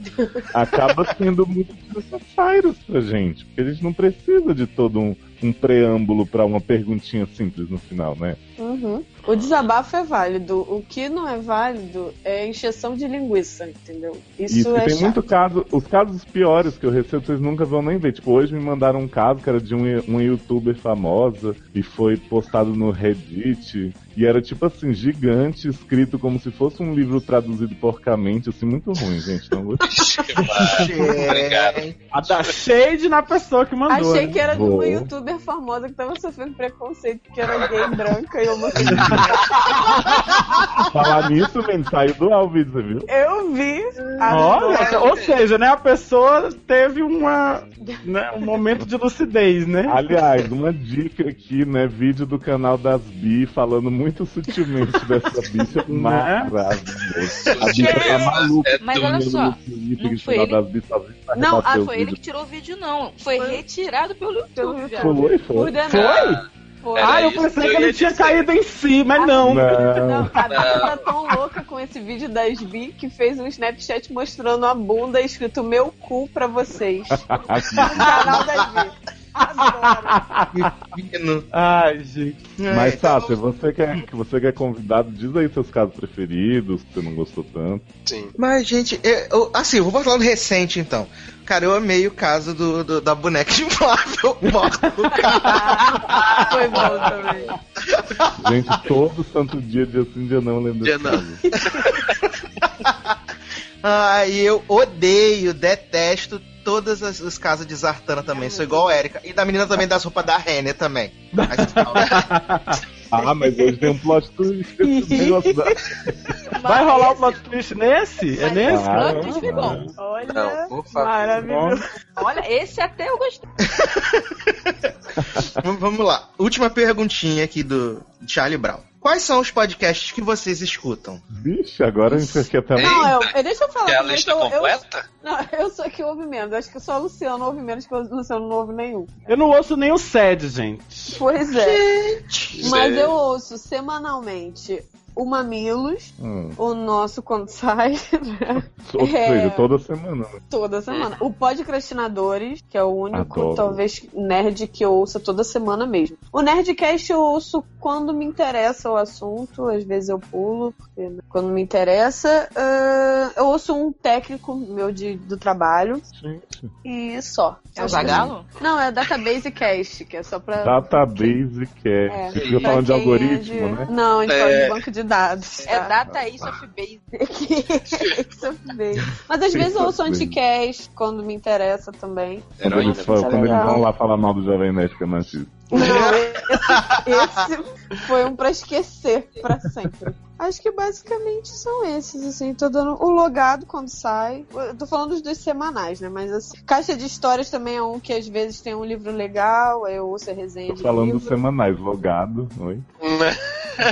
Speaker 2: acaba sendo muito desnecessário pra gente, porque a gente não precisa de todo um, um preâmbulo pra uma perguntinha simples no final, né?
Speaker 10: Uhum. O desabafo é válido. O que não é válido é encheção de linguiça, entendeu? Isso,
Speaker 2: e
Speaker 10: é
Speaker 2: tem
Speaker 10: chato.
Speaker 2: muito caso, os casos piores que eu recebo, vocês nunca vão nem ver. Tipo, hoje me mandaram um caso que era de um, uma youtuber famosa e foi postado no Reddit. E era tipo assim, gigante, escrito como se fosse um livro traduzido porcamente, assim, muito ruim, gente. Não gostei.
Speaker 5: A da shade na pessoa que mandou.
Speaker 10: Achei
Speaker 5: né?
Speaker 10: que era de
Speaker 2: Boa.
Speaker 10: uma youtuber famosa que tava sofrendo preconceito, porque era gay, branca e homossexual.
Speaker 2: Falar nisso, man, saiu do ar o vídeo, você viu?
Speaker 10: Eu vi.
Speaker 5: Olha, ou seja, né, a pessoa teve uma, né, um momento de lucidez, né?
Speaker 2: Aliás, uma dica aqui, né? Vídeo do canal das Bi falando muito sutilmente dessa bicha maravilhosa. Né? A bicha tá maluca.
Speaker 16: Mas olha só,
Speaker 2: No Twitter,
Speaker 16: não
Speaker 2: que o
Speaker 16: foi
Speaker 2: canal
Speaker 16: ele-
Speaker 2: das Bi só vem pra
Speaker 16: Não,
Speaker 2: rebater
Speaker 16: ah,
Speaker 2: os
Speaker 16: foi ele
Speaker 2: vídeos.
Speaker 16: que tirou o vídeo, não. Foi retirado pelo YouTube. viado.
Speaker 2: Foi, foi.
Speaker 16: Por danado.
Speaker 10: Foi.
Speaker 5: Ah,
Speaker 10: Era
Speaker 5: eu
Speaker 10: isso
Speaker 5: pensei
Speaker 10: que
Speaker 5: que
Speaker 10: eu
Speaker 5: ele
Speaker 10: ia
Speaker 5: tinha caído em si, mas não.
Speaker 2: Não.
Speaker 10: A Bia tá tão louca com esse vídeo das Bi que fez um Snapchat mostrando a bunda escrito meu cu pra vocês. Canal das Bi.
Speaker 5: Ai, gente.
Speaker 7: É,
Speaker 2: Mas tá, se você quer, que você quer convidado, diz aí seus casos preferidos, que você não gostou tanto.
Speaker 4: Sim.
Speaker 7: então, Mas, gente, eu, eu- assim, eu vou falar do recente, então. Cara, eu amei o caso do, do- da boneca inflável morta no carro.
Speaker 10: Foi bom também.
Speaker 2: Gente, todo santo dia, dia sim, dia não, lembro
Speaker 7: Dia não. Ai, eu odeio, detesto todas as, os casos de Zartana também. Sou igual a Erika. E da menina também das roupas da Renner também.
Speaker 2: Ah, mas hoje tem um plot twist. esse negócio da-
Speaker 5: Vai rolar o plot twist nesse? É nesse?
Speaker 2: Ah,
Speaker 5: cara?
Speaker 16: Foi bom.
Speaker 10: Olha,
Speaker 4: Não, por favor.
Speaker 10: maravilhoso.
Speaker 16: Olha, esse até eu gostei.
Speaker 7: V- Vamos lá. Última perguntinha aqui do Charlie Brown. Quais são os podcasts que vocês escutam?
Speaker 2: Vixe, agora a gente vai ficar também.
Speaker 16: é-
Speaker 10: Não, eu, eu- deixa eu falar.
Speaker 7: Quer a
Speaker 10: primeiro
Speaker 7: lista
Speaker 10: que eu- eu-
Speaker 7: completa?
Speaker 10: não, eu sou que ouve menos. Acho que só o Luciano ouve menos, que o Luciano não ouve nenhum.
Speaker 5: Eu não ouço nem o SED, gente.
Speaker 10: Pois é. Mas
Speaker 5: Gente.
Speaker 10: eu ouço semanalmente o Mamilos,
Speaker 2: Hum.
Speaker 10: o nosso quando sai, né?
Speaker 2: Ou
Speaker 10: É.
Speaker 2: seja, toda semana. né?
Speaker 10: toda semana. O Podcrastinadores, que é o único,
Speaker 2: Adoro.
Speaker 10: talvez, nerd que eu ouça toda semana mesmo. O Nerdcast eu ouço quando me interessa o assunto, às vezes eu pulo, porque, né, quando me interessa. ah, eu ouço um técnico meu de, do trabalho. E só.
Speaker 16: É o Zagalo?
Speaker 10: Não, é o Database Cast, que é só pra.
Speaker 2: Database que é.
Speaker 10: É,
Speaker 2: Tá, Você fica
Speaker 10: pra
Speaker 2: falando de
Speaker 10: quem é
Speaker 2: algoritmo,
Speaker 10: de-
Speaker 2: né?
Speaker 10: Não, a gente fala de
Speaker 2: é...
Speaker 10: banco de dados. tá?
Speaker 16: É
Speaker 10: data
Speaker 16: Isso eu fui bem.
Speaker 10: é Mas às vezes eu
Speaker 2: Isso
Speaker 10: ouço
Speaker 2: é
Speaker 10: anticast quando me interessa também.
Speaker 4: é
Speaker 2: Quando,
Speaker 4: né?
Speaker 2: eles, falam- quando
Speaker 16: tá
Speaker 2: eles vão lá falar mal do Jovem Nerd que é machista.
Speaker 10: Esse foi um pra esquecer pra sempre. Acho que basicamente são esses, assim. Tô dando o logado quando sai. Eu tô falando dos dois semanais, né? Mas assim, Caixa de Histórias também é um que às vezes tem um livro legal, aí eu ouço a resenha
Speaker 2: Tô
Speaker 10: de
Speaker 2: falando dos
Speaker 10: livro.
Speaker 2: semanais, logado. Oi?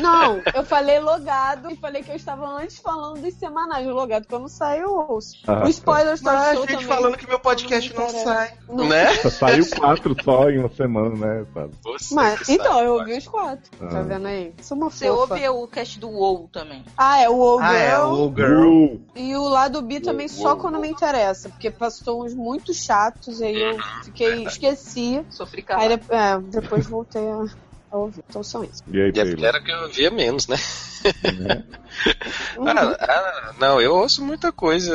Speaker 10: Não, eu falei logado e falei que eu estava antes falando dos semanais. O logado quando sai eu ouço.
Speaker 2: Ah,
Speaker 10: o spoiler
Speaker 7: tá.
Speaker 10: Talk
Speaker 7: Mas a
Speaker 10: Show
Speaker 7: gente
Speaker 10: também.
Speaker 7: falando que meu podcast não
Speaker 10: interessa.
Speaker 7: sai.
Speaker 10: Não.
Speaker 4: né?
Speaker 2: Só Saiu quatro só em uma semana, né? sabe?
Speaker 10: Mas, então, eu ouvi os quatro.
Speaker 2: Ah.
Speaker 10: Tá vendo aí? Sou uma
Speaker 16: Você
Speaker 10: fofa.
Speaker 16: ouve o cast do WoW também.
Speaker 10: Ah, é o Old
Speaker 16: Ah, é,
Speaker 10: Girl.
Speaker 7: Oh, girl.
Speaker 10: E o lado B também
Speaker 16: Uou,
Speaker 10: só
Speaker 4: Uhum.
Speaker 16: uou.
Speaker 10: quando me interessa, porque passou uns muito chatos, aí eu fiquei, esqueci.
Speaker 16: Sofri
Speaker 4: Tá.
Speaker 10: Aí de- é, depois voltei a, a ouvir. Então são isso.
Speaker 2: E aí,
Speaker 4: e a mulher era que eu via menos, né? Uhum.
Speaker 10: Uhum.
Speaker 4: Ah, ah, não, eu ouço muita coisa.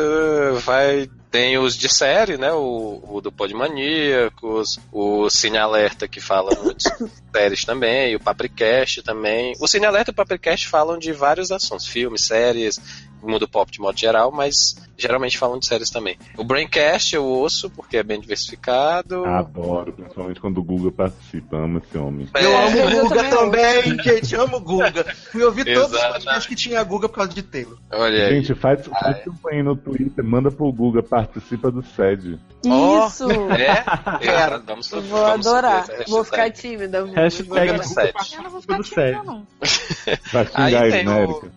Speaker 4: Vai Tem os de série, né? O, o do Podmaníacos, o Cine Alerta que fala muito sobre séries também, e o Papricast também. O Cine Alerta e o Papricast falam de vários assuntos, filmes, séries, mundo pop de modo geral, mas geralmente falam de séries também. O Braincast eu ouço porque é bem diversificado.
Speaker 10: Ah.
Speaker 2: Adoro, principalmente quando o Guga participa. Amo esse homem.
Speaker 7: É. Eu
Speaker 4: É,
Speaker 7: amo o Guga também, gente. Amo o Guga. Fui ouvir todos os
Speaker 4: Exatamente.
Speaker 7: podcasts que tinha Guga por causa de Taylor.
Speaker 4: Olha aí.
Speaker 2: Gente, faz, faz campanha no Twitter, manda pro Guga, participa do SED.
Speaker 10: Isso!
Speaker 4: É?
Speaker 10: Quero.
Speaker 4: Eu- vamos,
Speaker 10: Vou
Speaker 4: vamos
Speaker 10: adorar.
Speaker 4: subir essa
Speaker 10: Vou
Speaker 4: hashtag.
Speaker 10: ficar tímida. vou-
Speaker 4: Hashtag
Speaker 10: vou-
Speaker 4: Guga
Speaker 10: Eu não vou
Speaker 5: ficar tímida,
Speaker 10: não.
Speaker 2: Vai xingar
Speaker 4: Aí
Speaker 2: né, a
Speaker 4: tem o-
Speaker 2: América.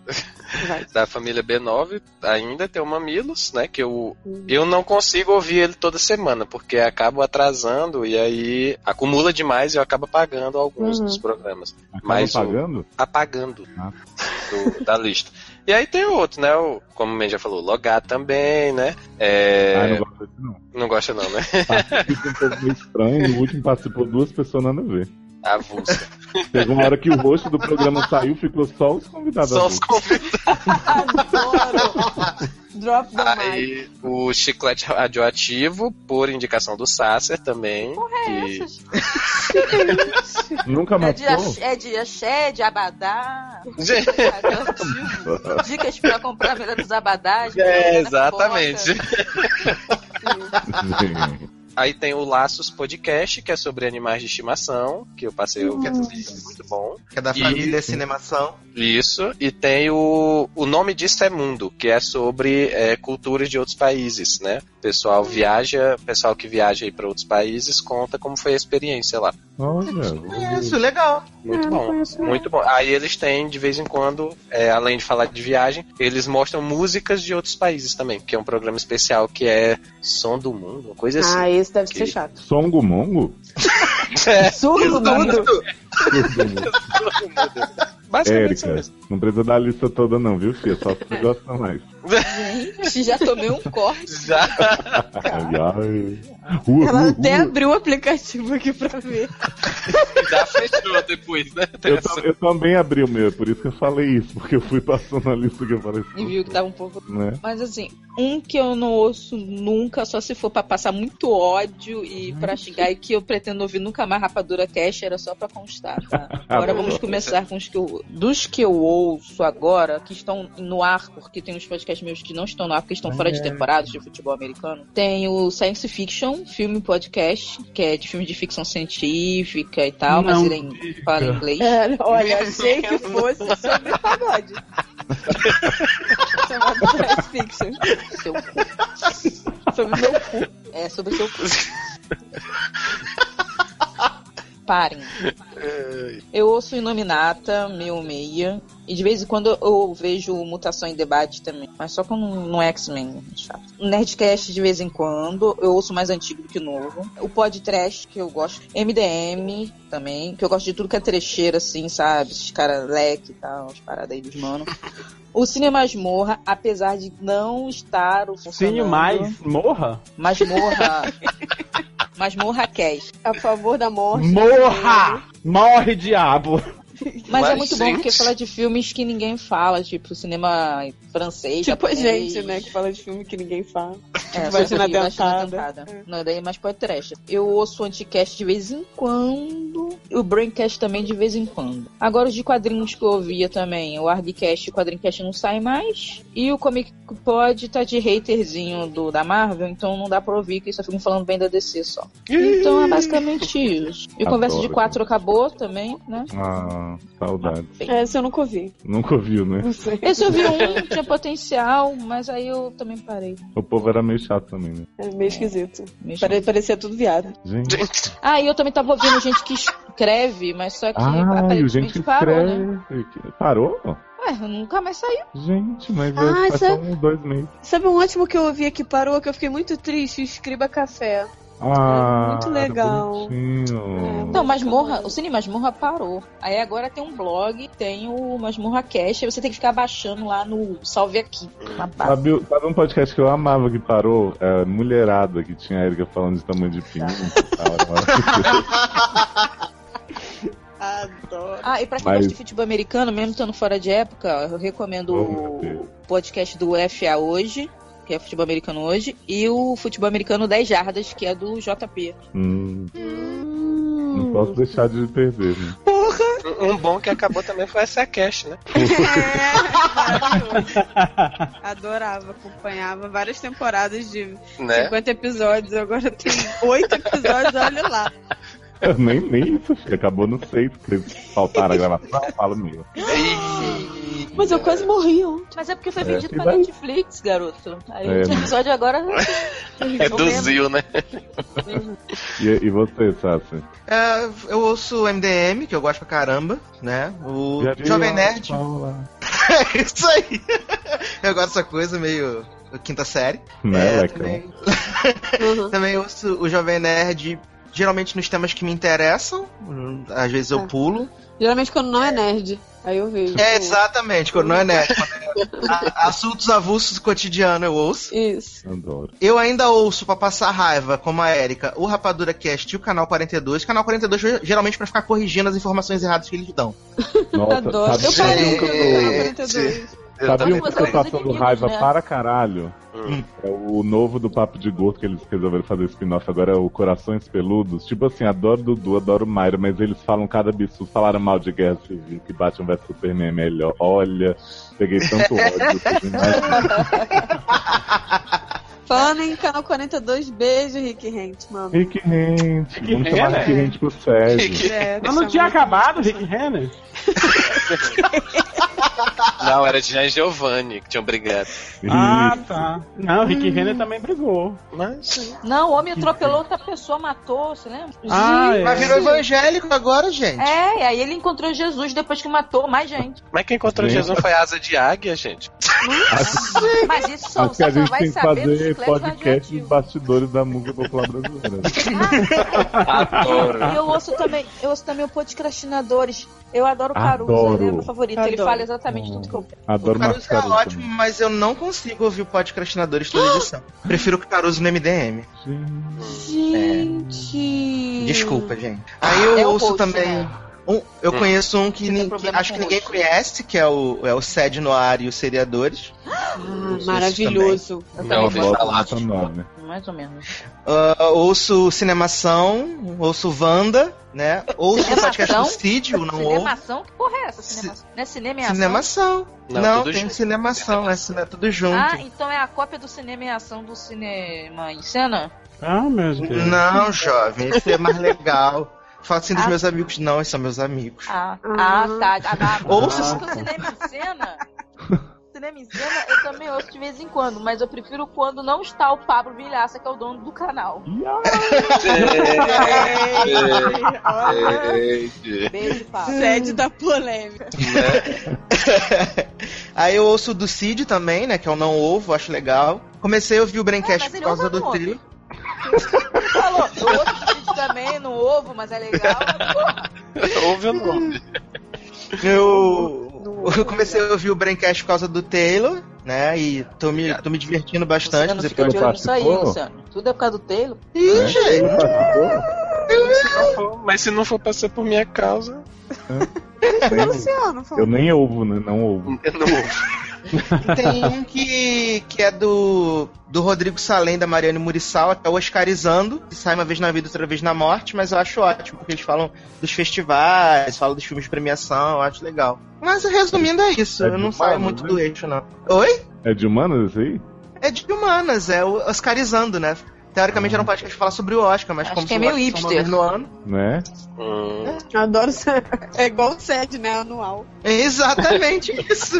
Speaker 4: da família B9 ainda tem o Mamilos, né? Que eu, eu não consigo ouvir ele toda semana, porque acabo atrasando e aí acumula demais e eu acabo apagando alguns
Speaker 2: Uhum.
Speaker 4: dos programas.
Speaker 2: Acaba Ah.
Speaker 4: Mas o-
Speaker 2: pagando?
Speaker 4: apagando do- da lista. E aí tem outro, né? O, como o Men já falou, Logar também, né? É...
Speaker 2: Ah, não
Speaker 4: gosta não. Não gosta não, né?
Speaker 2: Fica um pouco meio estranho. No último participou duas pessoas nada a ver.
Speaker 4: Avulsa.
Speaker 2: Teve uma hora que o rosto do programa saiu, ficou só os convidados. assim.
Speaker 4: Só os
Speaker 2: adultos.
Speaker 10: Drop the mic.
Speaker 4: Aí o Chiclete Radioativo, por indicação do Sasser também. que-
Speaker 2: Nunca
Speaker 3: É
Speaker 2: mais.
Speaker 3: de, ax- é de axé, de abadá.
Speaker 4: Gente.
Speaker 3: Dicas pra comprar a venda dos abadás.
Speaker 4: É,
Speaker 3: venda da
Speaker 4: exatamente.
Speaker 2: Gente.
Speaker 4: Aí tem o Laços Podcast, que é sobre animais de estimação, que eu passei o que é muito bom.
Speaker 7: Que é da
Speaker 4: E-
Speaker 7: família Cinemação.
Speaker 4: Isso. E tem o O Nome Disso é Mundo, que é sobre é, culturas de outros países, né? Pessoal viaja, pessoal que viaja aí para outros países conta como foi a experiência lá.
Speaker 2: Olha,
Speaker 7: É Isso, legal.
Speaker 4: Muito bom, muito bom. Aí eles têm, de vez em quando, é, além de falar de viagem, eles mostram músicas de outros países também, que é um programa especial que é Som do Mundo, uma coisa assim.
Speaker 10: Ah, esse deve
Speaker 4: Que-
Speaker 10: ser chato.
Speaker 2: Songo Mongo?
Speaker 4: É,
Speaker 10: Surdo mudo.
Speaker 4: Basicamente
Speaker 2: Érica, não precisa dar a lista toda, não, viu, filha? Só se você gosta mais.
Speaker 3: Gente, já tomei um corte.
Speaker 4: Já.
Speaker 2: Ai, ai. Ua,
Speaker 10: Ela
Speaker 2: ua,
Speaker 10: até
Speaker 2: ua.
Speaker 10: abriu o aplicativo aqui pra ver.
Speaker 4: Já fechou depois, né?
Speaker 2: Eu, tam- eu também abri o meu, é por isso que eu falei isso, porque eu fui passando a lista que eu falei.
Speaker 3: E viu
Speaker 7: tá-
Speaker 3: que tava um pouco.
Speaker 2: Né?
Speaker 3: Mas assim, um que eu não ouço nunca, só se for pra passar muito ódio e pra xingar, e que eu pretendo ouvir nunca mais Rapadura Cash, era só pra constar, tá? Agora vamos começar com os que eu. Dos que eu ouço agora, que estão no ar, porque tem uns podcasts meus que não estão no ar, porque estão fora de
Speaker 17: É.
Speaker 3: temporada de futebol americano. Tem o Science Fiction, filme podcast, que é de filme de ficção científica e tal, mas
Speaker 10: Não
Speaker 3: ele é em- fala em inglês.
Speaker 10: É, olha, achei que fosse sobre pagode.
Speaker 3: Chamado Science Fiction. Seu cu. Sobre meu cu. É, sobre seu cu. Parem. Eu ouço Inominata, meu meia. E de vez em quando eu vejo Mutação em Debate também. Mas só quando não é X-Men. é chato. Nerdcast de vez em quando. Eu ouço mais antigo do que novo. O podcast que eu gosto. MDM também. Que eu gosto de tudo que é trecheira, assim, sabe? Esses caras leque e tal. As paradas aí dos mano. O Cine Masmorra, apesar de não estar o funcionando...
Speaker 5: Cine mais, morra?
Speaker 3: Masmorra. Masmorra Cast. A favor da morte.
Speaker 5: Morra! Morre, diabo!
Speaker 3: Mas, é muito bom porque fala de filmes que ninguém fala, tipo cinema francês.
Speaker 10: Tipo a
Speaker 3: japonês.
Speaker 10: gente, né, que fala de filme que ninguém fala.
Speaker 3: É,
Speaker 10: Tipo, Vagina
Speaker 3: só que Vagina
Speaker 10: Dentada.
Speaker 3: Dentada. Não, daí é mais podcast. Eu ouço o Anticast de vez em quando. E o Braincast também de vez em quando. Agora os de quadrinhos que eu ouvia também. O Hardcast e o Quadrincast não saem mais. E o Comic Pod tá de haterzinho do, da Marvel, então não dá pra ouvir, que eles só ficam falando bem da DC só. Então é basicamente isso. E o
Speaker 2: Adoro,
Speaker 3: Conversa de
Speaker 2: gente.
Speaker 3: Quatro acabou também, né?
Speaker 2: Ah, saudades.
Speaker 10: É, esse eu nunca ouvi.
Speaker 2: Nunca ouviu, né?
Speaker 3: Esse eu vi um, tinha potencial, mas aí eu também parei.
Speaker 2: O povo era meio chato também, né?
Speaker 10: É meio esquisito. Pare- Parecia tudo viado.
Speaker 2: Gente.
Speaker 3: Ah, e eu também tava ouvindo gente que escreve, mas só que
Speaker 2: Ah, e o gente que
Speaker 3: parou,
Speaker 2: escreve.
Speaker 3: né?
Speaker 2: que- Parou?
Speaker 3: Ué, nunca mais saiu.
Speaker 2: Gente, mas
Speaker 10: Ah,
Speaker 2: é, faz
Speaker 10: isso
Speaker 2: só
Speaker 10: é-
Speaker 2: uns dois meses.
Speaker 10: Sabe um ótimo que eu ouvi aqui parou, que eu fiquei muito triste? Escriba Café.
Speaker 2: Ah,
Speaker 10: muito legal.
Speaker 2: bonitinho.
Speaker 3: Não, Então, Masmorra, o Cine Masmorra parou. Aí agora tem um blog, tem o Masmorra Cast, aí você tem que ficar baixando lá no Salve Aqui. Uma barra.
Speaker 2: Sabe, o- sabe um podcast que eu amava que parou? É, Mulherada, que tinha a Erika falando de tamanho de pinto.
Speaker 3: Ah, e pra quem
Speaker 2: Mas-
Speaker 3: gosta de futebol americano, mesmo estando fora de época, eu recomendo o podcast do FA Hoje, que é futebol americano hoje, e o futebol americano 10 jardas, que é do JP.
Speaker 2: Hum. Não posso deixar de perder, né?
Speaker 4: Um um bom que acabou também foi essa cast, né?
Speaker 10: É, Adorava, acompanhava várias temporadas de
Speaker 4: Né?
Speaker 10: 50 episódios, agora tem 8 episódios, olha lá.
Speaker 2: nem, nem isso, filho. acabou no seis, porque faltaram a gravação, fala mesmo.
Speaker 3: Mas eu quase morri ontem. Mas é porque
Speaker 2: É,
Speaker 3: foi vendido
Speaker 2: e
Speaker 3: pra
Speaker 2: vai-
Speaker 3: Netflix, garoto. Aí
Speaker 2: É,
Speaker 3: o
Speaker 2: mas-
Speaker 3: episódio agora.
Speaker 4: É do Zio, né?
Speaker 2: E, e você, Sassi?
Speaker 7: É, eu ouço o MDM, que eu gosto pra caramba, né? O
Speaker 2: Já vi
Speaker 7: Jovem
Speaker 2: a
Speaker 7: Nerd.
Speaker 2: Paula.
Speaker 7: é isso aí. Eu gosto dessa coisa meio quinta série.
Speaker 2: Né,
Speaker 7: É,
Speaker 2: Lecão?
Speaker 7: também.
Speaker 10: Uhum.
Speaker 7: também ouço o Jovem Nerd geralmente nos temas que me interessam. Às vezes eu pulo.
Speaker 10: Geralmente quando não é nerd, aí eu vejo.
Speaker 7: É, exatamente, quando não é nerd. A- Assuntos avulsos do cotidiano eu ouço.
Speaker 10: Isso.
Speaker 2: Adoro.
Speaker 7: Eu ainda ouço pra passar raiva, como a Erika, o Rapadura Cast e o Canal 42. Canal 42 é geralmente pra ficar corrigindo as informações erradas que eles dão.
Speaker 2: Nossa,
Speaker 7: Adoro.
Speaker 2: sabe,
Speaker 7: Eu parei
Speaker 2: um que
Speaker 7: com
Speaker 2: eu-
Speaker 7: o
Speaker 4: É,
Speaker 7: 42. Eu
Speaker 2: sabe
Speaker 7: também
Speaker 2: um que eu tô
Speaker 7: parei.
Speaker 2: passando raiva
Speaker 7: né?
Speaker 2: para caralho?
Speaker 7: Hum.
Speaker 2: É o novo do Papo de Gordo que eles resolveram fazer spin-off agora, é o Corações Peludos. Tipo assim, adoro Dudu, adoro Mairo, mas eles falam cada absurdo, falaram mal de Guerra Civil, que Batman vs Superman é melhor. Olha, peguei tanto ódio. vocês não imaginam.
Speaker 10: Falando em Canal 42, beijo, Rick Hent, mano.
Speaker 2: Rick Rente,
Speaker 10: Rick
Speaker 2: vamos
Speaker 10: Renner.
Speaker 3: né?
Speaker 2: chamar Rick Rente pro Sérgio.
Speaker 10: É,
Speaker 5: Mas não tinha acabado, Rick Renner?
Speaker 4: Não, era de Jean Giovanni que tinham brigado.
Speaker 5: Ah, tá. Não,
Speaker 7: Hum.
Speaker 5: Rick Renner também brigou.
Speaker 3: Não, o homem atropelou outra pessoa, matou, você lembra?
Speaker 5: Ah, é. Mas virou
Speaker 7: evangélico agora, gente.
Speaker 3: É, e aí ele encontrou Jesus depois que matou mais gente.
Speaker 4: Mas quem encontrou
Speaker 2: Gente.
Speaker 4: Jesus foi a asa de águia, gente.
Speaker 3: Mas isso só,
Speaker 2: Acho que
Speaker 3: você
Speaker 2: a
Speaker 3: só
Speaker 2: gente
Speaker 3: vai
Speaker 2: tem que
Speaker 3: saber dos
Speaker 2: fazer
Speaker 3: chicletes
Speaker 2: podcast dos bastidores da música popular brasileira. Adoro.
Speaker 3: E eu ouço também, eu ouço também o Podcrastinadores. Eu adoro o Caruso,
Speaker 2: Adoro. Hum.
Speaker 3: ele é meu favorito. Ele
Speaker 7: Adoro.
Speaker 3: fala exatamente tudo que eu penso.
Speaker 2: Adoro
Speaker 7: o Caruso é
Speaker 2: Mascaruso
Speaker 7: ótimo, mas eu não consigo ouvir o podcastinadores toda edição. Prefiro o Caruso no MDM.
Speaker 3: Gente.
Speaker 7: Desculpa, gente. Aí eu
Speaker 3: É o
Speaker 7: ouço
Speaker 3: host,
Speaker 7: também. um- eu
Speaker 3: Hum.
Speaker 7: conheço um que,
Speaker 3: Você tem
Speaker 7: nin-
Speaker 3: problema
Speaker 7: acho
Speaker 3: com
Speaker 7: que ninguém
Speaker 3: host.
Speaker 7: conhece, que é o, é o Sede no Ar e os Seriadores.
Speaker 10: Ah, maravilhoso.
Speaker 7: Não,
Speaker 2: Eu
Speaker 7: vou
Speaker 2: gosto
Speaker 7: falar.
Speaker 2: dessa nome. né?
Speaker 3: Mais ou menos.
Speaker 7: Ah, ouço Cinemação, ouço Wanda, né? Ouço o podcast do Cid, eu não ouço.
Speaker 3: Cinemação? Que porra é essa? Cinemação? Não é cinema e ação?
Speaker 7: Cinemação.
Speaker 4: Não,
Speaker 7: Não,
Speaker 4: tudo
Speaker 7: tem
Speaker 4: junto.
Speaker 7: cinemação, é, cine- é tudo junto.
Speaker 3: Ah, então é a cópia do cinema e ação do cinema em cena?
Speaker 5: Ah, meu Deus.
Speaker 7: Não, jovem, esse é mais legal. Fala assim dos
Speaker 3: Ah.
Speaker 7: meus amigos. Não, eles são meus amigos.
Speaker 3: Ah, ah tá. Ah, ah,
Speaker 7: Ouça
Speaker 3: porque
Speaker 7: essa-
Speaker 3: o cinema em cena. Cinema em cena eu também ouço de vez em quando, mas eu prefiro quando não está o Pablo Vilhaça, que é o dono do canal.
Speaker 4: É.
Speaker 3: Beijo, É, Pablo.
Speaker 10: Sede da polêmica.
Speaker 7: Aí eu ouço o do Cid também, né? Que eu não ouvo, acho legal. Comecei a ouvir o
Speaker 3: É,
Speaker 7: Braincast
Speaker 3: mas ele
Speaker 7: por causa
Speaker 3: ouve
Speaker 7: do
Speaker 3: ou não
Speaker 7: trio.
Speaker 3: Falou, eu ouço o vídeo também, não ovo, mas é legal.
Speaker 4: Ouve o nome.
Speaker 7: Eu... eu comecei a ouvir o Braincast por causa do Taylor, né? E tô me, tô me divertindo bastante.
Speaker 3: Luciano,
Speaker 7: os
Speaker 3: fica de olho
Speaker 7: episódios.
Speaker 3: nisso aí, Luciano. Tudo é por causa do Taylor.
Speaker 7: Ih, gente!
Speaker 4: Mas se não for pra ser por minha causa,
Speaker 10: Luciano,
Speaker 2: Eu nem ouvo, né? Não
Speaker 10: Hum.
Speaker 2: ouvo.
Speaker 4: eu não ouvo.
Speaker 7: Tem um que, que é do, do Rodrigo Salem, da Mariane Muriçal, que é o Oscarizando, que sai uma vez na vida, outra vez na morte, mas eu acho ótimo, porque eles falam dos festivais, falam dos filmes de premiação, eu acho legal. Mas resumindo é isso,
Speaker 2: É
Speaker 7: eu não
Speaker 2: de
Speaker 7: saio
Speaker 2: humano,
Speaker 7: muito
Speaker 2: né?
Speaker 7: do eixo, não. Oi?
Speaker 2: É de humanas esse aí?
Speaker 7: É de humanas, é o Oscarizando, né? Teoricamente
Speaker 2: Ah.
Speaker 7: era um podcast que fala sobre o Oscar, mas
Speaker 10: Acho
Speaker 7: como
Speaker 10: que
Speaker 7: se
Speaker 10: é
Speaker 7: o
Speaker 10: meio
Speaker 7: Oscar fosse uma
Speaker 10: hipster.
Speaker 7: vez no ano.
Speaker 2: Né?
Speaker 10: Hum. Adoro ser. É igual o sede, né? Anual.
Speaker 7: É exatamente isso.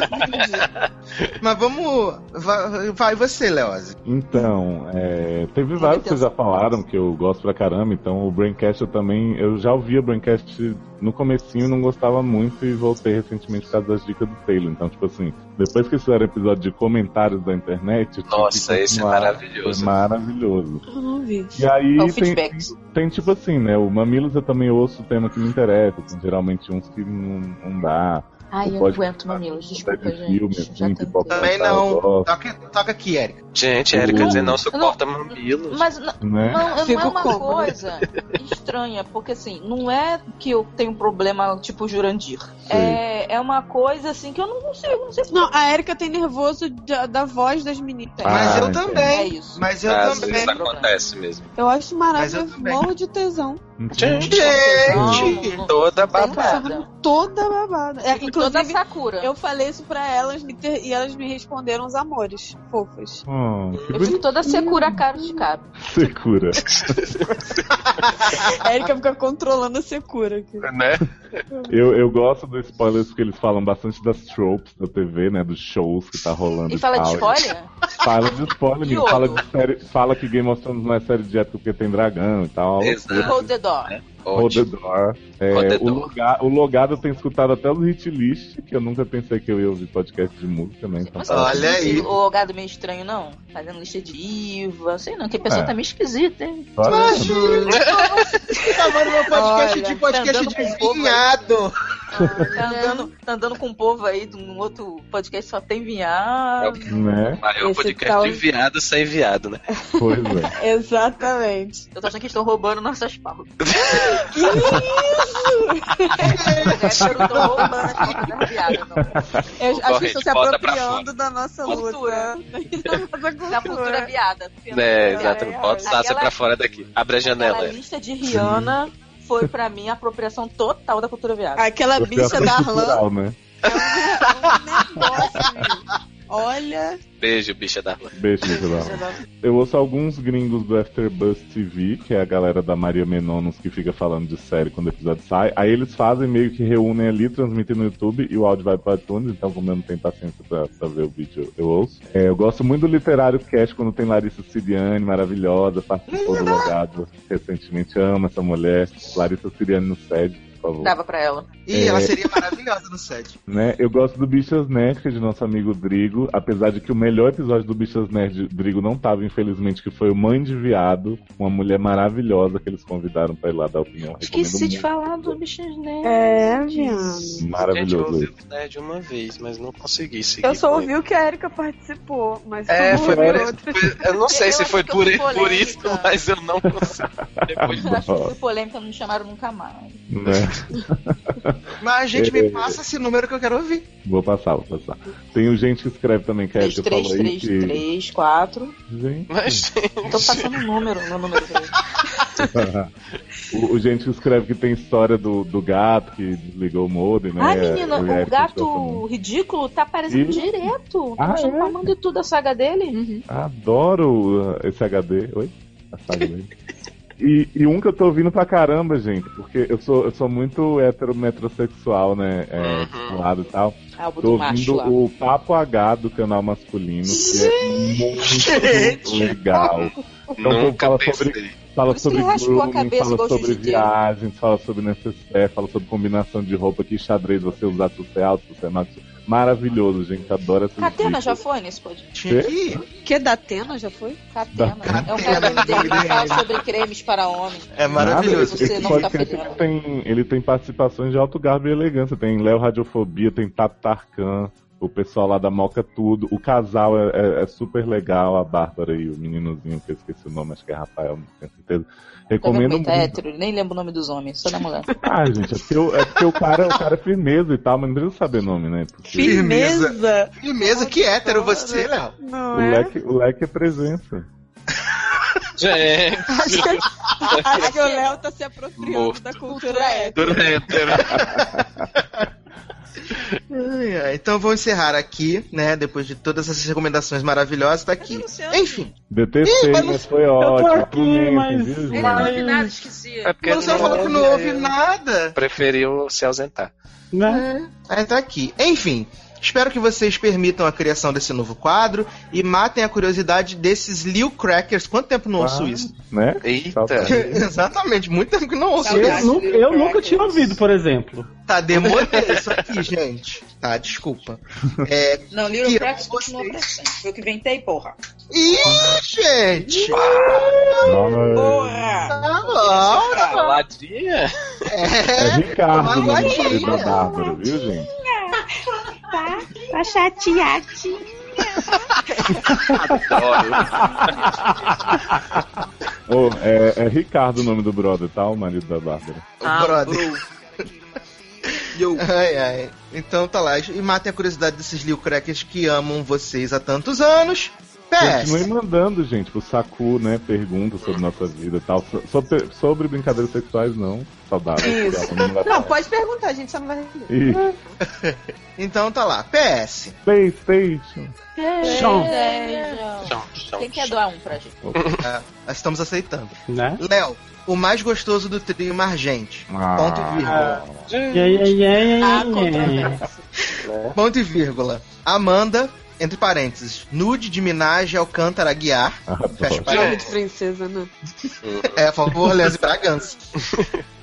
Speaker 7: mas vamos. Vai, vai você, Leose.
Speaker 2: Então, é, teve vários que vocês já falaram que eu gosto pra caramba, então o Braincast eu também, eu já ouvia Braincast no comecinho, não gostava muito e voltei recentemente por causa das dicas do Taylor, então tipo assim, depois que eles fizeram episódio de comentários da internet... tipo, eu tive
Speaker 4: Nossa,
Speaker 2: que
Speaker 4: esse é
Speaker 2: continuar,
Speaker 4: maravilhoso.
Speaker 2: é maravilhoso.
Speaker 10: Eu não vi.
Speaker 2: E aí
Speaker 10: É
Speaker 2: tem,
Speaker 10: o feedback.
Speaker 2: tem tipo assim, né, o Mamilos eu também ouço o tema que me interessa, tem geralmente uns que não, não dá...
Speaker 3: Ai, eu não aguento mamilos, desculpa, gente.
Speaker 2: Filme, assim, que toca
Speaker 7: Também
Speaker 2: Natal,
Speaker 7: não.
Speaker 2: gosta.
Speaker 7: Toca, toca aqui, Eric.
Speaker 4: Gente, Erika
Speaker 2: Não,
Speaker 4: dizer não
Speaker 2: eu
Speaker 4: suporta mamilos.
Speaker 3: Mas n-
Speaker 2: Né?
Speaker 3: não, não é
Speaker 4: Fico
Speaker 3: uma
Speaker 4: com-
Speaker 3: coisa estranha, porque assim, não é que eu tenho um problema tipo Jurandir. É, é uma coisa assim que eu não consigo, não sei se
Speaker 10: Não, a Erika tem nervoso da, da voz das meninas.
Speaker 7: Mas
Speaker 2: Ah,
Speaker 7: eu também.
Speaker 3: É isso.
Speaker 7: Mas eu
Speaker 4: Às
Speaker 7: também.
Speaker 4: vezes acontece mesmo.
Speaker 10: Eu
Speaker 7: Mas
Speaker 10: acho
Speaker 7: eu
Speaker 10: maravilhoso,
Speaker 7: também.
Speaker 10: morro de tesão.
Speaker 4: Gente, toda babada.
Speaker 10: Toda babada. É, inclusive,
Speaker 3: toda Sakura.
Speaker 10: eu falei isso pra elas me ter- e elas me responderam os amores fofos.
Speaker 2: Ah, que
Speaker 3: Eu fico
Speaker 2: bonito.
Speaker 3: toda secura caro de caro.
Speaker 2: Secura.
Speaker 10: A Erika fica controlando a secura aqui.
Speaker 4: Né?
Speaker 2: Eu, eu gosto dos spoilers porque eles falam bastante das tropes da TV, né? Dos shows que tá rolando.
Speaker 3: E fala de
Speaker 2: tal.
Speaker 3: spoiler?
Speaker 2: Fala de spoiler, menino.
Speaker 3: Que
Speaker 2: Fala,
Speaker 3: horror.
Speaker 2: de série, fala que Game of Thrones não é série de época porque tem dragão e tal.
Speaker 3: Hold the door.
Speaker 2: Hold the door. É,
Speaker 4: Hold the
Speaker 2: o,
Speaker 4: door.
Speaker 2: Loga- o Logado eu tenho escutado até os hit list, que eu nunca pensei que eu ia ouvir podcast de música, né? Então,
Speaker 3: Mas você não tem O gado meio estranho, não. Fazendo lista de diva, sei não, que a pessoa
Speaker 2: É.
Speaker 3: tá meio esquisita, hein?
Speaker 2: Olha,
Speaker 7: Gravando meu podcast
Speaker 3: Olha,
Speaker 7: de podcast
Speaker 3: tá andando
Speaker 7: de vinhado.
Speaker 3: Tá andando, tá andando com um povo aí de um outro podcast só tem vinhado.
Speaker 2: né?
Speaker 4: Maior
Speaker 3: Esse
Speaker 4: é podcast
Speaker 3: tal-
Speaker 4: de viado sem viado, né?
Speaker 2: Pois é.
Speaker 10: Exatamente.
Speaker 3: Eu tô achando que estão roubando nossas pautas.
Speaker 10: Que
Speaker 3: É,
Speaker 10: isso?
Speaker 3: Eu não tô roubando as pautas das viadas, não.
Speaker 10: Eu acho que
Speaker 4: Corrente,
Speaker 10: estão se
Speaker 4: bota pra
Speaker 10: apropriando da nossa
Speaker 3: Cultura.
Speaker 10: luta. Da nossa
Speaker 3: É, Da cultura viada.
Speaker 4: É, exato. Bota o Sasha
Speaker 3: Aquela-
Speaker 4: pra fora daqui. Abre a janela.
Speaker 2: é.
Speaker 3: Aquela
Speaker 4: Erika.
Speaker 3: lista de Rihanna foi pra mim a apropriação total da cultura viada.
Speaker 10: Aquela
Speaker 2: é
Speaker 10: bicha da Arlan. É um
Speaker 2: Cultural, né?
Speaker 10: Olha.
Speaker 4: Beijo, bicha da rua.
Speaker 2: Beijo, Nicolau. Eu ouço alguns gringos do Afterbuzz TV, que é a galera da Maria Menonos que fica falando de série quando o episódio sai. Aí eles fazem meio que reúnem ali, transmitem no YouTube e o áudio vai para iTunes, então como eu não tenho paciência pra, pra ver o vídeo, eu ouço. É, eu gosto muito do Literário Cast quando tem Larissa Siriane, maravilhosa, participou do Logado recentemente, amo essa mulher. Larissa Siriane no SED, por favor.
Speaker 3: Dava pra ela.
Speaker 7: Ih,
Speaker 2: É.
Speaker 7: ela seria maravilhosa no set.
Speaker 2: Né? Eu gosto do Bichas Nerd, que é de nosso amigo Drigo, apesar de que o melhor episódio do Bichas Nerd, Drigo não tava, infelizmente, que foi o Mãe de Viado, uma mulher maravilhosa que eles convidaram pra ir lá dar opinião. Recomendo
Speaker 3: Esqueci de
Speaker 2: muito.
Speaker 3: falar do bichinho nerd.
Speaker 10: É, viado.
Speaker 4: Gente, eu
Speaker 2: Maravilhoso.
Speaker 4: ouvi o Nerd uma vez, mas não consegui seguir.
Speaker 10: Eu só
Speaker 4: com
Speaker 10: ouvi o que a Erika participou, mas
Speaker 4: É,
Speaker 10: eu não
Speaker 4: foi
Speaker 10: ouvi
Speaker 4: por-
Speaker 10: outro.
Speaker 4: ele. Eu não sei
Speaker 3: Eu
Speaker 4: se
Speaker 3: acho
Speaker 4: foi
Speaker 3: que eu
Speaker 4: por,
Speaker 3: fui
Speaker 4: por isso,
Speaker 3: polêmica.
Speaker 4: mas eu não consegui. Depois
Speaker 3: Eu acho que foi polêmica, não me chamaram nunca mais.
Speaker 2: Né?
Speaker 7: Mas, gente, me
Speaker 2: É.
Speaker 7: passa esse número que eu quero ouvir.
Speaker 2: Vou passar, vou passar. Tem gente que escreve também, que a
Speaker 3: 3,
Speaker 2: Erika
Speaker 3: 3,
Speaker 2: É, falou aí
Speaker 3: 3,
Speaker 2: que...
Speaker 3: 3, 4.
Speaker 2: Gente.
Speaker 4: Mas,
Speaker 3: Tô passando o número, meu número. três.
Speaker 2: o, o gente que escreve que tem história do, do gato que desligou o modem, né?
Speaker 3: Ai, menina,
Speaker 2: Eu e a
Speaker 3: o
Speaker 2: Erika
Speaker 3: gato
Speaker 2: também.
Speaker 3: ridículo tá aparecendo
Speaker 2: Ih.
Speaker 3: direto.
Speaker 2: Ah,
Speaker 3: Tá
Speaker 2: é?
Speaker 3: chamando e tudo a saga dele.
Speaker 10: Uhum.
Speaker 2: Adoro uh, esse HD. Oi? A saga dele. E, e um que eu tô ouvindo pra caramba, gente, porque eu sou, eu sou muito hétero metrosexual, né? É,
Speaker 4: Uhum.
Speaker 2: lado e tal.
Speaker 3: Álbum
Speaker 2: Tô
Speaker 3: É do macho
Speaker 2: ouvindo
Speaker 3: lá.
Speaker 2: o Papo H do canal masculino, que é muito legal. Então
Speaker 4: Nunca
Speaker 2: fala sobre,
Speaker 4: pensei.
Speaker 2: fala
Speaker 3: Por isso que
Speaker 2: sobre
Speaker 3: ele raspou a
Speaker 2: grooming,
Speaker 3: cabeça
Speaker 2: fala
Speaker 3: igual
Speaker 2: sobre
Speaker 3: jiu-jiteiro.
Speaker 2: viagens, fala sobre necessaire, fala sobre combinação de roupa, que xadrez você usar, se você é alto, se você é macho. Maravilhoso, gente, adoro essas
Speaker 3: Catena
Speaker 2: dicas.
Speaker 3: já foi nesse podcast?
Speaker 7: Tinha
Speaker 2: Quê?
Speaker 7: que ir.
Speaker 10: Que é da Atena já foi?
Speaker 3: Catena. É um cara
Speaker 7: Catena.
Speaker 3: do MD que fala sobre cremes para Tá homem.
Speaker 7: É maravilhoso.
Speaker 3: Você
Speaker 2: Esse
Speaker 3: não fica
Speaker 2: podcast ele
Speaker 3: fedendo.
Speaker 2: tem, ele tem participações de alto garbo e elegância. Tem Léo Radiofobia, tem Tato Tarkan, o pessoal lá da Moca Tudo. O casal é, é- é super legal, a Bárbara e o meninozinho, que eu esqueci o nome, acho que é Rafael, não tenho certeza.
Speaker 3: Tá vendo
Speaker 2: Recomendo
Speaker 3: como ele
Speaker 2: muito.
Speaker 3: tá hétero? Nem lembro o nome dos homens, só da mulher.
Speaker 2: Ah, gente, é porque, o- é porque o, cara, o cara é firmeza e tal, mas não precisa saber nome, né? Porque
Speaker 7: Firmeza.
Speaker 10: Firmeza.
Speaker 7: Firmeza, que hétero você, Léo.
Speaker 10: Não
Speaker 2: o,
Speaker 7: né?
Speaker 10: é?
Speaker 2: leque, o leque é presença.
Speaker 4: Gente,
Speaker 10: Acho que, acho que o Léo tá se apropriando
Speaker 4: Morto.
Speaker 10: da cultura hétero.
Speaker 4: duro hétero.
Speaker 7: Ai, ai. Então eu vou encerrar aqui, né? Depois de todas essas recomendações maravilhosas, tá aqui. Enfim,
Speaker 2: Detestei,
Speaker 7: Ih,
Speaker 2: mas,
Speaker 7: mas não-
Speaker 2: né, foi
Speaker 5: tô
Speaker 2: ótimo.
Speaker 5: aqui,
Speaker 2: Comentem,
Speaker 5: mas-
Speaker 2: viu, gente?
Speaker 5: Mas-
Speaker 3: esqueci.
Speaker 4: É porque
Speaker 7: o senhor falou que não um ouve nada.
Speaker 4: Preferiu se ausentar.
Speaker 5: Né?
Speaker 7: Aí tá aqui. Enfim, espero que vocês permitam a criação desse novo quadro e matem a curiosidade desses Lil Crackers. Quanto tempo não ouço
Speaker 2: Ah,
Speaker 7: isso? Tá
Speaker 2: Né?
Speaker 4: Eita.
Speaker 7: Exatamente, muito tempo que não ouço
Speaker 5: Eu,
Speaker 7: isso.
Speaker 5: nu- eu nunca tinha ouvido, por exemplo.
Speaker 7: Tá demorando isso aqui, gente. Tá, desculpa. É...
Speaker 3: Não,
Speaker 7: E
Speaker 3: Little
Speaker 7: eu
Speaker 3: Cracks continua presente. Foi o que inventei, porra.
Speaker 7: Ih, gente!
Speaker 2: Nossa.
Speaker 7: Tá bom.
Speaker 4: Faladinha?
Speaker 2: É Ricardo,
Speaker 7: Uma
Speaker 2: o nome
Speaker 7: latinha.
Speaker 2: da Bárbara, viu, gente?
Speaker 18: Tá chateadinha.
Speaker 2: Ô, é, é Ricardo o nome do brother, tá? O marido da Bárbara.
Speaker 7: O brother. Ai, ai. Então tá lá. E matem a curiosidade desses Lil Crackers que amam vocês há tantos anos.
Speaker 6: É.
Speaker 7: PS.
Speaker 2: Continuem mandando, gente, pro Saku, né? Perguntas sobre nossa vida e tal. So- Sobre, sobre brincadeiras sexuais, não. Saudável.
Speaker 6: Isso.
Speaker 2: Não vai
Speaker 6: Não,
Speaker 2: falar.
Speaker 6: pode perguntar, a gente só não vai
Speaker 2: Ih.
Speaker 6: responder.
Speaker 7: então tá lá. PS.
Speaker 2: PlayStation.
Speaker 7: Chão.
Speaker 16: Playstation. Quem quer doar um pra gente?
Speaker 7: É, nós estamos aceitando.
Speaker 5: Né?
Speaker 7: Léo, o mais gostoso do trio Margente.
Speaker 5: Ah.
Speaker 7: Ponto e vírgula.
Speaker 5: Ah,
Speaker 7: Ponto e vírgula. Amanda, entre parênteses, nude de Minaj Alcântara Guiar. Fecha
Speaker 10: Jogo de
Speaker 7: parênteses.
Speaker 10: princesa, né?
Speaker 7: É, favor, Orleans e Bragança.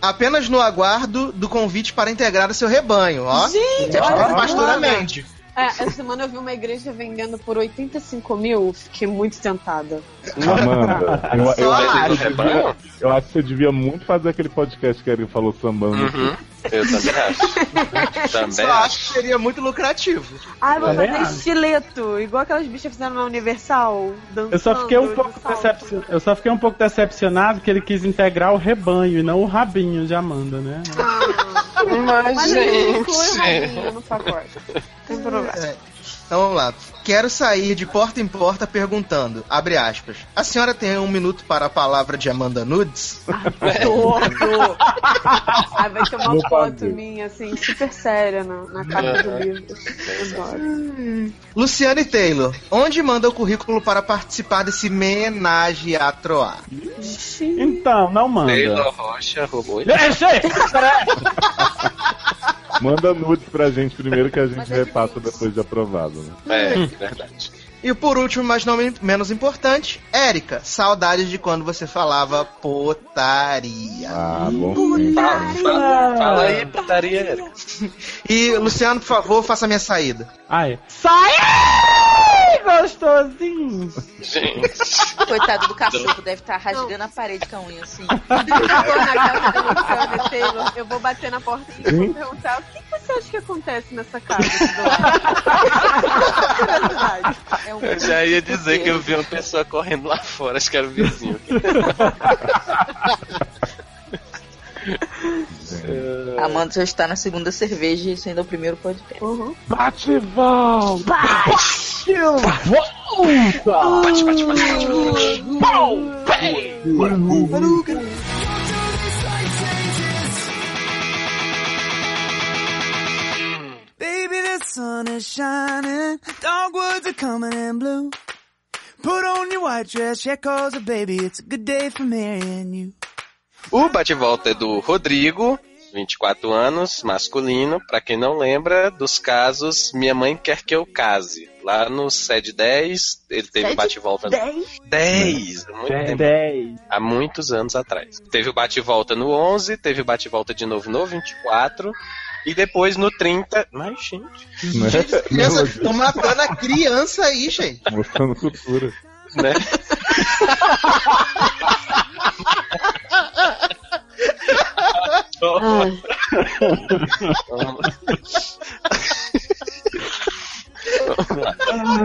Speaker 7: Apenas no aguardo do convite para integrar o seu rebanho, ó.
Speaker 10: Gente,
Speaker 7: Acho que
Speaker 10: olha
Speaker 7: pastoramente.
Speaker 10: É, essa semana eu vi uma igreja vendendo por 85 mil, fiquei muito tentada.
Speaker 2: Amanda, eu, eu,
Speaker 10: Só
Speaker 2: acho que você
Speaker 4: é
Speaker 10: acho.
Speaker 2: devia, eu acho que você devia muito fazer aquele podcast que ele falou sambando.
Speaker 4: Uhum. Eu também acho. Também
Speaker 7: Só
Speaker 4: acho.
Speaker 7: acho que seria muito lucrativo.
Speaker 10: Ai, vou
Speaker 5: Também
Speaker 10: fazer
Speaker 5: acho.
Speaker 10: estileto, igual aquelas bichas fizeram na Universal, dançando.
Speaker 5: Eu só, fiquei um
Speaker 10: de
Speaker 5: pouco
Speaker 10: salto.
Speaker 5: decepcio- eu só fiquei um pouco decepcionado que ele quis integrar o rebanho e não o rabinho de Amanda, né?
Speaker 10: Mas,
Speaker 9: Mas,
Speaker 10: ele inclui
Speaker 9: gente.
Speaker 10: o rabinho no pacote. Tem problema.
Speaker 7: É. Então vamos lá. Quero sair de porta em porta perguntando, abre aspas, a senhora tem um minuto para a palavra de Amanda Nudes?
Speaker 10: Todo. Aí Ah, vai ter uma
Speaker 7: Vou
Speaker 10: foto
Speaker 7: fazer.
Speaker 10: minha, assim, super séria na, na capa do livro. Adoro.
Speaker 7: Luciane Taylor, onde manda o currículo para participar desse homenagem a Troar?
Speaker 5: Então, não
Speaker 4: Taylor
Speaker 5: manda. É,
Speaker 4: Rocha roubou ele.
Speaker 6: Uhum.
Speaker 2: Manda nudes pra gente primeiro que a gente
Speaker 6: é
Speaker 2: repassa depois de aprovado. Né?
Speaker 4: É, verdade.
Speaker 7: E por último, mas não men- menos importante, Érica, saudades de quando você falava potaria.
Speaker 2: Ah, bom.
Speaker 4: Fala, fala- fala aí, putaria, Érica.
Speaker 7: E Luciano, por favor, faça a minha saída.
Speaker 5: Ah, é. Sai! Gostosinho!
Speaker 4: Gente.
Speaker 16: Coitado do cachorro, deve
Speaker 3: tá
Speaker 16: estar rasgando a parede com a unha assim.
Speaker 10: Sabe, Taylor, eu vou bater na porta e vou perguntar o que que você acha que acontece nessa casa.
Speaker 3: É
Speaker 4: Eu
Speaker 3: um-
Speaker 4: já ia dizer que eu vi uma pessoa correndo lá fora, acho que era o vizinho.
Speaker 16: Amanda já está na segunda cerveja e
Speaker 3: é
Speaker 16: sendo o primeiro podcast.
Speaker 5: Bate vão! Bate! Volta!
Speaker 4: Bate, bate, bate, bate, bate.
Speaker 5: Pau! Pé!
Speaker 19: Baby, the sun is shining, dogwoods are coming in blue. Put on your white dress, yeah, cause a baby, it's a good day for me and you.
Speaker 4: O bate-volta é do Rodrigo, 24 anos, masculino. Pra quem não lembra dos casos, minha mãe quer que eu case. Lá no SED 10, ele teve o bate-volta.
Speaker 9: 10?
Speaker 4: 10, há muito tempo.
Speaker 5: 10.
Speaker 4: Há muitos anos atrás. Teve o bate-volta no 11, teve o bate-volta de novo no 24. E depois no 30. Mas, gente.
Speaker 2: Né?
Speaker 4: é
Speaker 7: Criança,
Speaker 2: Nudes,
Speaker 7: estão matando a criança aí, gente.
Speaker 2: Mostrando cultura.
Speaker 4: Né?
Speaker 10: Ah,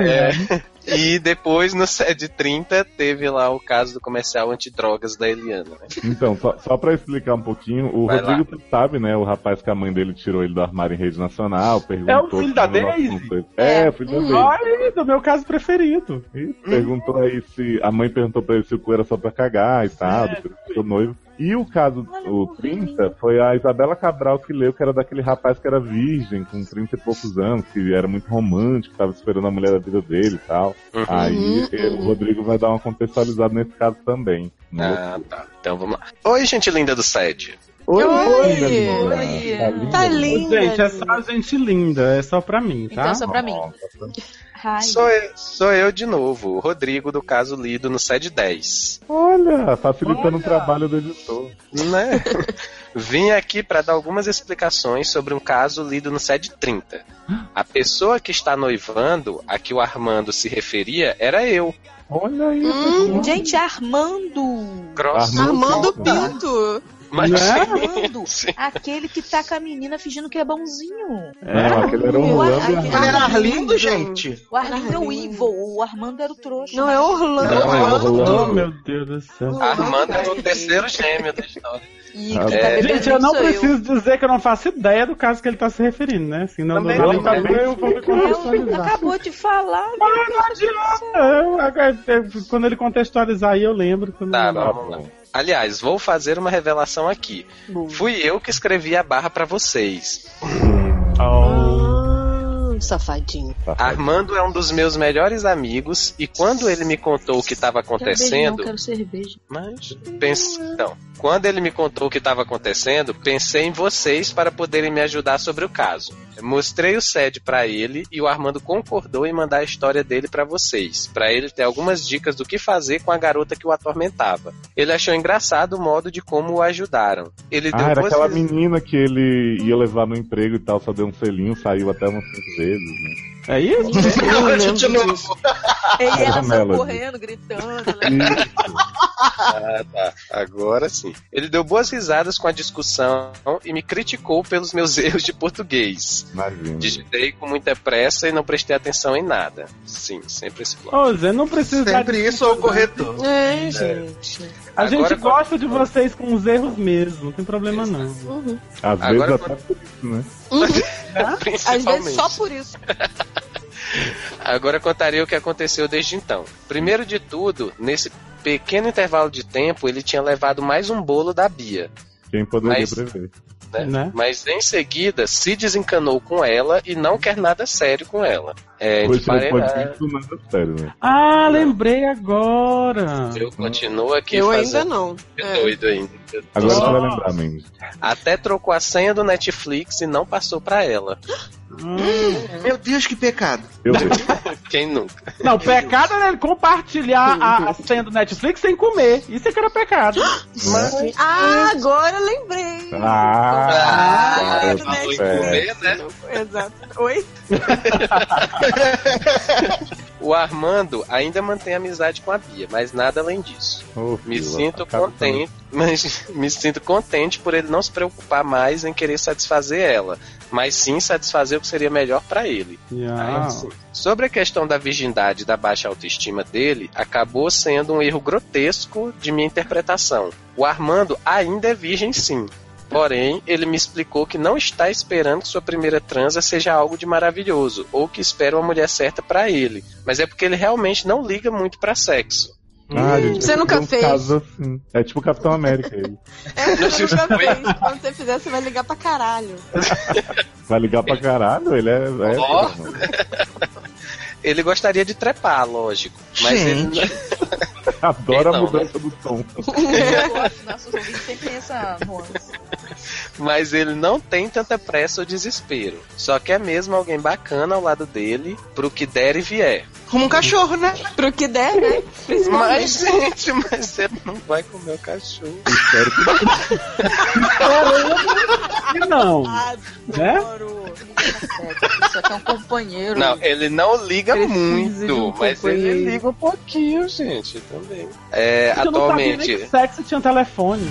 Speaker 4: É, e depois, no SED 30, teve lá o caso do comercial antidrogas da Eliana. Né?
Speaker 2: Então, só, só pra explicar um pouquinho, o
Speaker 4: Vai lá.
Speaker 2: Rodrigo tu sabe, né? O rapaz que a mãe dele tirou ele do armário em rede nacional, perguntou.
Speaker 4: É
Speaker 5: filho da
Speaker 2: como nós
Speaker 5: Daisy?
Speaker 2: somos- É, o filho da
Speaker 4: Uhum.
Speaker 2: Daisy.
Speaker 5: Olha aí, do meu caso preferido.
Speaker 2: Perguntou aí se. A mãe perguntou pra ele se o cu era só pra cagar e tal,
Speaker 4: É.
Speaker 2: depois ele ficou noivo. E o caso, o 30, foi a Isabela Cabral que leu que era daquele rapaz que era virgem, com 30 e poucos anos, que era muito romântico, tava esperando a mulher da vida dele e tal.
Speaker 4: Uhum.
Speaker 2: Aí
Speaker 4: Uhum.
Speaker 2: eh, o Rodrigo vai dar uma contextualizada nesse caso também. né?
Speaker 4: Ah, tá. Então vamos lá. Oi, gente linda do SED.
Speaker 2: Oi,
Speaker 4: Oi,
Speaker 2: linda, linda.
Speaker 5: Tá
Speaker 4: linda,
Speaker 5: Gente, é só gente linda, é só pra mim, tá?
Speaker 4: Então é só pra mim. Sou eu, sou eu de novo, o Rodrigo do caso lido no SED 10.
Speaker 2: Olha, facilitando o trabalho do editor.
Speaker 4: Né? Vim aqui para dar algumas explicações sobre um caso lido no SED 30. A pessoa que está noivando, a que o Armando se referia, era eu.
Speaker 2: Olha aí.
Speaker 16: gente, Armando!
Speaker 4: um. Grosso.
Speaker 2: né?
Speaker 16: Armando
Speaker 4: Pinto.
Speaker 5: Né?
Speaker 4: Mas
Speaker 16: Orlando, aquele que tá com a menina fingindo que é bonzinho.
Speaker 2: É, não, aquele era um
Speaker 16: O Ar-
Speaker 2: Orlando. e
Speaker 16: aquele-
Speaker 2: Arlindo.
Speaker 7: Arlindo, gente.
Speaker 16: O Arlindo é o evil, o Armando era o trouxa.
Speaker 10: Não, é Orlando.
Speaker 2: Não, é
Speaker 5: Oh,
Speaker 2: Orlando.
Speaker 5: meu Deus do céu.
Speaker 4: Armando é o terceiro gêmeo da história.
Speaker 5: Ah,
Speaker 4: É,
Speaker 5: Gente, eu não
Speaker 16: tá sou eu.
Speaker 5: preciso dizer que eu não faço ideia do caso que ele tá se referindo, né? Assim, não,
Speaker 4: Também
Speaker 5: não,
Speaker 4: não,
Speaker 5: não, também
Speaker 4: também
Speaker 5: eu vou me
Speaker 10: É um
Speaker 16: Eu,
Speaker 5: contextualizar.
Speaker 16: acabou de falar.
Speaker 5: Ah, não adianta. Eu- agora, eu- Quando ele contextualizar aí, eu lembro. Quando
Speaker 4: Tá, vamos lá. Aliás, vou fazer uma revelação aqui. Fui eu que escrevi a barra pra vocês.
Speaker 16: Hum, safadinho.
Speaker 2: Tá
Speaker 4: Armando é um dos meus melhores amigos e quando ele me contou o que estava acontecendo,
Speaker 16: Quero cerveja.
Speaker 4: Mas. pense... então, quando ele me contou o que estava acontecendo, pensei em vocês para poderem me ajudar sobre o caso. Mostrei o SED para ele e o Armando concordou em mandar a história dele para vocês, para ele ter algumas dicas do que fazer com a garota que o atormentava. Ele achou engraçado o modo de como o ajudaram. Ele deu
Speaker 2: Ah, era
Speaker 4: duas
Speaker 2: aquela
Speaker 4: res-
Speaker 2: menina que ele ia levar no emprego e tal, só deu um selinho, saiu até umas cinco vezes, né?
Speaker 5: É isso?
Speaker 7: de novo.
Speaker 16: E
Speaker 4: é
Speaker 16: ela saiu
Speaker 2: Melody.
Speaker 16: correndo, gritando. né?
Speaker 4: Ah, tá. Agora sim. Ele deu boas risadas com a discussão e me criticou pelos meus erros de português.
Speaker 2: Imagina.
Speaker 4: Digitei com muita pressa e não prestei atenção em nada. Sim, sempre esse plano.
Speaker 5: Ô, Zé, não precisa. dar
Speaker 7: Sempre isso é o corretor.
Speaker 10: É,
Speaker 4: gente.
Speaker 5: A gente
Speaker 4: Agora-
Speaker 5: gosta de vocês com os erros mesmo, não tem problema não.
Speaker 10: Uhum.
Speaker 2: Às
Speaker 4: Agora
Speaker 2: vezes
Speaker 4: quando-
Speaker 2: até por isso, né?
Speaker 16: Às vezes
Speaker 4: Principalmente.
Speaker 16: só por isso.
Speaker 4: Agora contarei o que aconteceu desde então. Primeiro de tudo, nesse pequeno intervalo de tempo, ele tinha levado mais um bolo da Bia.
Speaker 2: Quem poderia
Speaker 4: Mas-
Speaker 2: prever.
Speaker 4: né?
Speaker 5: Né?
Speaker 4: Mas em seguida se desencanou com ela e não quer nada sério com ela. É,
Speaker 2: Pois
Speaker 4: parei-
Speaker 2: não pode ser isso nada sério, né?
Speaker 5: Ah, lembrei agora.
Speaker 4: eu continuo aqui
Speaker 10: Eu ainda
Speaker 4: fazendo
Speaker 10: não. É.
Speaker 4: doido ainda.
Speaker 2: Agora você vai lembrar, Mendes.
Speaker 4: Até trocou a senha do Netflix e não passou pra ela.
Speaker 5: Ah.
Speaker 7: Meu Deus, que pecado.
Speaker 2: Eu vejo.
Speaker 4: Quem nunca?
Speaker 5: Não, pecado era ele compartilhar a, a senha do Netflix sem comer. Isso é que era pecado.
Speaker 2: Né?
Speaker 10: Ah, agora eu lembrei.
Speaker 2: Ah,
Speaker 10: Ah,
Speaker 2: garoto,
Speaker 10: do Netflix.
Speaker 2: sério.
Speaker 4: né?
Speaker 10: é. Exato. Oi?
Speaker 4: O Armando ainda mantém amizade com a Bia, mas nada além disso.
Speaker 2: Ô,
Speaker 4: Me
Speaker 2: fila,
Speaker 4: sinto
Speaker 2: acaba
Speaker 4: contente, mas me sinto contente por ele não se preocupar mais em querer satisfazer ela, mas sim satisfazer o que seria melhor pra ele.
Speaker 2: Ah.
Speaker 5: Yeah.
Speaker 4: Aí, sim. Sobre a questão da virgindade e da baixa autoestima dele, acabou sendo um erro grotesco de minha interpretação. O Armando ainda é virgem sim. Porém, ele me explicou que não está esperando que sua primeira transa seja algo de maravilhoso, ou que espera uma mulher certa pra ele. Mas é porque ele realmente não liga muito pra sexo.
Speaker 2: Ah, gente,
Speaker 10: Você
Speaker 2: eu
Speaker 10: nunca
Speaker 2: tenho
Speaker 10: fez.
Speaker 2: caso assim. É tipo o Capitão América ele.
Speaker 10: É, você nunca fez. Quando você fizer, você vai ligar pra caralho.
Speaker 2: Vai ligar pra caralho, ele é. é
Speaker 4: Ó. Ele gostaria de trepar, lógico. Mas ele,
Speaker 2: Adora
Speaker 4: Quem não,
Speaker 2: a mudança do tom.
Speaker 16: Eu gosto, nossos ouvintes sempre tem essa nuance.
Speaker 4: mas ele não tem tanta pressa ou desespero. Só quer mesmo alguém bacana ao lado dele pro que der e vier.
Speaker 7: Como um cachorro, né?
Speaker 10: Pro que der, né? Principalmente.
Speaker 4: Mas, gente, mas você não vai comer o cachorro.
Speaker 2: Espero que
Speaker 5: E não.
Speaker 10: Ah,
Speaker 5: Né?
Speaker 10: Adoro.
Speaker 16: Isso aqui é um companheiro.
Speaker 4: Não, ele não liga
Speaker 10: Precisa de um
Speaker 4: muito, mas ele
Speaker 10: companheiro.
Speaker 4: liga um pouquinho, gente, também. É,
Speaker 5: Eu não sabia nem que
Speaker 4: atualmente.
Speaker 5: sexo tinha telefone.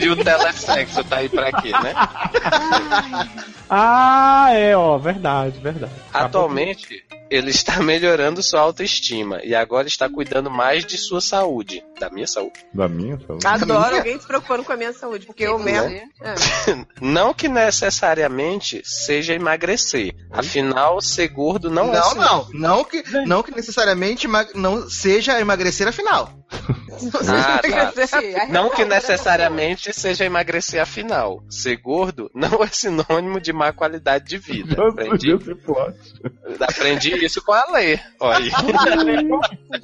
Speaker 4: E o telesexo tá aí pra quê, né?
Speaker 5: Ah, é, ó, verdade, verdade. Acabou
Speaker 4: Atualmente, ele está melhorando sua autoestima e agora está cuidando mais de sua saúde. Da minha saúde.
Speaker 2: Da minha, sabe?
Speaker 10: Adoro alguém se preocupando com a minha saúde, porque eu mesmo.
Speaker 4: Né?
Speaker 10: É.
Speaker 4: Não que necessariamente seja emagrecer. Afinal, ser gordo não, é.
Speaker 7: Não,
Speaker 4: sinônimo.
Speaker 7: não. Não que, não que necessariamente ma- não seja emagrecer afinal.
Speaker 4: Ah, tá.
Speaker 16: Sim,
Speaker 10: É
Speaker 16: a
Speaker 4: Não que
Speaker 10: né?
Speaker 16: real-
Speaker 4: necessariamente seja emagrecer afinal. Ser gordo não é sinônimo de má qualidade de vida.
Speaker 2: Nossa,
Speaker 4: Aprendi,
Speaker 2: Deus, esse plot.
Speaker 4: aprendi isso com a Lê. Olha aí.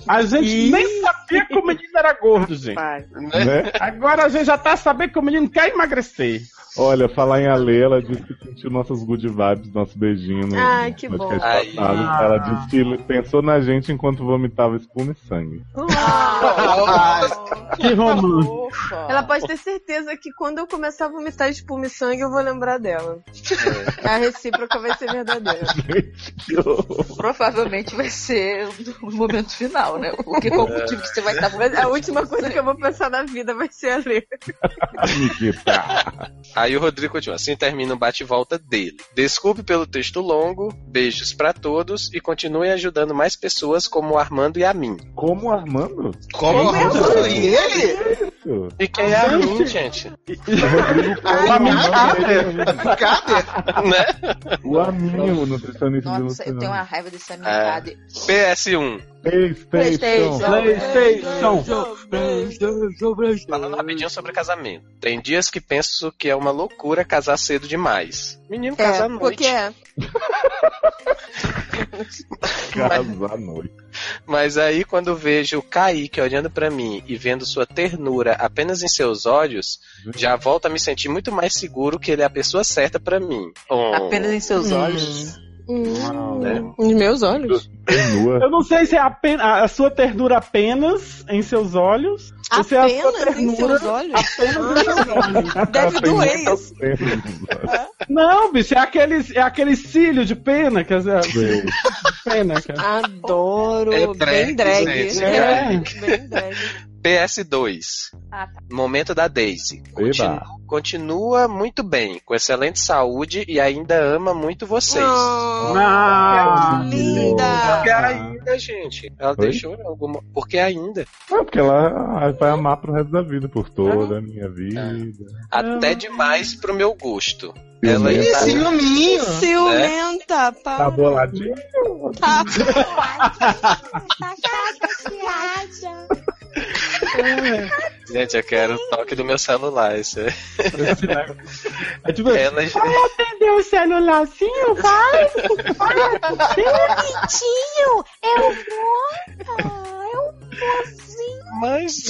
Speaker 5: A gente nem sabia que o menino era gordo, gente.
Speaker 2: Né?
Speaker 5: Agora a gente já tá sabendo que o menino quer emagrecer.
Speaker 2: Olha, falar em Ale, ela disse que sentiu nossas good vibes, nosso beijinho no
Speaker 10: Ai, que
Speaker 2: podcast
Speaker 10: bom.
Speaker 4: Ai.
Speaker 2: passado. Ela disse que pensou na gente enquanto vomitava espuma e sangue.
Speaker 10: Ah,
Speaker 5: Que romântico.
Speaker 10: Ela pode ter certeza que quando eu começar a vomitar espume sangue, eu vou lembrar dela.
Speaker 4: É.
Speaker 10: A recíproca vai ser verdadeira.
Speaker 16: Provavelmente vai ser o momento final, né? Porque qual o motivo que você vai estar
Speaker 10: Mas A última coisa que eu vou pensar na vida vai ser a ler.
Speaker 4: Aí o Rodrigo continua. Assim termina o bate-volta dele. Desculpe pelo texto longo, beijos pra todos e continue ajudando mais pessoas como o Armando e a mim.
Speaker 2: Como o Armando?
Speaker 4: Como o Armando
Speaker 7: assim,
Speaker 4: e ele?
Speaker 2: Isso.
Speaker 4: E quem é a mim, gente?
Speaker 2: O Aminho,
Speaker 7: Tá
Speaker 4: Né?
Speaker 2: o Aminho, o nutricionista de
Speaker 16: Nossa, eu tenho uma
Speaker 2: Luciano.
Speaker 16: raiva desse
Speaker 4: É.
Speaker 16: amizade.
Speaker 4: PS1.
Speaker 2: PlayStation.
Speaker 5: né? Então.
Speaker 4: Falando rapidinho sobre casamento. Tem dias que penso que é uma loucura casar cedo demais. Menino, casar à noite.
Speaker 10: Porque é.
Speaker 2: Casa à noite.
Speaker 4: Mas aí quando vejo o Kaique olhando pra mim e vendo sua ternura apenas em seus olhos, já volto a me sentir muito mais seguro que ele é a pessoa certa pra mim. Oh.
Speaker 16: Apenas em seus
Speaker 4: Hum.
Speaker 16: olhos.
Speaker 4: Né?
Speaker 10: Hum, Nos meus olhos.
Speaker 5: Eu não sei se é apenas, a sua ternura apenas em seus olhos. ou se é a sua
Speaker 10: Apenas em
Speaker 5: ternura
Speaker 10: seus olhos?
Speaker 5: apenas em seus olhos.
Speaker 10: Deve doer isso.
Speaker 5: Não, bicho, é aquele, é aquele cílio de pena. Quer dizer,
Speaker 4: Hum.
Speaker 5: de pena, cara.
Speaker 10: Adoro.
Speaker 4: É
Speaker 10: bem
Speaker 4: drag,
Speaker 10: drag.
Speaker 4: gente,
Speaker 10: É.
Speaker 4: drag.
Speaker 10: Bem drag.
Speaker 4: PS2.
Speaker 16: Ah, tá.
Speaker 4: Momento da Daisy. Continu- Continua muito bem, com excelente saúde e ainda ama muito vocês.
Speaker 5: Ah,
Speaker 4: Porque ainda, gente. Ela
Speaker 2: Oi?
Speaker 4: deixou alguma. Porque ainda.
Speaker 2: Não, É, porque ela vai amar pro resto da vida, por toda a minha vida.
Speaker 4: Até demais pro meu gosto.
Speaker 2: Ih,
Speaker 4: Ela é
Speaker 2: Ih,
Speaker 4: ainda-
Speaker 7: ciúminho.
Speaker 4: né?
Speaker 10: Ciumenta, pá.
Speaker 2: Tá boladinho?
Speaker 10: Tá.
Speaker 4: Gente, eu quero o toque do meu celular. Isso é.
Speaker 5: É tipo,
Speaker 4: ela...
Speaker 5: Vai atender o celularzinho, vai!
Speaker 9: Bonitinho! Eu
Speaker 4: Mas.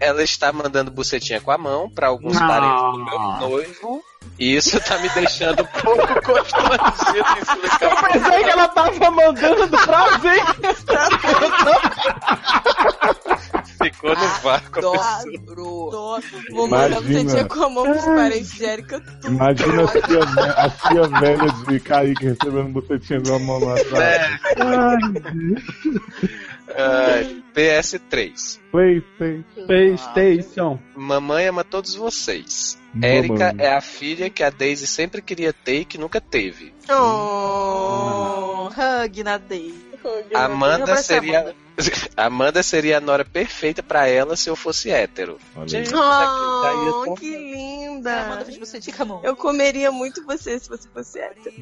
Speaker 4: ela está mandando bucetinha com a mão pra alguns
Speaker 5: Não.
Speaker 4: parentes do meu noivo. E isso tá me deixando um pouco constrangido em explicar.
Speaker 5: Eu pensei que ela tava mandando pra ver.
Speaker 4: Ficou no vácuo. a pessoa.
Speaker 10: Adoro. Vou mandar você
Speaker 2: Imagina.
Speaker 10: dia com a mão pros parentes de Erika.
Speaker 2: Imagina a tia, ve- a tia velha de Kaique recebendo bucetinha de uma mão
Speaker 4: É.
Speaker 2: lá atrás.
Speaker 4: Ai, PS3.
Speaker 2: PlayStation.
Speaker 5: PlayStation.
Speaker 4: Mamãe ama todos vocês.
Speaker 2: Mamãe.
Speaker 4: Érica é a filha que a Daisy sempre queria ter e que nunca teve.
Speaker 10: Oh, hug na day.
Speaker 4: Amanda seria. Amanda seria a nora perfeita pra ela se eu fosse hétero. Gente, já ia
Speaker 10: Oh,
Speaker 4: tão-
Speaker 10: que linda. Eu comeria muito você se você fosse hétero.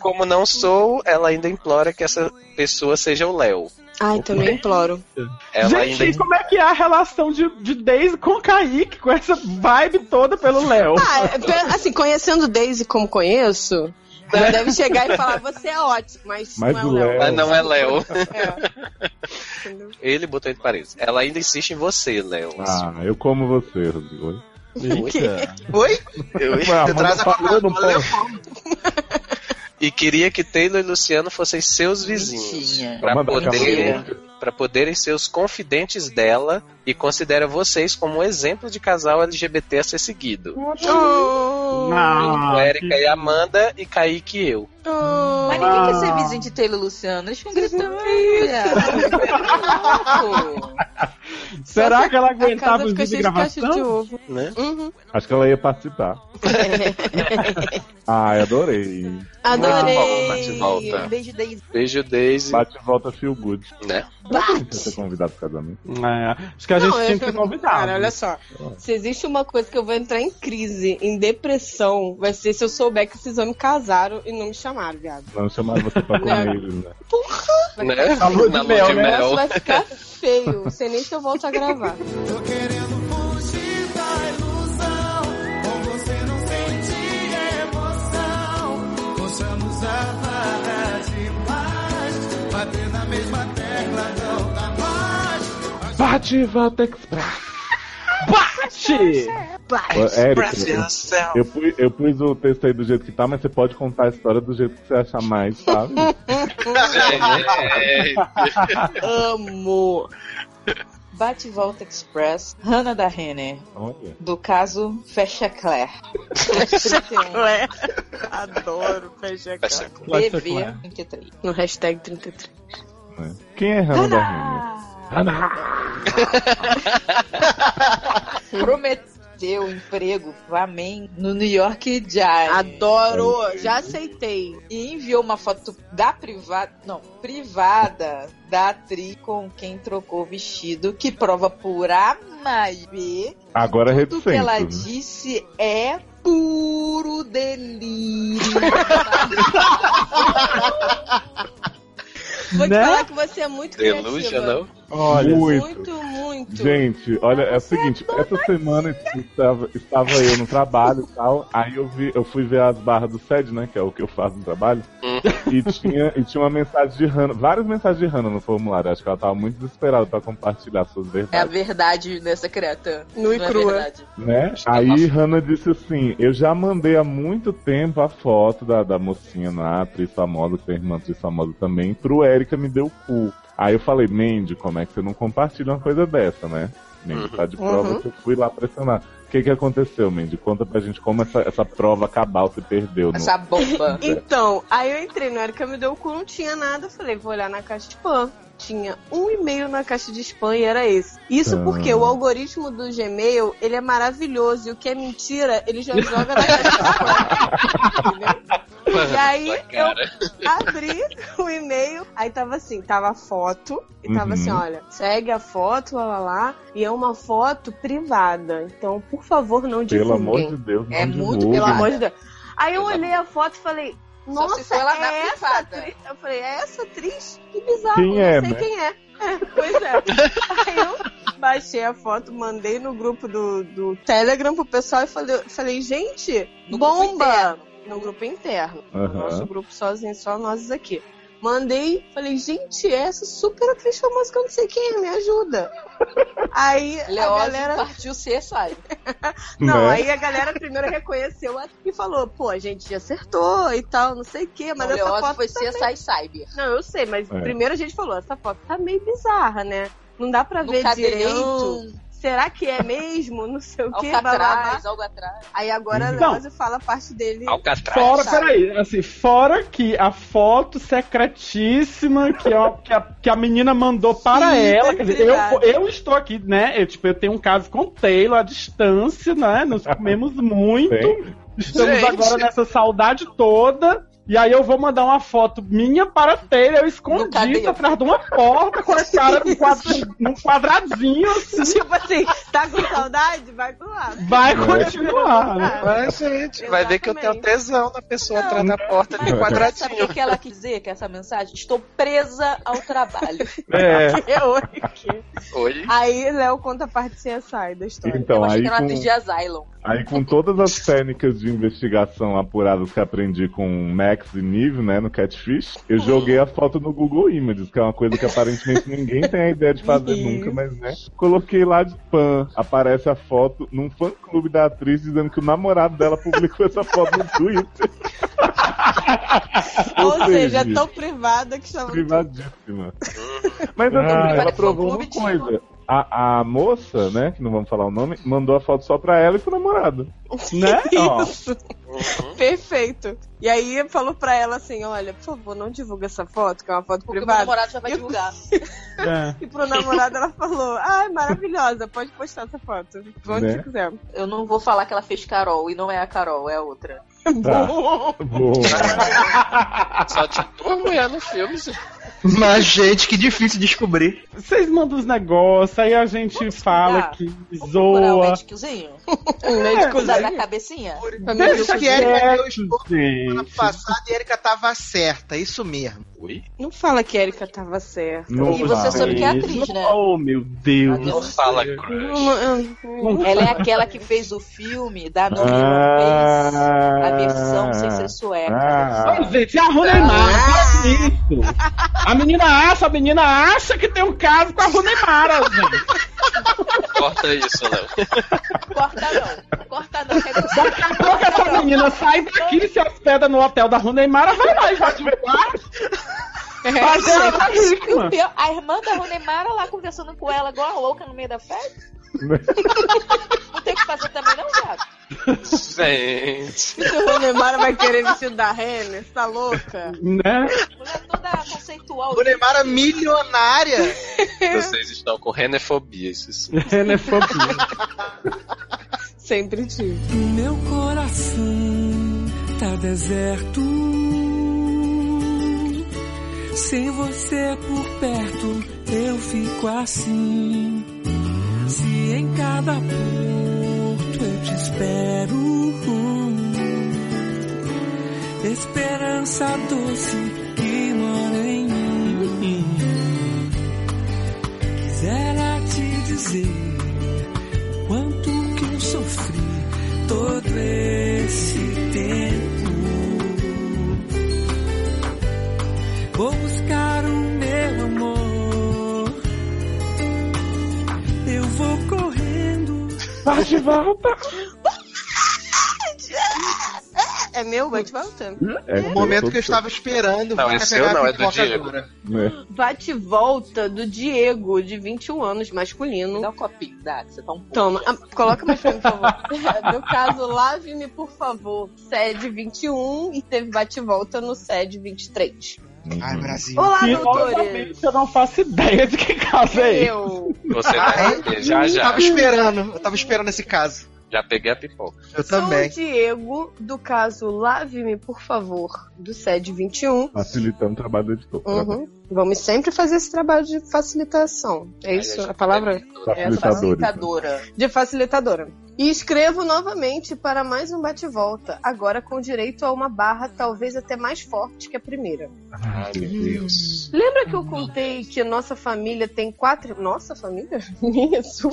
Speaker 4: Como não sou, ela ainda implora que essa pessoa seja o Léo.
Speaker 10: Ai, também imploro.
Speaker 4: Ela
Speaker 5: Gente,
Speaker 4: ainda.
Speaker 5: como é que é a relação de, de Daisy com Kaique, com essa vibe toda pelo Léo?
Speaker 10: Ah, pe- assim, conhecendo Daisy como conheço, ela deve chegar e falar, você é ótimo, mas,
Speaker 4: Mas o
Speaker 10: não é o Léo.
Speaker 4: Léo. Mas não é Léo.
Speaker 10: É. Entendeu?
Speaker 4: Ele botou entre parênteses. Ela ainda insiste em você, Léo.
Speaker 2: Ah, eu como você, Rodrigo. Oi?
Speaker 7: Oi?
Speaker 4: Eu-
Speaker 2: Ué, a Amanda
Speaker 4: Traz a
Speaker 2: falou, não
Speaker 4: Coca-Cola,
Speaker 2: pode.
Speaker 4: E queria que Taylor e Luciano fossem seus vizinhos. Pra
Speaker 2: Amanda,
Speaker 4: poder,
Speaker 2: calma
Speaker 4: pra poderem ser os confidentes dela e considera vocês como um exemplo de casal LGBT a ser seguido.
Speaker 10: Oh,
Speaker 5: Ah,
Speaker 4: Junto Érica e Amanda e Kaique e eu.
Speaker 16: Mas ninguém quer ser vizinho de Taylor e Luciano. Eles ficam gritando. né?
Speaker 5: Será que ela
Speaker 10: A casa
Speaker 5: aguentava os
Speaker 10: fica
Speaker 5: dias de
Speaker 10: cheia de caixa de
Speaker 5: gravação?
Speaker 10: ovo.
Speaker 4: Né?
Speaker 10: Uhum.
Speaker 2: Acho que ela ia participar. Ai, adorei.
Speaker 10: Adorei.
Speaker 4: Volta.
Speaker 16: Beijo, Daisy.
Speaker 4: Beijo, Daisy.
Speaker 2: Bate e volta, feel good.
Speaker 4: Né?
Speaker 2: Bate. Você convidado pro casamento?
Speaker 5: É, acho que a
Speaker 10: Não,
Speaker 5: gente tinha
Speaker 10: eu-
Speaker 5: que convidar. né?
Speaker 10: Cara, olha só. Se existe uma coisa que eu vou entrar em crise, em depressão, vai ser se eu souber que esses homens casaram e não me chamaram, viado.
Speaker 2: Não chamaram você pra comer
Speaker 10: Não.
Speaker 2: eles, né?
Speaker 10: Porra!
Speaker 4: Né?
Speaker 10: Vai ficar
Speaker 4: Na lua
Speaker 10: feio.
Speaker 4: de mel,
Speaker 10: É, O
Speaker 4: né?
Speaker 10: negócio vai ficar feio. Sei nem se eu volto a gravar.
Speaker 13: Com você não senti emoção. Possamos a barra de paz. Bater na mesma tecla não dá mais.
Speaker 5: Bate e volta express. Bate! Ixi!
Speaker 2: eu, pus, eu pus o texto aí do jeito que tá, mas você pode contar a história do jeito que você achar mais, sabe?
Speaker 4: É,
Speaker 3: Amo. Bate e Volta Express, Hannah da Renner.
Speaker 2: Olha.
Speaker 3: Do caso Fecha Claire.
Speaker 10: Claire. Adoro fecha
Speaker 4: Fecha
Speaker 2: Claire.
Speaker 3: BV 33.
Speaker 10: No hashtag 33.
Speaker 2: Quem é Hannah da Renner?
Speaker 3: Prometeu emprego pra mim no New York Giants. Adoro!
Speaker 10: É.
Speaker 3: Já aceitei. E enviou uma foto da privada. Não, privada da atriz com quem trocou o vestido, que prova por A mais B.
Speaker 2: Agora é
Speaker 3: Tudo que ela
Speaker 2: reticente.
Speaker 3: disse é puro delírio.
Speaker 10: Vou
Speaker 2: Né?
Speaker 10: te falar que você é muito
Speaker 4: Delusional.
Speaker 10: criativa.
Speaker 2: Olha,
Speaker 10: Muito, muito.
Speaker 2: Gente, olha, é o seguinte, essa semana estava, estava eu no trabalho e tal, aí eu vi, eu fui ver as barras do SED, né? Que é o que eu faço no trabalho. E tinha, e tinha uma mensagem de Hannah, várias mensagens de Hannah no formulário. Acho que ela tava muito desesperada pra compartilhar suas
Speaker 3: É a
Speaker 2: verdades.
Speaker 3: verdade dessa criatura.
Speaker 10: Nu e
Speaker 3: Não é
Speaker 10: crua.
Speaker 3: verdade.
Speaker 2: Né? Aí Hannah disse assim: Eu já mandei há muito tempo a foto da, da mocinha na atriz famosa, que tem irmã atriz famosa também, pro Erika me deu cu. Aí eu falei: Mandy, como é que você não compartilha uma coisa dessa, né? Mandy, tá de prova
Speaker 18: Uhum.
Speaker 2: que eu fui lá pressionar. O que que aconteceu, Mandy? Conta pra gente como essa, essa prova cabal se perdeu. no-
Speaker 10: então, aí eu entrei no Erika Me Deu Cu, não tinha nada. eu Falei, vou olhar na caixa de spam. Tinha um e-mail na caixa de spam e era esse. Isso
Speaker 2: Ah.
Speaker 10: porque o algoritmo do Gmail, ele é maravilhoso. E o que é mentira, ele já joga na caixa de spam. entendeu? e aí eu abri o e-mail, aí tava assim, tava a foto. E tava
Speaker 18: Uhum.
Speaker 10: assim, olha, segue a foto, lá, lá, lá. E é uma foto privada. Então, por favor, não divulguem.
Speaker 2: Pelo amor de Deus, não
Speaker 10: É muito,
Speaker 2: divulguem.
Speaker 10: pelo amor de Deus. Aí eu olhei a foto e falei,
Speaker 3: Só se
Speaker 10: nossa,
Speaker 3: for lá na
Speaker 10: é essa
Speaker 3: privada.
Speaker 10: atriz? Eu falei, é essa atriz? Que bizarro,
Speaker 2: Quem
Speaker 10: não
Speaker 2: é,
Speaker 10: sei
Speaker 2: né?
Speaker 10: quem é. É, Pois é. Aí eu baixei a foto, mandei no grupo do, do Telegram pro pessoal e falei, falei gente, bomba! no grupo interno. No
Speaker 18: Aham.
Speaker 2: Né?
Speaker 10: nosso grupo sozinho, só nós aqui. Mandei, falei, gente, essa super atriz famosa que eu não sei quem é, me ajuda. Aí a
Speaker 3: Leose
Speaker 10: galera...
Speaker 3: partiu ser, sabe?
Speaker 10: Não,
Speaker 18: Né?
Speaker 10: aí a galera primeiro reconheceu a- e falou, pô, a gente acertou e tal, não sei o quê, mas
Speaker 3: Não,
Speaker 10: essa
Speaker 3: Leose
Speaker 10: foto
Speaker 3: foi
Speaker 10: também...
Speaker 3: CSI Cyber.
Speaker 10: Não, eu sei, mas
Speaker 3: É.
Speaker 10: primeiro a gente falou, essa foto tá meio bizarra, né? Não dá pra
Speaker 3: No
Speaker 10: ver
Speaker 3: cabelão.
Speaker 10: direito. Será que é mesmo? Não sei o quê, blá, blá, blá.
Speaker 3: Algo atrás.
Speaker 10: Aí agora a
Speaker 5: Então-
Speaker 10: Leose fala a parte dele.
Speaker 5: Fora,
Speaker 10: sabe?
Speaker 5: peraí, assim, fora que a foto secretíssima que, a- que a, que a menina mandou para
Speaker 18: Sim,
Speaker 5: ela, quer dizer, eu,
Speaker 18: verdade.
Speaker 5: eu estou aqui, né, eu, tipo, eu tenho um caso com o Taylor à distância, né, nos comemos muito, estamos
Speaker 18: Gente.
Speaker 5: agora nessa saudade toda, e aí eu vou mandar uma foto minha para Taylor, eu escondida atrás de uma porta, com a cara num, quadra- num quadradinho, assim.
Speaker 10: Tipo assim, tá com saudade? Vai pro lado.
Speaker 5: Vai continuar, né?
Speaker 4: Vai, gente, vai ver que eu tenho tesão na pessoa atrás da porta
Speaker 3: Sabe
Speaker 4: de
Speaker 3: o que
Speaker 4: quadradinho.
Speaker 3: que ela quis dizer com essa mensagem? Estou presa ao trabalho.
Speaker 2: É.
Speaker 10: Que é hoje.
Speaker 4: Oi?
Speaker 10: Aí Léo conta a parte CSI da história.
Speaker 2: Então, Eu achei aí que era uma com- atriz de
Speaker 3: Asylum.
Speaker 2: Aí com todas as técnicas de investigação apuradas que aprendi com Max e Nive, né, no Catfish, eu joguei a foto no Google Images, que é uma coisa que aparentemente ninguém tem a ideia de fazer nunca, mas né. Coloquei lá de pan, aparece a foto num fã clube da atriz dizendo que o namorado dela publicou essa foto no Twitter.
Speaker 10: Ou seja, é
Speaker 2: seja,
Speaker 10: tão privada que chama.
Speaker 2: Privadíssima. Mas assim,
Speaker 10: Ah,
Speaker 2: ela
Speaker 10: parece
Speaker 2: provou
Speaker 10: um
Speaker 2: uma
Speaker 10: clube de-
Speaker 2: coisa. A, a moça, né, que não vamos falar o nome, mandou a foto só pra ela e pro namorado. Né? Ó.
Speaker 10: Perfeito. E aí falou pra ela assim: olha, por favor, não divulga essa foto, que é uma foto
Speaker 3: Porque o meu
Speaker 10: privada.
Speaker 3: namorado já vai divulgar.
Speaker 10: E pro namorado ela falou: ai, maravilhosa, pode postar essa foto. Onde
Speaker 2: Né?
Speaker 10: você quiser.
Speaker 3: Eu não vou falar que ela fez Carol, e não é a Carol, é a outra.
Speaker 2: Tá.
Speaker 4: Só tinha duas mulheres no filme, gente.
Speaker 7: Mas, gente, que difícil descobrir.
Speaker 5: Vocês mandam os negócios, aí a gente fala
Speaker 3: cuidar.
Speaker 5: que
Speaker 3: Procurar o
Speaker 5: zoa.
Speaker 3: médicozinho.
Speaker 7: Um
Speaker 3: médicozinho.
Speaker 10: É,
Speaker 7: médicozinho.
Speaker 10: né?
Speaker 3: Da cabecinha.
Speaker 7: Deixa que Erika deu esporro
Speaker 5: Gente.
Speaker 7: ano passado e Erika tava certa, isso mesmo.
Speaker 4: Ui?
Speaker 10: Não fala que a Erika tava certa.
Speaker 5: Não vai.
Speaker 3: é
Speaker 18: é né?
Speaker 5: Oh, meu Deus.
Speaker 4: Não fala crush.
Speaker 5: um-
Speaker 3: Ela é aquela que fez o filme da Nomi
Speaker 5: Ah,
Speaker 3: a versão sem ser sueca.
Speaker 5: Ah, gente, a Runeimar, ah. isso. A menina acha, a menina acha que tem um caso com a Runeimara, gente.
Speaker 4: Corta isso, Léo.
Speaker 18: Corta não. Corta não. é Quero dizer,
Speaker 5: Daqui a pouco essa menina sai daqui e se hospeda no hotel da Rua Neymar, vai lá e vai de Mas ela tá
Speaker 18: E o
Speaker 5: rica.
Speaker 18: pior, a irmã da Ronemara lá conversando com ela igual a louca no meio da festa. Não tem o que fazer também, não, Gato?
Speaker 4: Gente.
Speaker 10: O Ronemara vai querer vestido da Renner, você tá louca?
Speaker 5: Né?
Speaker 18: Toda conceitual.
Speaker 7: Ronemara é milionária.
Speaker 4: Vocês estão com renefobia, isso sim.
Speaker 2: é
Speaker 10: Sempre tive.
Speaker 11: Meu coração tá deserto. Sem você por perto, eu fico assim. Se em cada porto eu te espero. Esperança doce que mora em mim. Quisera te dizer quanto que eu sofri todo esse tempo. Vou buscar o meu amor. Eu vou correndo.
Speaker 5: Vai de volta.
Speaker 10: É meu, bate volta?
Speaker 2: É,
Speaker 7: o momento
Speaker 2: eu
Speaker 7: que eu estava esperando.
Speaker 4: Não, é
Speaker 7: pra pegar
Speaker 4: seu
Speaker 7: a
Speaker 4: não, é do
Speaker 7: pipoca
Speaker 4: Diego.
Speaker 7: agora.
Speaker 10: Bate e volta do Diego, de 21 anos, masculino. Dá um copinho, dá, você tá um Toma, ah, coloca mais pra mim, por favor. Do caso Lave-me, por favor. Sede 21 e teve bate e volta no Sede 23.
Speaker 7: Ai, Brasil.
Speaker 10: Olá,
Speaker 5: E,
Speaker 10: doutores.
Speaker 5: obviamente, Eu não faço ideia de que caso é esse.
Speaker 10: Eu.
Speaker 4: Você vai
Speaker 7: Ah, é?
Speaker 4: ver, já já.
Speaker 7: Tava esperando, eu tava esperando esse caso.
Speaker 4: Já peguei a pipoca.
Speaker 7: Eu
Speaker 10: Sou o
Speaker 7: também.
Speaker 10: Diego, do caso Lave-me, por favor, do Sede 21.
Speaker 2: Facilitando o trabalho né? do editor.
Speaker 10: Uhum. Vamos sempre fazer esse trabalho de facilitação. É então. isso? A palavra?
Speaker 2: Facilitadores, né?
Speaker 10: De facilitadora. E escrevo novamente para mais um bate-volta, agora com direito a uma barra talvez até mais forte que a primeira.
Speaker 4: Ai, meu Deus.
Speaker 10: Lembra que eu contei que nossa família tem quatro. Nossa família? Minha, sua?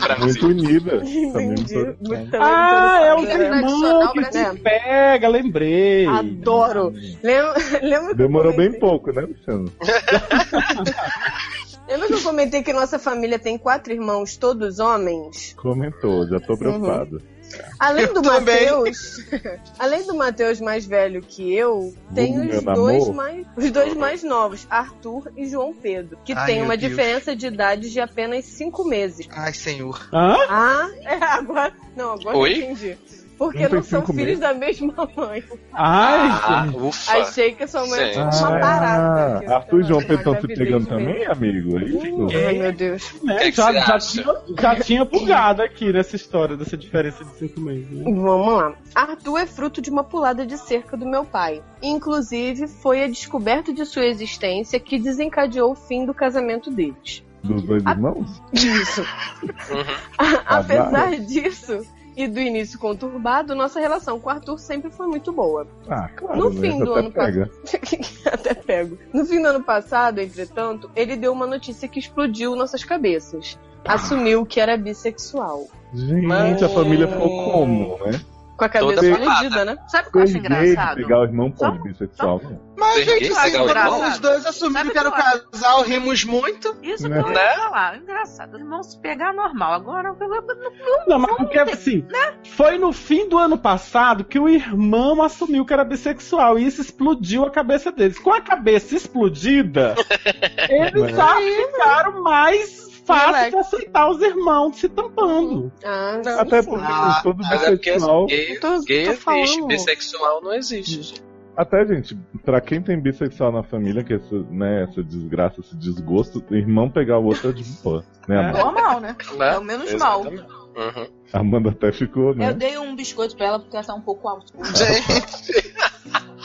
Speaker 2: Muito
Speaker 4: Brasil.
Speaker 2: unida.
Speaker 10: Entendi. Muito bem,
Speaker 5: Ah,
Speaker 10: toda
Speaker 5: é o
Speaker 10: família
Speaker 5: irmão
Speaker 10: tradicional
Speaker 5: que se
Speaker 10: brasileira.
Speaker 5: pega, lembrei.
Speaker 10: né? Adoro. Lembra, lembra que eu
Speaker 2: Demorou bem pouco, né, Luciano?
Speaker 10: Lembra que eu comentei que nossa família tem quatro irmãos, todos homens?
Speaker 2: Comentou, já
Speaker 10: Uhum.
Speaker 2: tô preocupado.
Speaker 10: Além do
Speaker 7: também.
Speaker 10: Matheus, além do Matheus mais velho que eu, tem
Speaker 2: Vulgo,
Speaker 10: os
Speaker 2: meu
Speaker 10: dois,
Speaker 2: namor.
Speaker 10: mais, os dois mais novos, Arthur e João Pedro, que
Speaker 7: Ai,
Speaker 10: tem
Speaker 7: meu
Speaker 10: uma
Speaker 7: Deus.
Speaker 10: diferença de idade de apenas cinco meses.
Speaker 7: Ai, senhor.
Speaker 5: Hã?
Speaker 10: Ah, é, agora. Não, agora
Speaker 4: Oi?
Speaker 10: eu entendi. Porque
Speaker 2: Não
Speaker 10: não,
Speaker 2: tem
Speaker 10: são
Speaker 2: cinco
Speaker 10: filhos
Speaker 2: meses.
Speaker 10: da mesma mãe.
Speaker 5: Ai,
Speaker 4: Ah,
Speaker 5: gente.
Speaker 4: ufa.
Speaker 10: Achei que a sua mãe
Speaker 4: Gente.
Speaker 10: era uma parada. aqui.
Speaker 2: Ah, Arthur e João Pedro estão se
Speaker 10: gravidez
Speaker 2: pegando
Speaker 10: mesmo.
Speaker 2: também, amigo? É isso?
Speaker 10: Ai, meu Deus.
Speaker 5: né,
Speaker 4: que que
Speaker 5: já,
Speaker 4: você
Speaker 5: já
Speaker 4: acha?
Speaker 5: tinha, já tinha bugado aqui nessa história dessa diferença de cinco meses. né?
Speaker 10: Vamos lá. Arthur é fruto de uma pulada de cerca do meu pai. Inclusive, foi a descoberta de sua existência que desencadeou o fim do casamento deles.
Speaker 2: Dos dois irmãos?
Speaker 10: Isso.
Speaker 4: Uhum.
Speaker 10: Apesar
Speaker 2: Azar.
Speaker 10: disso e do início conturbado, nossa relação com Arthur sempre foi muito boa.
Speaker 2: Ah, claro.
Speaker 10: No
Speaker 2: né?
Speaker 10: fim
Speaker 2: Você
Speaker 10: do
Speaker 2: até
Speaker 10: ano
Speaker 2: pega.
Speaker 10: Até pego. No fim do ano passado, entretanto, ele deu uma notícia que explodiu nossas cabeças. Assumiu que era bissexual.
Speaker 2: Gente,
Speaker 4: Mas-
Speaker 2: a família ficou como, né?
Speaker 10: Com a cabeça
Speaker 4: Toda
Speaker 10: perdida, né?
Speaker 18: Sabe o que eu acho
Speaker 2: Tem jeito de
Speaker 18: engraçado?
Speaker 2: pegar o irmão pode bissexual, né? não.
Speaker 7: Mas,
Speaker 4: Tem Tá
Speaker 7: gente,
Speaker 4: que pegar o
Speaker 7: assim,
Speaker 18: irmão?
Speaker 7: os dois assumiram
Speaker 18: Sabe
Speaker 7: que era o
Speaker 18: que eu acho?
Speaker 7: casal, rimos muito.
Speaker 18: Isso que
Speaker 2: Né?
Speaker 18: eu ia falar. Engraçado. Os irmãos se pegar normal. Agora eu
Speaker 5: Não, mas porque assim, foi no fim do ano passado que o irmão assumiu que era bissexual e isso explodiu a cabeça deles. Com a cabeça explodida, eles
Speaker 2: Mas-
Speaker 5: já ficaram mais fáceis de
Speaker 10: Relax.
Speaker 5: aceitar os irmãos se tampando.
Speaker 10: Ah, sim,
Speaker 2: Até
Speaker 10: sim.
Speaker 2: porque
Speaker 7: Ah,
Speaker 2: todo
Speaker 4: Mas é porque
Speaker 2: bissexual.
Speaker 4: gay,
Speaker 10: Tô- tô
Speaker 4: gay é existe,
Speaker 10: falando.
Speaker 4: bissexual não existe. gente.
Speaker 2: Até, gente, pra quem tem bissexual na família, que essa, né, essa desgraça, esse desgosto, o irmão pegar o outro é de boa. Né,
Speaker 5: É.
Speaker 2: Amanda?
Speaker 18: Normal, né?
Speaker 4: Né?
Speaker 18: É o menos mal.
Speaker 4: Exatamente. Uhum.
Speaker 2: A Amanda até ficou,
Speaker 16: Eu
Speaker 2: né?
Speaker 16: dei um biscoito pra ela porque ela tá um pouco alta.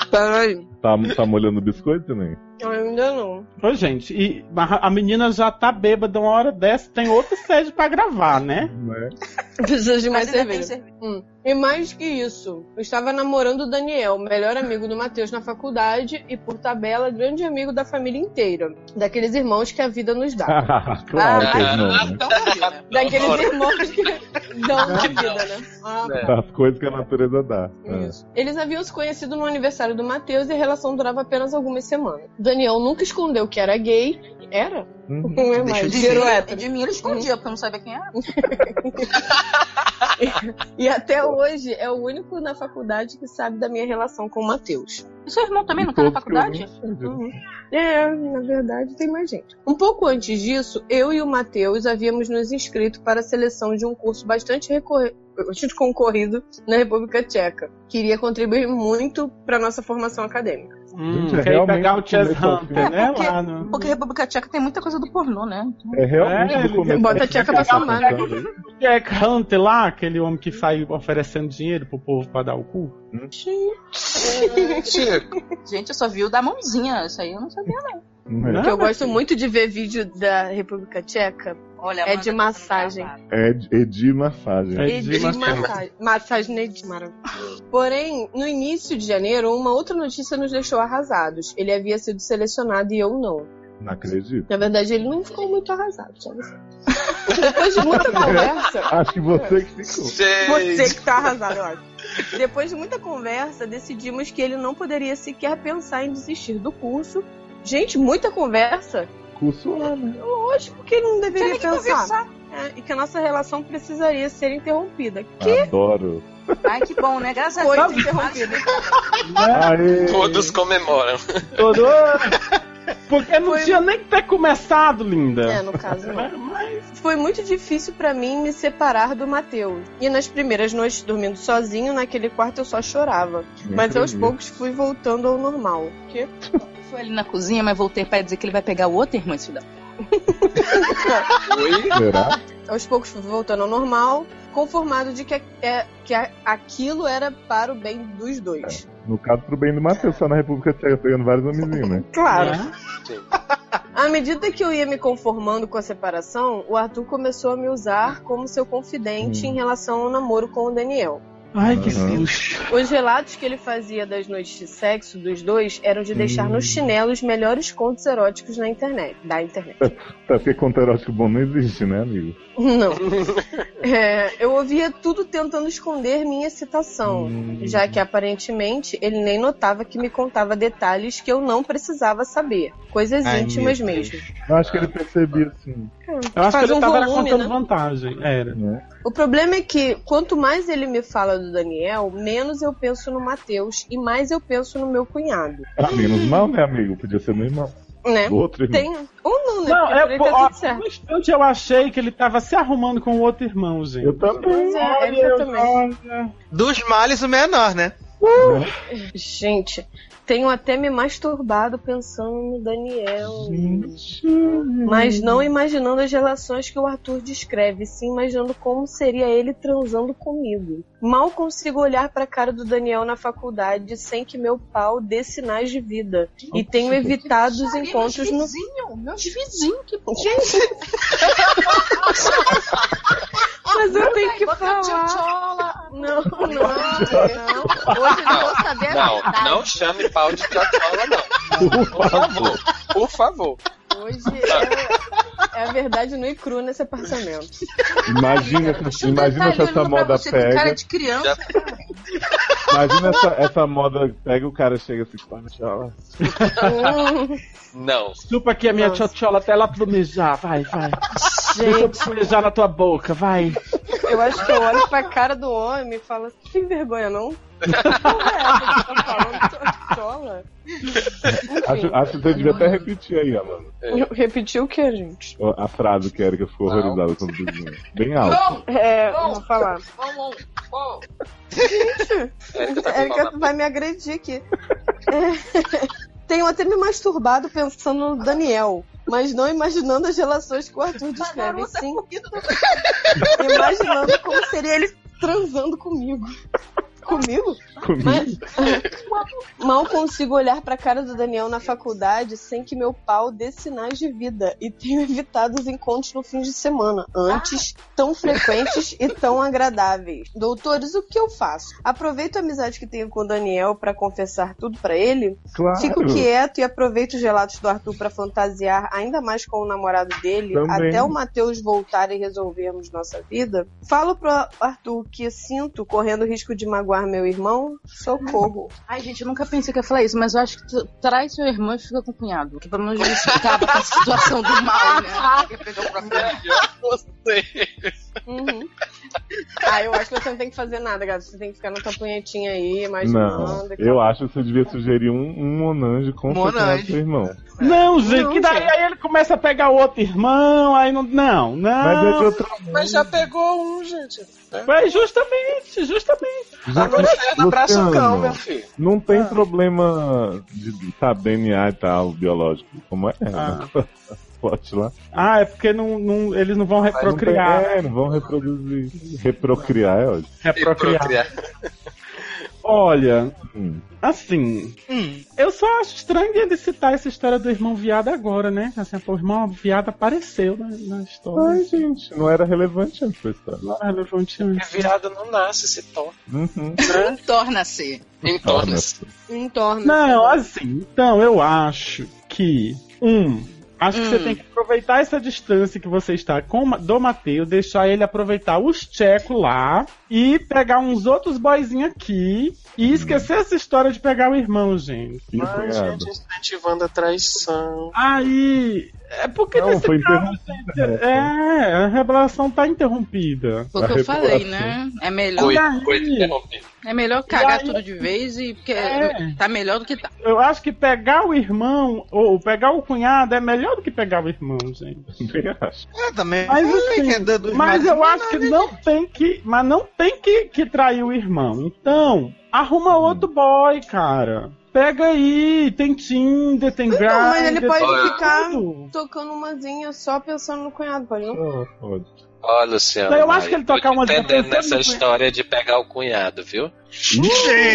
Speaker 10: Peraí.
Speaker 2: Tá, tá molhando o biscoito, né?
Speaker 10: Eu ainda não.
Speaker 5: Ô, gente, e a a menina já tá bêbada uma hora dessa, tem outra sede pra gravar, né?
Speaker 2: Né?
Speaker 10: Preciso de mais
Speaker 18: Mas ainda tem
Speaker 10: cerveja. Hum. E mais que isso, eu estava namorando o Daniel, melhor amigo do Matheus na faculdade e, por tabela, grande amigo da família inteira. Daqueles irmãos que a vida nos dá.
Speaker 2: claro que
Speaker 4: Ah.
Speaker 2: não. né?
Speaker 10: Daqueles irmãos que dão na vida, né? Ah,
Speaker 2: As coisas que a natureza dá. É.
Speaker 10: Eles haviam se conhecido no aniversário do Matheus e a relação durava apenas algumas semanas. Daniel nunca escondeu que era gay. Era?
Speaker 2: Uhum.
Speaker 10: Não é mais. Virou hétero.
Speaker 16: De mim ele
Speaker 20: Uhum.
Speaker 16: escondia, porque eu não sabia quem era.
Speaker 10: E até hoje é o único na faculdade que sabe da minha relação com o Matheus.
Speaker 18: E seu irmão
Speaker 20: Um
Speaker 18: também não tá na faculdade?
Speaker 10: Uhum. É, na verdade tem mais gente. Um pouco antes disso, eu e o Matheus havíamos nos inscrito para a seleção de um curso bastante recorre- bastante concorrido na República Tcheca. Queria contribuir muito para nossa formação acadêmica.
Speaker 5: Hum,
Speaker 2: Gente, é
Speaker 5: quer ir pegar o
Speaker 2: realmente
Speaker 5: Chess
Speaker 2: começou
Speaker 5: Hunter,
Speaker 2: assim.
Speaker 5: né?
Speaker 2: É, porque-
Speaker 5: Lá no...
Speaker 18: Porque a República Tcheca tem muita coisa do pornô, né?
Speaker 2: É realmente do começo.
Speaker 10: Bota a tcheca pra somar, né?
Speaker 5: Jack Hunter lá, aquele homem que sai oferecendo dinheiro pro povo pra dar o cu.
Speaker 18: Gente, eu só vi o da mãozinha. Isso aí eu não sabia, não.
Speaker 10: O que eu gosto muito de ver vídeo da República Tcheca é de
Speaker 18: tá
Speaker 10: massagem.
Speaker 2: É de- é de massagem.
Speaker 10: E de massagem. Massagem Ned, maravilhoso. Porém, no início de janeiro, uma outra notícia nos deixou arrasados. Ele havia sido selecionado e eu não.
Speaker 2: Não acredito.
Speaker 10: Na verdade, ele não ficou muito arrasado, sabe? Depois de muita conversa.
Speaker 2: Acho que você que ficou.
Speaker 10: Você que tá arrasado, eu acho. Depois de muita conversa, decidimos que ele não poderia sequer pensar em desistir do curso. Gente, muita conversa.
Speaker 2: Curso lá, né?
Speaker 10: Lógico que ele não deveria
Speaker 18: Tem que
Speaker 10: pensar.
Speaker 18: conversar.
Speaker 10: É, e que a nossa relação precisaria ser interrompida.
Speaker 2: Adoro.
Speaker 18: Ai, que bom, né? Graças
Speaker 10: Foi
Speaker 18: a Deus.
Speaker 10: interrompida.
Speaker 5: um
Speaker 2: Aê!
Speaker 4: Todos comemoram.
Speaker 5: tá Todo... Porque não tinha nem que ter começado, linda.
Speaker 10: É, no caso não. Foi muito difícil pra mim me separar do Matheus. E nas primeiras noites dormindo sozinho, naquele quarto eu só chorava.
Speaker 18: Não
Speaker 10: Mas aos
Speaker 18: acredito.
Speaker 10: poucos fui voltando ao normal. Que?
Speaker 18: Foi ali na cozinha, mas voltei pra dizer que ele vai pegar o outro irmão, esse filho da
Speaker 2: Será?
Speaker 10: Aos poucos fui voltando ao normal, conformado de que, é, que a- aquilo era para o bem dos dois.
Speaker 2: No caso, pro bem do Matheus, só na República Tcheca, pegando vários homenzinhos, né?
Speaker 10: Claro.
Speaker 5: É.
Speaker 10: À medida que eu ia me conformando com a separação, o Arthur começou a me usar como seu confidente em relação ao namoro com o Daniel.
Speaker 5: Ai, que susto.
Speaker 10: Os relatos que ele fazia das noites de sexo dos dois eram de deixar
Speaker 2: Hum.
Speaker 10: no chinelo os melhores contos eróticos na internet, da internet.
Speaker 2: Tá, porque conto erótico bom não existe, né, amigo?
Speaker 10: Não. É, eu ouvia tudo tentando esconder minha excitação,
Speaker 2: Hum.
Speaker 10: já que aparentemente ele nem notava que me contava detalhes que eu não precisava saber, coisas
Speaker 2: Ai,
Speaker 10: íntimas
Speaker 2: meu
Speaker 10: mesmo.
Speaker 2: Eu acho que ele percebia, assim.
Speaker 5: Eu acho
Speaker 10: Faz
Speaker 5: que ele
Speaker 10: um
Speaker 5: tava
Speaker 10: volume,
Speaker 5: contando
Speaker 10: né?
Speaker 5: vantagem. Era.
Speaker 2: né?
Speaker 10: O problema é que quanto mais ele me fala do Daniel, menos eu penso no Matheus e mais eu penso no meu cunhado.
Speaker 2: Ah, menos mal, né, amigo? Podia ser meu irmão.
Speaker 10: Né?
Speaker 2: Outro irmão.
Speaker 10: Tem... Ou não, né?
Speaker 5: Não,
Speaker 10: Porque por
Speaker 5: é,
Speaker 10: ele
Speaker 5: pô,
Speaker 10: tá
Speaker 5: ó,
Speaker 10: tudo certo.
Speaker 5: no instante eu achei que ele tava se arrumando com o outro irmão, gente. Eu
Speaker 10: Pois é, eu também.
Speaker 7: Dos males, o menor, né?
Speaker 2: É.
Speaker 10: Gente, tenho até me masturbado pensando no Daniel. Mas não imaginando as relações que o Arthur descreve, sim imaginando como seria ele transando comigo. Mal consigo olhar pra cara do Daniel na faculdade sem que meu pau dê sinais de vida. E tenho evitado os encontros no.
Speaker 18: Meus vizinhos, meus vizinhos, que bom.
Speaker 10: Gente! Mas eu tenho que
Speaker 18: Bota
Speaker 10: falar.
Speaker 18: tchotchola.
Speaker 10: Não, não, não.
Speaker 18: Hoje eu vou saber a
Speaker 4: Não,
Speaker 18: verdade.
Speaker 4: não chame pau de tatola, não. Por favor, por favor.
Speaker 10: Hoje é, é a verdade nua e crua nesse apartamento.
Speaker 2: Imagina,
Speaker 10: Tá,
Speaker 2: imagina se essa moda pega.
Speaker 18: É criança.
Speaker 2: Imagina essa, essa moda pega o cara chega assim, pá, tchau.
Speaker 10: Hum.
Speaker 4: Não.
Speaker 5: Chupa aqui a minha tchotchola até ela plumejar. Vai, vai. Deixa eu plumejar na tua boca, vai.
Speaker 10: Eu acho que eu olho pra cara do homem e falo, "Você tem vergonha não? Porra, é essa que tá falando tortola?
Speaker 2: Acho, acho que você devia até repetir aí, Amanda.
Speaker 10: Repetiu o que, gente?
Speaker 2: A frase que a Erika ficou horrorizada quando dizia. Bem alto.
Speaker 10: É, vou falar.
Speaker 18: Vamos, vamos.
Speaker 4: Érica tá com
Speaker 10: Érica
Speaker 4: pau na-
Speaker 10: vai me agredir aqui. É, Tenho até me masturbado pensando no Daniel, mas não imaginando as relações que o Arthur descreve, sim. Imaginando como seria ele transando comigo. Comigo?
Speaker 2: Comigo?
Speaker 10: Mas- mal consigo olhar pra cara do Daniel na faculdade sem que meu pau dê sinais de vida e tenho evitado os encontros no fim de semana, antes tão frequentes e tão agradáveis. Doutores, o que eu faço? Aproveito a amizade que tenho com o Daniel pra confessar tudo pra ele?
Speaker 2: Claro.
Speaker 10: Fico quieto e aproveito os relatos do Arthur pra fantasiar ainda mais com o namorado dele,
Speaker 2: Também.
Speaker 10: até o Matheus voltar e resolvermos nossa vida? Falo pro Arthur que sinto correndo o risco de magoar meu irmão? Socorro.
Speaker 20: Ai, gente, eu nunca pensei que ia falar isso, mas eu acho que tu traz seu irmão e fica com o cunhado. Que pelo menos justificava com a situação do mal, né?
Speaker 10: Uhum. Ah, eu acho que você não tem que fazer nada, Gabi. Você tem que ficar na tua punhetinha aí, imaginando.
Speaker 2: Não, eu acho que você devia sugerir um, um Monange com
Speaker 10: Monange.
Speaker 2: o seu irmão.
Speaker 5: Não, gente,
Speaker 10: Não,
Speaker 5: que daí
Speaker 10: gente.
Speaker 5: aí ele começa a pegar outro irmão, aí não. Não, não.
Speaker 2: Mas é de outra-
Speaker 12: Mas já pegou um, gente.
Speaker 5: Mas justamente, justamente.
Speaker 12: Agora é no braço
Speaker 2: Luciano,
Speaker 12: o cão, meu filho.
Speaker 2: Não tem problema de tá DNA e tal, biológico. Como é?
Speaker 5: Ah.
Speaker 2: Pode lá.
Speaker 5: Ah, é porque não, não- eles não vão reprocriar. né?
Speaker 2: Não tem- é, não vão reproduzir. Reprocriar é ótimo.
Speaker 5: Reprocriar. Olha,
Speaker 2: Hum.
Speaker 5: assim, eu só acho estranho ele citar essa história do irmão viado agora, né? Assim, pô, o irmão viado apareceu na, na história. Ah,
Speaker 2: Ai, gente, não era relevante antes pra história.
Speaker 5: Não era relevante antes.
Speaker 12: Viado não nasce, se torna.
Speaker 2: Uhum.
Speaker 20: Torna-se.
Speaker 12: Entorna-se.
Speaker 10: Entorna.
Speaker 5: Não, assim, então eu acho que. Um. Acho que você
Speaker 20: Hum.
Speaker 5: tem que aproveitar essa distância que você está com o Ma- do Mateus, deixar ele aproveitar os tchecos lá e pegar uns outros boyzinhos aqui e esquecer essa história de pegar o irmão, gente.
Speaker 12: Mas, gente, incentivando a traição.
Speaker 5: Aí. É porque
Speaker 12: Não,
Speaker 5: nesse
Speaker 12: foi
Speaker 5: caso,
Speaker 12: interrompida,
Speaker 2: né?
Speaker 5: gente, é, a revelação tá interrompida.
Speaker 20: Foi o que eu falei, né? É melhor. É melhor cagar
Speaker 5: E aí-
Speaker 20: tudo de vez e porque
Speaker 5: É.
Speaker 20: tá melhor do que tá.
Speaker 5: Eu acho que pegar o irmão, ou pegar o cunhado, é melhor do que pegar o irmão, gente.
Speaker 7: É, também.
Speaker 5: Mas, assim,
Speaker 7: que é do- dos
Speaker 5: mas
Speaker 7: mais-
Speaker 5: eu acho que não tem que. Mas não tem que, que trair o irmão. Então, arruma
Speaker 10: Hum.
Speaker 5: outro boy, cara. Pega aí, tem Tinder, tem Grindr.
Speaker 10: Não, Então, mas ele pode
Speaker 5: tem
Speaker 10: ficar
Speaker 5: tudo.
Speaker 10: tocando umazinha só pensando no cunhado, pode não?
Speaker 4: Olha, Luciano.
Speaker 5: Eu acho que ele tocar
Speaker 4: uma
Speaker 5: umas
Speaker 4: Entendendo
Speaker 5: defensas
Speaker 4: nessa
Speaker 5: do-
Speaker 4: história de pegar o cunhado, viu?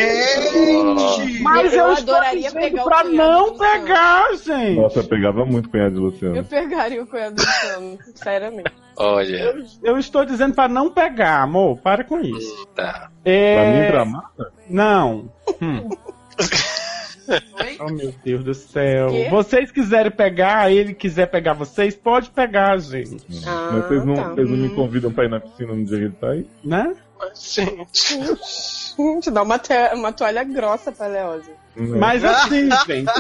Speaker 5: Gente! Mas eu,
Speaker 10: Eu
Speaker 5: estou
Speaker 10: adoraria
Speaker 5: dizendo
Speaker 10: pegar o
Speaker 5: pra
Speaker 10: cunhado
Speaker 5: não pegar, gente.
Speaker 2: Nossa, eu pegava muito cunhado de Luciano.
Speaker 10: Eu pegaria o cunhado do Luciano, sinceramente.
Speaker 4: Olha.
Speaker 5: Eu estou dizendo pra não pegar, amor. Para com isso.
Speaker 4: Tá.
Speaker 2: Pra mim,
Speaker 5: É...
Speaker 2: pra mata?
Speaker 5: Não. Hum.
Speaker 20: Tá
Speaker 5: oh, meu Deus do céu.
Speaker 2: Quê?
Speaker 5: Vocês quiserem pegar, ele quiser pegar vocês, pode pegar, gente.
Speaker 2: Mas vocês não, vocês não me convidam pra ir na piscina no dia que ele tá aí?
Speaker 5: Né?
Speaker 10: Gente, gente, dá uma, te- uma toalha grossa pra Leose.
Speaker 5: Mas assim, gente.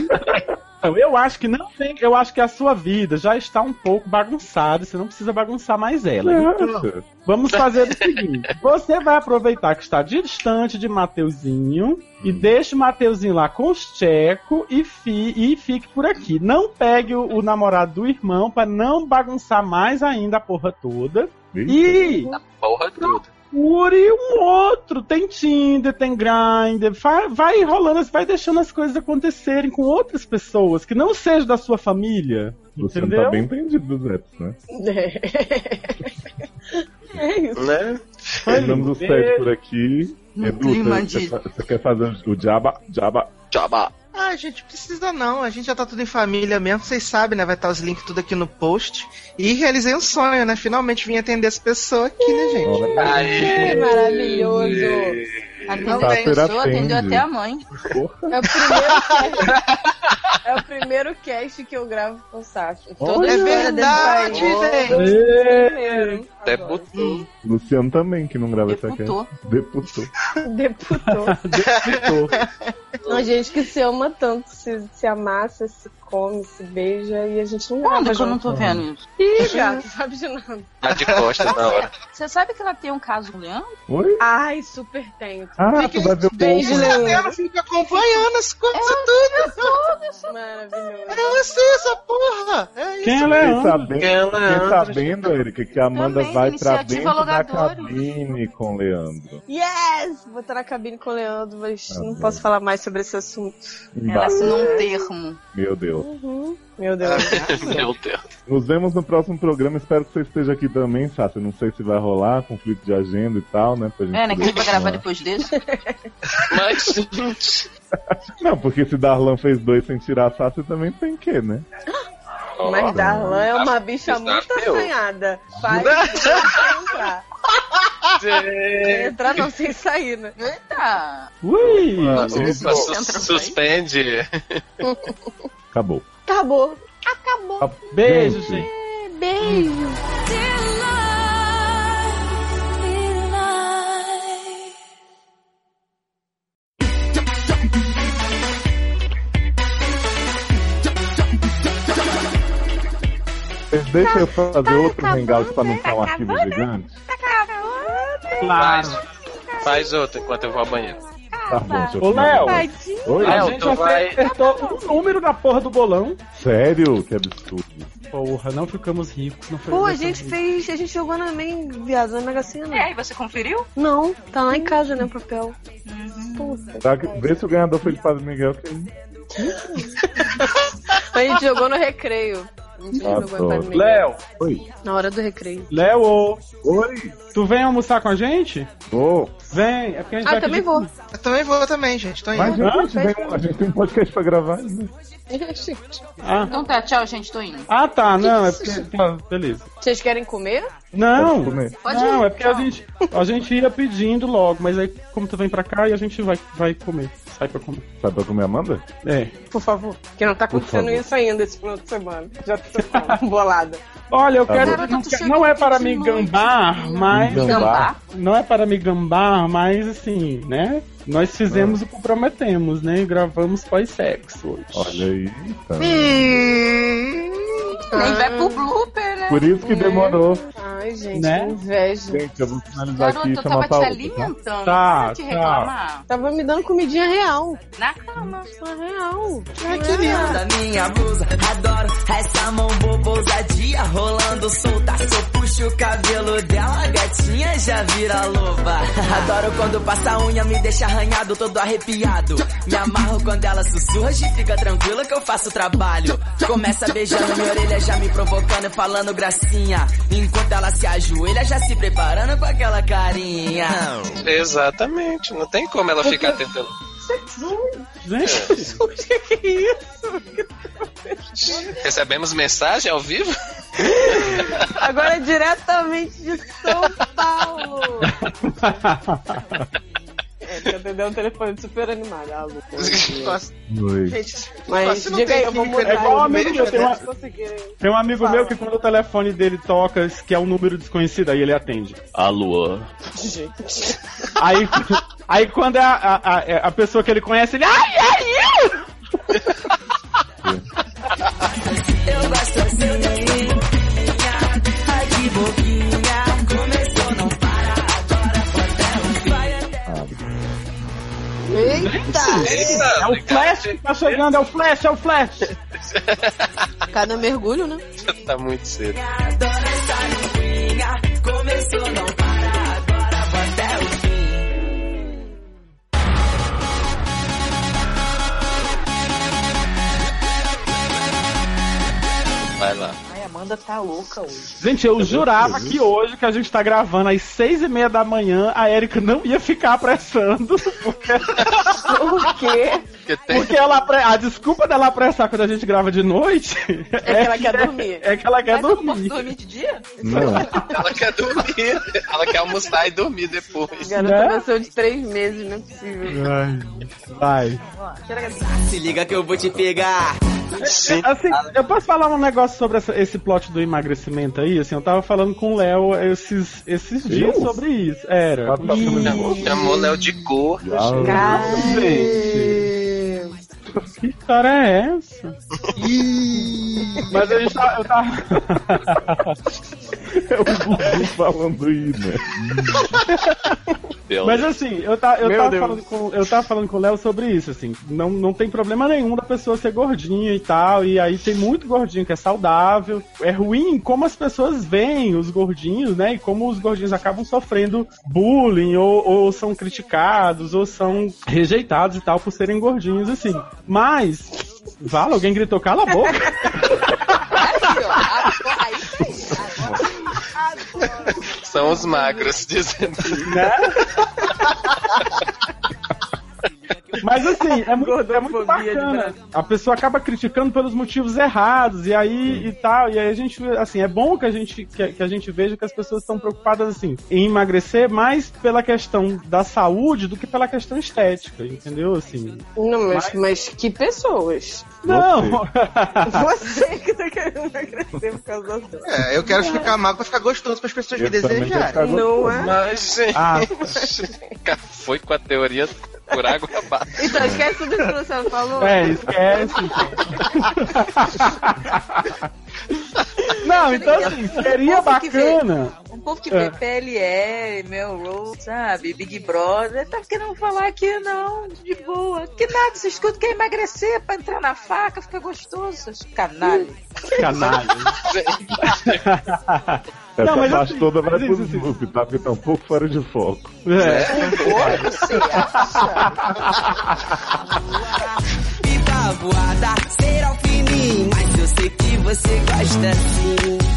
Speaker 5: então, Eu acho que não tem. Eu acho que a sua vida já está um pouco bagunçada. Você não precisa bagunçar mais ela.
Speaker 7: É.
Speaker 2: Nossa.
Speaker 5: Vamos fazer o seguinte: você vai aproveitar que está distante de Mateuzinho e deixa o Mateuzinho lá com os tcheco e, fi- e fique por aqui. Não pegue o, o namorado do irmão para não bagunçar mais ainda a porra toda. E
Speaker 4: Porra toda.
Speaker 5: procure um outro. Tem Tinder, tem Grindr. Vai, vai enrolando, vai deixando as coisas acontecerem com outras pessoas que não sejam da sua família.
Speaker 2: Você não
Speaker 5: entendeu?
Speaker 2: tá bem entendido dos apps, né?
Speaker 10: É isso.
Speaker 4: Né?
Speaker 2: Terminamos o set por aqui.
Speaker 7: No
Speaker 2: Edu,
Speaker 7: clima
Speaker 2: você,
Speaker 7: de-
Speaker 2: você quer fazer o Jabba? Jabba.
Speaker 4: Jabba.
Speaker 7: Ah, gente, precisa não. A gente já tá tudo em família mesmo, vocês sabem, né? Vai estar os links tudo aqui no post. E realizei um sonho, né? Finalmente vim atender essa pessoa aqui, né, gente?
Speaker 10: Aê, maravilhoso.
Speaker 20: Atendeu
Speaker 7: Tá,
Speaker 20: a pessoa,
Speaker 7: atende.
Speaker 20: atendeu até a mãe.
Speaker 10: É o primeiro cast, é o primeiro cast que eu gravo com o Sasha. Toda
Speaker 7: é
Speaker 10: história dele tá aí.
Speaker 7: verdade, gente.
Speaker 10: Primeiro.
Speaker 2: É
Speaker 4: Deputou.
Speaker 2: Luciano também, que não grava essa aqui. né?
Speaker 10: Deputou.
Speaker 2: Deputou.
Speaker 10: Deputou.
Speaker 2: Deputou.
Speaker 10: Não, gente que se ama tanto, se, se amassa, se come, se beija e a gente não
Speaker 20: Quando
Speaker 10: grava
Speaker 20: que eu não
Speaker 10: junto.
Speaker 20: tô vendo isso?
Speaker 10: Ih, gato, sabe de nada.
Speaker 4: Tá de costas na hora.
Speaker 20: Você sabe que ela tem um caso com o Leandro?
Speaker 2: Oi?
Speaker 10: Ai, super tenho.
Speaker 2: Ah, tu vai ver o
Speaker 10: Beijo,
Speaker 2: povo.
Speaker 10: Leandro.
Speaker 7: Ah, Fica acompanhando as coisas tudo.
Speaker 10: Maravilhoso.
Speaker 7: Eu não sei essa tá porra. É
Speaker 5: Quem ela é?
Speaker 2: Fiquei
Speaker 5: Ana?
Speaker 2: sabendo, fiquei sabendo, Erika, tá que a Amanda
Speaker 10: Também,
Speaker 2: vai pra
Speaker 10: iniciativa
Speaker 2: dentro da
Speaker 10: Logadores.
Speaker 2: cabine com o Leandro.
Speaker 10: Yes! Vou estar na cabine com o Leandro, mas não posso falar mais sobre esse assunto.
Speaker 2: Ela assinou um
Speaker 10: termo.
Speaker 2: Meu Deus.
Speaker 10: Uhum. Meu Deus.
Speaker 4: Meu Deus.
Speaker 2: Nos vemos no próximo programa. Espero que você esteja aqui também, Sácia. Não sei se vai rolar conflito de agenda e tal, né? Pra gente
Speaker 20: É, né? Que a
Speaker 2: poder
Speaker 20: gente vai gravar
Speaker 2: continuar.
Speaker 20: depois desse.
Speaker 4: Mas.
Speaker 2: Não, porque se Darlan fez dois sem tirar a Sácia, também tem que, né?
Speaker 10: Mas Darlan é uma bicha muito assanhada. Faz sem entrar. Sem entrar não, sem sair, né?
Speaker 20: Tá.
Speaker 10: Eita!
Speaker 5: Ui!
Speaker 4: Opa,
Speaker 2: isso.
Speaker 4: opa, su- suspende.
Speaker 2: Acabou.
Speaker 10: Acabou. Acabou.
Speaker 5: Beijo, gente.
Speaker 10: Beijo.
Speaker 2: Vocês deixam eu fazer outro hangout pra não ficar um arquivo gigante?
Speaker 4: Faz, faz outra enquanto eu vou ao banheiro.
Speaker 2: Tá bom, seu
Speaker 5: Ô,
Speaker 2: filho.
Speaker 5: Léo.
Speaker 2: Oi?
Speaker 5: A gente
Speaker 4: tu vai-
Speaker 5: acertou o número da porra do bolão.
Speaker 2: Sério? Que absurdo.
Speaker 5: Porra, não ficamos ricos. Não foi
Speaker 10: Pô, a
Speaker 5: dessa
Speaker 10: gente
Speaker 5: vez.
Speaker 10: fez. A gente jogou na main, viado, na Mega Sena.
Speaker 18: É, e você conferiu?
Speaker 10: Não, tá lá em casa, né, o papel. Puta.
Speaker 2: Tá, vê se o ganhador foi de Padre Miguel. Que...
Speaker 10: A gente jogou no recreio. A gente
Speaker 2: Tá
Speaker 10: jogou em Padre
Speaker 2: Adoro.
Speaker 10: Miguel.
Speaker 5: Léo.
Speaker 2: Oi.
Speaker 10: Na hora do recreio.
Speaker 5: Léo.
Speaker 2: Oi.
Speaker 5: Tu vem almoçar com a gente?
Speaker 2: Vou.
Speaker 5: Vem. É porque a gente
Speaker 10: Ah,
Speaker 5: vai
Speaker 10: eu também
Speaker 5: pedir-
Speaker 10: vou.
Speaker 7: Eu também vou também, gente. Tô indo.
Speaker 2: Mas, gente, vem- a gente tem um podcast pra gravar né? ainda.
Speaker 5: Ah.
Speaker 20: Então tá, tchau, gente, tô indo.
Speaker 5: Ah, tá. Não, é porque... Tá, beleza.
Speaker 10: Vocês querem comer?
Speaker 5: Não.
Speaker 2: Pode comer.
Speaker 20: Pode
Speaker 5: não,
Speaker 20: ir,
Speaker 5: é porque a gente, a gente ia pedindo logo. Mas aí, como tu vem pra cá, e a gente vai, vai comer. Sai pra comer.
Speaker 2: Sabe pra comer Amanda?
Speaker 5: É.
Speaker 10: Por favor. Que não tá
Speaker 2: Por
Speaker 10: acontecendo
Speaker 2: favor.
Speaker 10: isso ainda esse final de semana. Já tô bolada.
Speaker 5: Olha, eu
Speaker 10: Tá
Speaker 5: quero.
Speaker 10: bom. Caraca,
Speaker 5: não,
Speaker 10: tu
Speaker 5: quer-
Speaker 10: chegou
Speaker 5: não é
Speaker 10: aqui
Speaker 5: para
Speaker 10: de
Speaker 5: me
Speaker 10: noite.
Speaker 5: gambar, mas.
Speaker 10: Gambar?
Speaker 5: Não é para me gambar, mas assim, né? Nós fizemos o que prometemos, né? E gravamos pós-sexo hoje.
Speaker 2: Olha aí. Tá.
Speaker 20: Nem vai pro blooper, né?
Speaker 2: Por isso que demorou.
Speaker 10: Ai, gente,
Speaker 2: Né?
Speaker 10: que inveja.
Speaker 2: Gente, eu vou finalizar
Speaker 20: Garoto,
Speaker 2: aqui e
Speaker 20: eu
Speaker 2: chamar
Speaker 20: tava
Speaker 2: pra
Speaker 20: te
Speaker 2: outra. né?
Speaker 20: alimentando.
Speaker 2: Tá,
Speaker 20: não precisa te
Speaker 2: tá.
Speaker 20: reclamar.
Speaker 10: Tava me dando comidinha real.
Speaker 20: Na cama.
Speaker 10: Na real.
Speaker 20: Ai,
Speaker 11: Da minha blusa, adoro essa mão boba ousadia rolando solta. Se eu puxo o cabelo dela, a gatinha já vira loba. Adoro quando passa a unha, me deixa arranhado, todo arrepiado. Me amarro quando ela sussurra, e fica tranquila que eu faço o trabalho. Começa beijando minha orelha, já me provocando, falando gracinha. Enquanto ela se ajoelha, já se preparando com aquela carinha.
Speaker 4: Exatamente. Não tem como ela ficar tentando.
Speaker 5: Gente,
Speaker 10: o que é isso?
Speaker 4: Recebemos mensagem ao vivo?
Speaker 10: Agora é diretamente de São Paulo. É, tá atendendo o telefone super animado. Ah, Lu,
Speaker 2: Oi.
Speaker 10: Gente,
Speaker 5: Mas
Speaker 10: mas
Speaker 5: você não
Speaker 10: diga
Speaker 5: tem
Speaker 10: aí, eu vou
Speaker 5: que-
Speaker 10: mudar.
Speaker 5: é
Speaker 7: um
Speaker 5: igual
Speaker 10: eu
Speaker 5: a minha,
Speaker 10: vou
Speaker 5: eu tenho
Speaker 7: né?
Speaker 10: mudar,
Speaker 5: uma-
Speaker 10: se conseguirem.
Speaker 5: Tem um amigo meu que quando o telefone dele toca, que é um número desconhecido, aí ele atende. Alô?
Speaker 10: Gente.
Speaker 5: Aí, aí quando é a, a, a- é a pessoa que ele conhece, ele. Ai, é ai, eu!
Speaker 11: Eu gosto assim. Ai, que boquinha. Começou, não para. Agora pode Vai
Speaker 5: Eita! É o Flash que tá chegando, é o Flash, é o Flash!
Speaker 10: Cada mergulho, né?
Speaker 4: tá muito cedo.
Speaker 11: Adoro essa linguinha. Começou, não para. Agora vou até o fim.
Speaker 4: Vai lá.
Speaker 20: Ai, Amanda tá louca hoje.
Speaker 5: Gente, eu jurava que hoje que a gente tá gravando às seis e meia da manhã, a Erika não ia ficar apressando. Porque...
Speaker 10: Por quê?
Speaker 4: Porque,
Speaker 5: ela apre- a desculpa dela apressar quando a gente grava de noite é,
Speaker 10: que ela quer dormir.
Speaker 5: É que ela quer dormir.
Speaker 20: Dormir de dia?
Speaker 4: Ela quer dormir. Ela quer almoçar e dormir depois.
Speaker 2: Né?
Speaker 10: Garota nasceu de três meses, não é possível.
Speaker 5: Vai.
Speaker 11: Se liga que eu vou te pegar.
Speaker 5: Assim, eu posso falar um negócio sobre essa- esse plot do emagrecimento aí? Assim, eu tava falando com o Léo esses, esses dias sobre isso. É, Era.
Speaker 4: Chamou- Chamou o Léo de gordo. gente.
Speaker 5: Que história é essa? Mas a gente tá, eu tava.
Speaker 2: É o Gugu falando aí, né?
Speaker 4: cabelo.
Speaker 5: Mas assim, eu, tá, eu,
Speaker 4: Meu
Speaker 5: tava
Speaker 4: Deus.
Speaker 5: falando com, eu tava falando com o Léo sobre isso, assim. Não, não tem problema nenhum da pessoa ser gordinha e tal. E aí tem muito gordinho que é saudável. É ruim como as pessoas veem os gordinhos, né? E como os gordinhos acabam sofrendo bullying, ou, ou são criticados, ou são rejeitados e tal por serem gordinhos, assim. Mas. Vala, alguém gritou, cala a boca.
Speaker 4: São os magros dizendo.
Speaker 5: Mas assim, é muito, é muito bacana. A pessoa acaba criticando pelos motivos errados, e aí e tal. E aí a gente, assim, é bom que a gente, que, que a gente veja que as pessoas estão preocupadas, assim, em emagrecer mais pela questão da saúde do que pela questão estética, entendeu? Assim.
Speaker 10: Não, mas, mas que pessoas?
Speaker 5: Não!
Speaker 10: Você que tá querendo emagrecer por causa da sua.
Speaker 7: É, eu quero ficar magro pra ficar gostoso pras pessoas
Speaker 4: Eu
Speaker 7: me
Speaker 4: também quero ficar
Speaker 2: tá
Speaker 7: desejarem.
Speaker 4: gostoso. Não é?
Speaker 2: né?
Speaker 4: Mas, gente,
Speaker 5: Ah.
Speaker 4: Foi com a teoria por água abaixo.
Speaker 10: Então esquece tudo isso que você falou.
Speaker 5: É, esquece. Não, então assim, seria
Speaker 18: Nossa, que
Speaker 5: bacana.
Speaker 18: O Um povo que
Speaker 5: É.
Speaker 18: vê PLE, Melrose, sabe, Big Brother, tá querendo falar que não, de boa. Que nada, vocês escutam quer emagrecer pra entrar na faca, fica gostoso, seus canalhas.
Speaker 5: Canalha.
Speaker 2: Essa
Speaker 5: Não, mas
Speaker 2: parte
Speaker 5: assim,
Speaker 2: toda vai
Speaker 5: mas
Speaker 2: pro
Speaker 5: isso, assim-
Speaker 2: Snoop, tá? Porque tá um pouco fora de foco.
Speaker 5: É.
Speaker 11: Pipa voada, será o fininho, mas eu sei que você gosta assim. sim.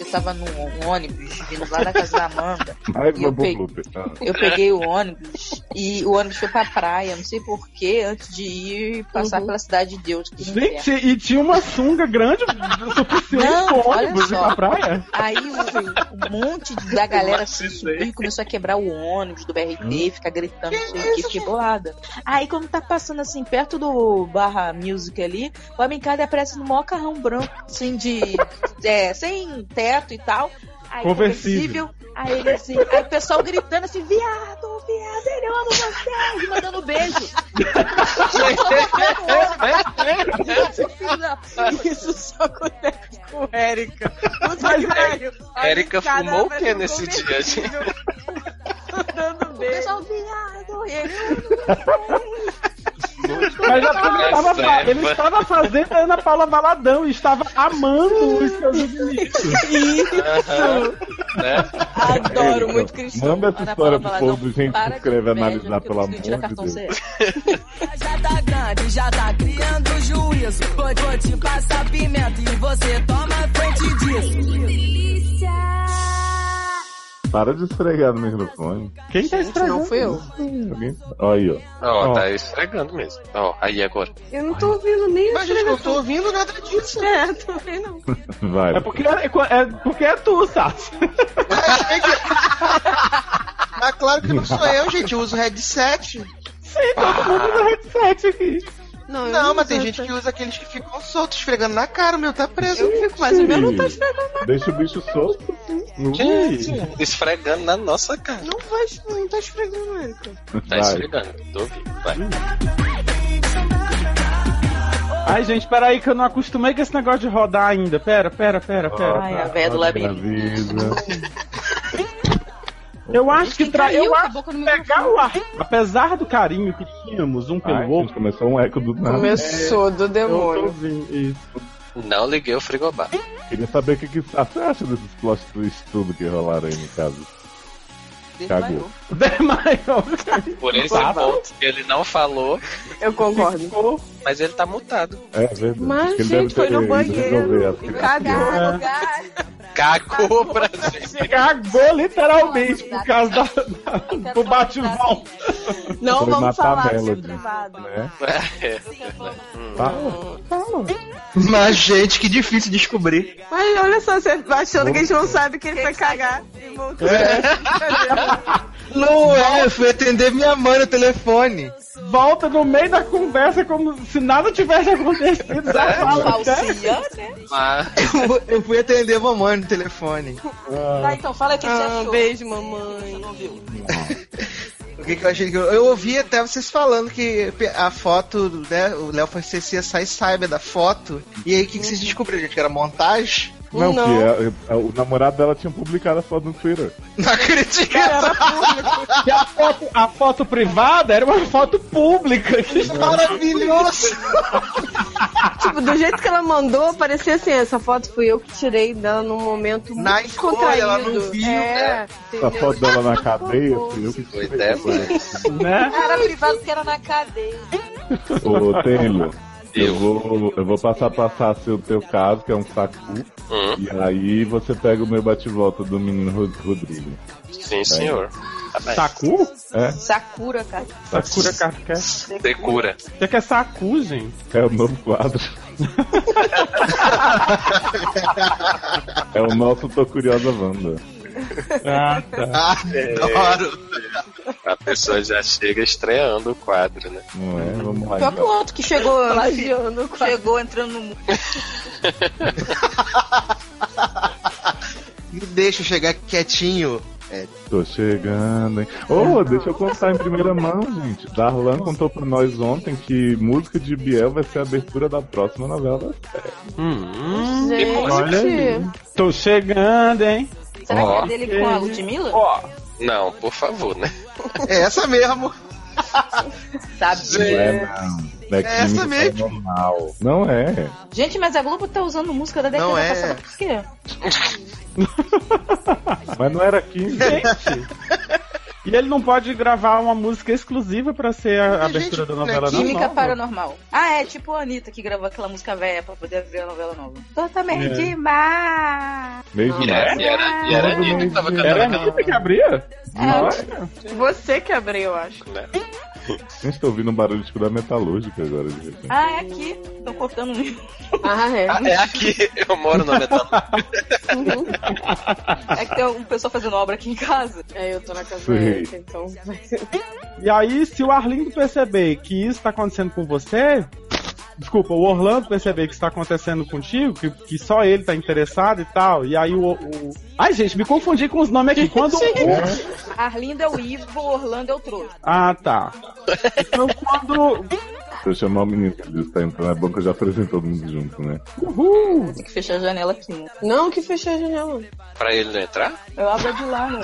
Speaker 18: Eu tava num um ônibus vindo lá da casa da Amanda.
Speaker 2: Vai,
Speaker 18: e eu,
Speaker 2: vamos
Speaker 18: pe-
Speaker 2: pro Lupe. tá?
Speaker 18: eu peguei o ônibus e o ônibus foi pra praia, não sei porquê, antes de ir passar
Speaker 11: Uhum.
Speaker 18: pela cidade de Deus. Que
Speaker 5: Gente, e tinha uma sunga grande o suficiente
Speaker 18: Não,
Speaker 5: pro
Speaker 18: olha
Speaker 5: ônibus ir
Speaker 18: só.
Speaker 5: pra praia.
Speaker 18: Aí o- um monte de- da galera se subiu e começou a quebrar o ônibus do
Speaker 4: Hum.
Speaker 18: BRT, ficar gritando, não sei o que, fiquei bolada. Aí quando tá passando assim, perto do barra music ali, o Amicada aparece no maior carrão branco, assim, de. é, sem teto e tal. Aí,
Speaker 5: Conversível.
Speaker 18: Aí ele assim, aí o pessoal gritando assim, viado, viado, ele ama vocês, mandando beijo.
Speaker 11: né?
Speaker 18: Isso só acontece com Érica.
Speaker 4: Érica fumou o que
Speaker 11: um
Speaker 4: nesse dia, gente?
Speaker 18: Dando beijo. Pessoal,
Speaker 10: "Ah,
Speaker 18: viado, e ele.
Speaker 5: Mas a Paula
Speaker 4: É
Speaker 5: tava fa-
Speaker 4: sério.
Speaker 5: ele estava fazendo a Ana Paula Valadão e estava amando os seus inimigos.
Speaker 4: Aham.
Speaker 18: Adoro muito
Speaker 2: Cristão. Manda essa história pro povo do gente que escreve analisar, pelo amor de Deus.
Speaker 11: Já tá grande, já tá criando juízo. Vou, vou te passar pimenta e você toma frente disso.
Speaker 2: Para de esfregar no microfone.
Speaker 5: Quem tá
Speaker 10: esfregando? Não fui eu.
Speaker 2: Alguém? Olha aí, ó.
Speaker 4: Ó, tá esfregando mesmo. Ó, aí agora.
Speaker 10: Eu não tô ouvindo nem
Speaker 7: Mas, gente, eu não tô ouvindo nada disso.
Speaker 10: É, tô ouvindo.
Speaker 2: Vai.
Speaker 5: É porque é, é porque é tu, Sassi.
Speaker 7: Ah, claro que não sou eu, gente. Eu uso headset.
Speaker 5: Sim, todo mundo usa headset aqui.
Speaker 7: Não,
Speaker 10: eu não
Speaker 7: mas
Speaker 10: uso
Speaker 7: tem gente que usa aqueles que ficam soltos, esfregando na cara. O meu tá preso. Eu
Speaker 10: fico,
Speaker 2: mas o meu não tá esfregando Deixa o bicho solto. Ui.
Speaker 4: Gente, esfregando na nossa cara.
Speaker 10: Não vai, não tá esfregando, Érica.
Speaker 4: Tá
Speaker 2: Vai.
Speaker 4: esfregando, duvido. Vai.
Speaker 5: Ai, gente, peraí que eu não acostumei com esse negócio de rodar ainda. Pera, pera, pera, pera.
Speaker 2: Ah.
Speaker 18: Ai, a véia do labirinto.
Speaker 5: Eu acho que tra... eu acho
Speaker 18: boca
Speaker 5: que pegar o ar. Apesar do carinho que tínhamos um pelo
Speaker 2: Ai,
Speaker 5: outro.
Speaker 2: Começou um eco do nada.
Speaker 10: Começou do demônio.
Speaker 4: Não liguei o frigobar.
Speaker 2: Queria saber o que, que você acha desses plot twists tudo que rolaram aí no caso. Cagou.
Speaker 5: é
Speaker 4: Por esse
Speaker 2: Claro.
Speaker 4: ponto, ele não falou,
Speaker 10: Eu concordo.
Speaker 4: mas ele tá mutado.
Speaker 2: É verdade.
Speaker 10: Mas,
Speaker 2: Acho que ele
Speaker 10: gente,
Speaker 2: deve ter
Speaker 10: foi no
Speaker 2: ido
Speaker 10: banheiro.
Speaker 2: resolver essa
Speaker 4: É.
Speaker 2: questão.
Speaker 10: Cagou.
Speaker 4: Cagou pra gente.
Speaker 5: Cagou literalmente por causa da, da- do bate-volta.
Speaker 10: Não
Speaker 2: Foi
Speaker 10: vamos
Speaker 2: matar
Speaker 10: falar
Speaker 2: a
Speaker 10: isso
Speaker 2: Melody, Ah,
Speaker 10: é privado.
Speaker 2: né?
Speaker 4: É.
Speaker 2: Fala, fala.
Speaker 7: Mas, gente, que difícil descobrir.
Speaker 10: Mas olha só, você tá achando que a gente não sabe que ele foi cagar e voltou.
Speaker 7: Não é, eu fui atender minha mãe no telefone.
Speaker 5: Volta no meio da conversa como se nada tivesse acontecido. Já fala, né?
Speaker 4: Ah,
Speaker 7: Eu fui- Eu fui atender mamãe no telefone. Um
Speaker 18: Tá, então fala aqui,
Speaker 10: Ah,
Speaker 18: você achou.
Speaker 10: beijo, mamãe.
Speaker 7: O que, que eu achei que eu, eu ouvi até vocês falando que a foto, né? O Léo foi ser CSI Cyber da foto. E aí o que, que vocês descobriram, gente? Que era montagem?
Speaker 2: Não, que a- a- o namorado dela tinha publicado a foto no Twitter.
Speaker 7: Não acredito.
Speaker 5: E a foto, a foto privada era uma foto pública.
Speaker 7: Maravilhoso!
Speaker 10: Tipo, do jeito que ela mandou, parecia assim, essa foto fui eu que tirei dela num momento muito
Speaker 7: Na escolha,
Speaker 10: contraído.
Speaker 7: ela não viu,
Speaker 10: é,
Speaker 7: né?
Speaker 2: Essa foto dela
Speaker 10: Ah,
Speaker 2: na cadeia, fui eu que tirei.
Speaker 5: Né?
Speaker 18: Era privado que era na cadeia.
Speaker 2: Ô, Tenlo, eu vou, eu vou passar pra Sassi o teu caso, que é um saco.
Speaker 10: Hum.
Speaker 2: E aí você pega o meu bate-volta do menino Rod- Rodrigo.
Speaker 4: Sim, senhor. Tá bem.
Speaker 5: Saku?
Speaker 2: É,
Speaker 18: Sakura, cara.
Speaker 5: Sakura Kafka.
Speaker 4: Secura.
Speaker 5: Você quer Saku, gente?
Speaker 2: é o novo quadro. é o nosso Tô Curiosa Wanda.
Speaker 5: Ah,
Speaker 7: tá. Adoro.
Speaker 4: A pessoa já chega estreando o quadro, né?
Speaker 2: Não é? Vamos
Speaker 18: Pior que o outro que chegou.
Speaker 10: Plagiando,
Speaker 18: chegou entrando no mundo.
Speaker 7: Me deixa eu chegar quietinho. É,
Speaker 2: Tô chegando, hein? Ô, deixa eu contar em primeira mão, gente. Darlan contou pra nós ontem que música de Biel vai ser a abertura da próxima novela.
Speaker 5: Hum,
Speaker 18: Ah, Gente.
Speaker 5: Olha aí. Tô chegando, hein?
Speaker 18: Será
Speaker 4: Ó.
Speaker 18: que é dele com a Ludmilla?
Speaker 4: Não, por favor, né?
Speaker 7: é essa mesmo.
Speaker 2: Não
Speaker 18: Sabe?
Speaker 2: é, não. É,
Speaker 18: essa
Speaker 2: química
Speaker 18: mesmo.
Speaker 2: normal. Não é.
Speaker 18: Gente, mas a Globo tá usando música da década
Speaker 2: Não é.
Speaker 18: passada por quê?
Speaker 2: Mas não era química.
Speaker 5: E ele não pode gravar uma música exclusiva pra ser a a abertura da novela, não?
Speaker 18: Química
Speaker 5: não.
Speaker 18: paranormal. Ah, é tipo a Anitta que gravou aquela música velha pra poder ver a novela nova. Totalmente
Speaker 5: É.
Speaker 18: demais.
Speaker 2: Meio
Speaker 4: E era, e era, e era a Anitta que tava cantando.
Speaker 5: Era a
Speaker 4: aquela-
Speaker 5: Anitta que abria?
Speaker 10: Você que abriu, eu acho.
Speaker 2: Gente, tô ouvindo um barulho tipo da metalúrgica agora de repente.
Speaker 18: Ah, é aqui. Tô cortando um.
Speaker 10: Ah, é.
Speaker 4: Ah, é aqui, eu moro na metade.
Speaker 18: É que tem um pessoal fazendo obra aqui em casa.
Speaker 10: É, eu tô na casa
Speaker 5: Sim.
Speaker 10: da Erika, então.
Speaker 5: E aí, se o Arlindo perceber que isso tá acontecendo com você. Desculpa, o Orlando perceber que isso tá acontecendo contigo, que, que só ele tá interessado e tal. E aí o. o- Ai, gente, me confundi com os nomes aqui. Quando o.
Speaker 18: Arlindo é o Ivo, Orlando é o Trouxa.
Speaker 5: Ah, tá. Então quando.
Speaker 2: Se eu chamar o menino que ele disse que tá entrando na banca, já apresentou todo mundo junto, né?
Speaker 5: Uhul!
Speaker 18: Tem que fechar a janela aqui. né?
Speaker 10: Não, que fechou a janela.
Speaker 4: Pra ele não entrar?
Speaker 18: Eu abro de lá, né?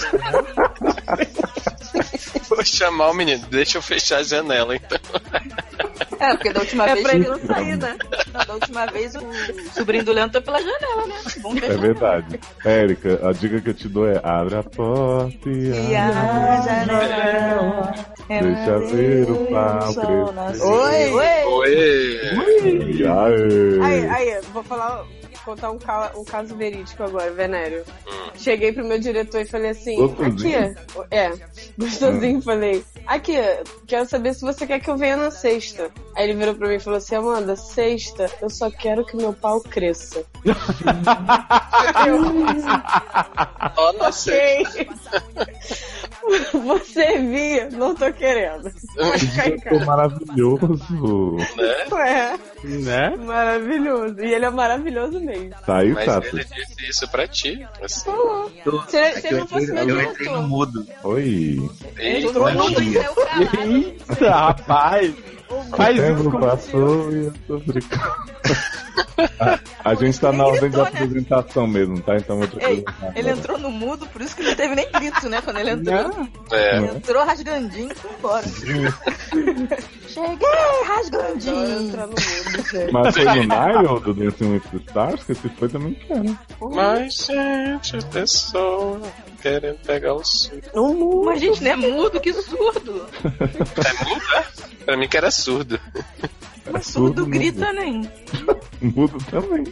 Speaker 4: Vou chamar o menino. Deixa eu fechar a janela, então.
Speaker 18: É, porque da última
Speaker 10: É
Speaker 18: vez.
Speaker 10: pra ele não
Speaker 2: sair,
Speaker 18: né? Da última vez o sobrinho do Leandro foi pela janela, né? Vamos
Speaker 2: É
Speaker 18: fechar.
Speaker 2: verdade. Érica, a dica que eu te dou é abre a porta e
Speaker 18: E a janela. É.
Speaker 2: Deixa ver o pau crescer.
Speaker 10: Oi! Oi!
Speaker 2: E aê.
Speaker 10: Aí, aí, vou falar, contar um, ca- um caso verídico agora, Venério. Cheguei pro meu diretor e falei assim,
Speaker 2: Gostosinho.
Speaker 10: aqui, é, gostosinho, falei, aqui, quero saber se você quer que eu venha na sexta. Aí ele virou pra mim e falou assim, Amanda, sexta, eu só quero que meu pau cresça.
Speaker 4: Ó, nossa.
Speaker 10: ok. você vir, não tô querendo. Vai ficar em
Speaker 2: Tô
Speaker 10: casa.
Speaker 2: maravilhoso.
Speaker 10: É,
Speaker 5: Né?
Speaker 10: maravilhoso. E ele é maravilhoso mesmo.
Speaker 2: Tá aí,
Speaker 4: Mas
Speaker 2: Tato.
Speaker 4: ele disse isso pra ti. Assim.
Speaker 10: Falou. Se, se não fosse meu
Speaker 2: É eu
Speaker 10: diretor.
Speaker 2: mudo. Oi.
Speaker 4: Eita,
Speaker 5: Eita, rapaz! Faz
Speaker 2: o
Speaker 5: isso
Speaker 2: tempo
Speaker 5: com
Speaker 2: passou e eu tô brincando. a, a gente tá na ordem da apresentação mesmo, tá? Então outra
Speaker 18: né? Ei,
Speaker 2: coisa.
Speaker 18: ele entrou no mudo, por isso que não teve nem grito, né? Quando ele entrou.
Speaker 2: É.
Speaker 18: Entrou rasgandinho e foi embora. Cheguei, rasgandinho.
Speaker 2: Mas foi no Nile ou do Dancing with the Stars? Que se foi também quero.
Speaker 4: Mas, gente, pessoa querendo pegar o surdo.
Speaker 18: Mas, gente, não é mudo, que surdo.
Speaker 4: Pra mim que era surdo.
Speaker 18: Mas surdo grita, né?
Speaker 2: Mudo também.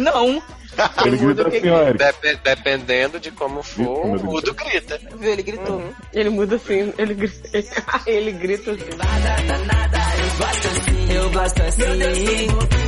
Speaker 18: Não.
Speaker 2: Ele grita assim, ó, Eric.
Speaker 4: Depe- dependendo de como for, o mudo grita.
Speaker 18: Viu? Ele gritou.
Speaker 10: Ele muda assim, ele grita, ele grita assim.
Speaker 11: Eu gosto assim.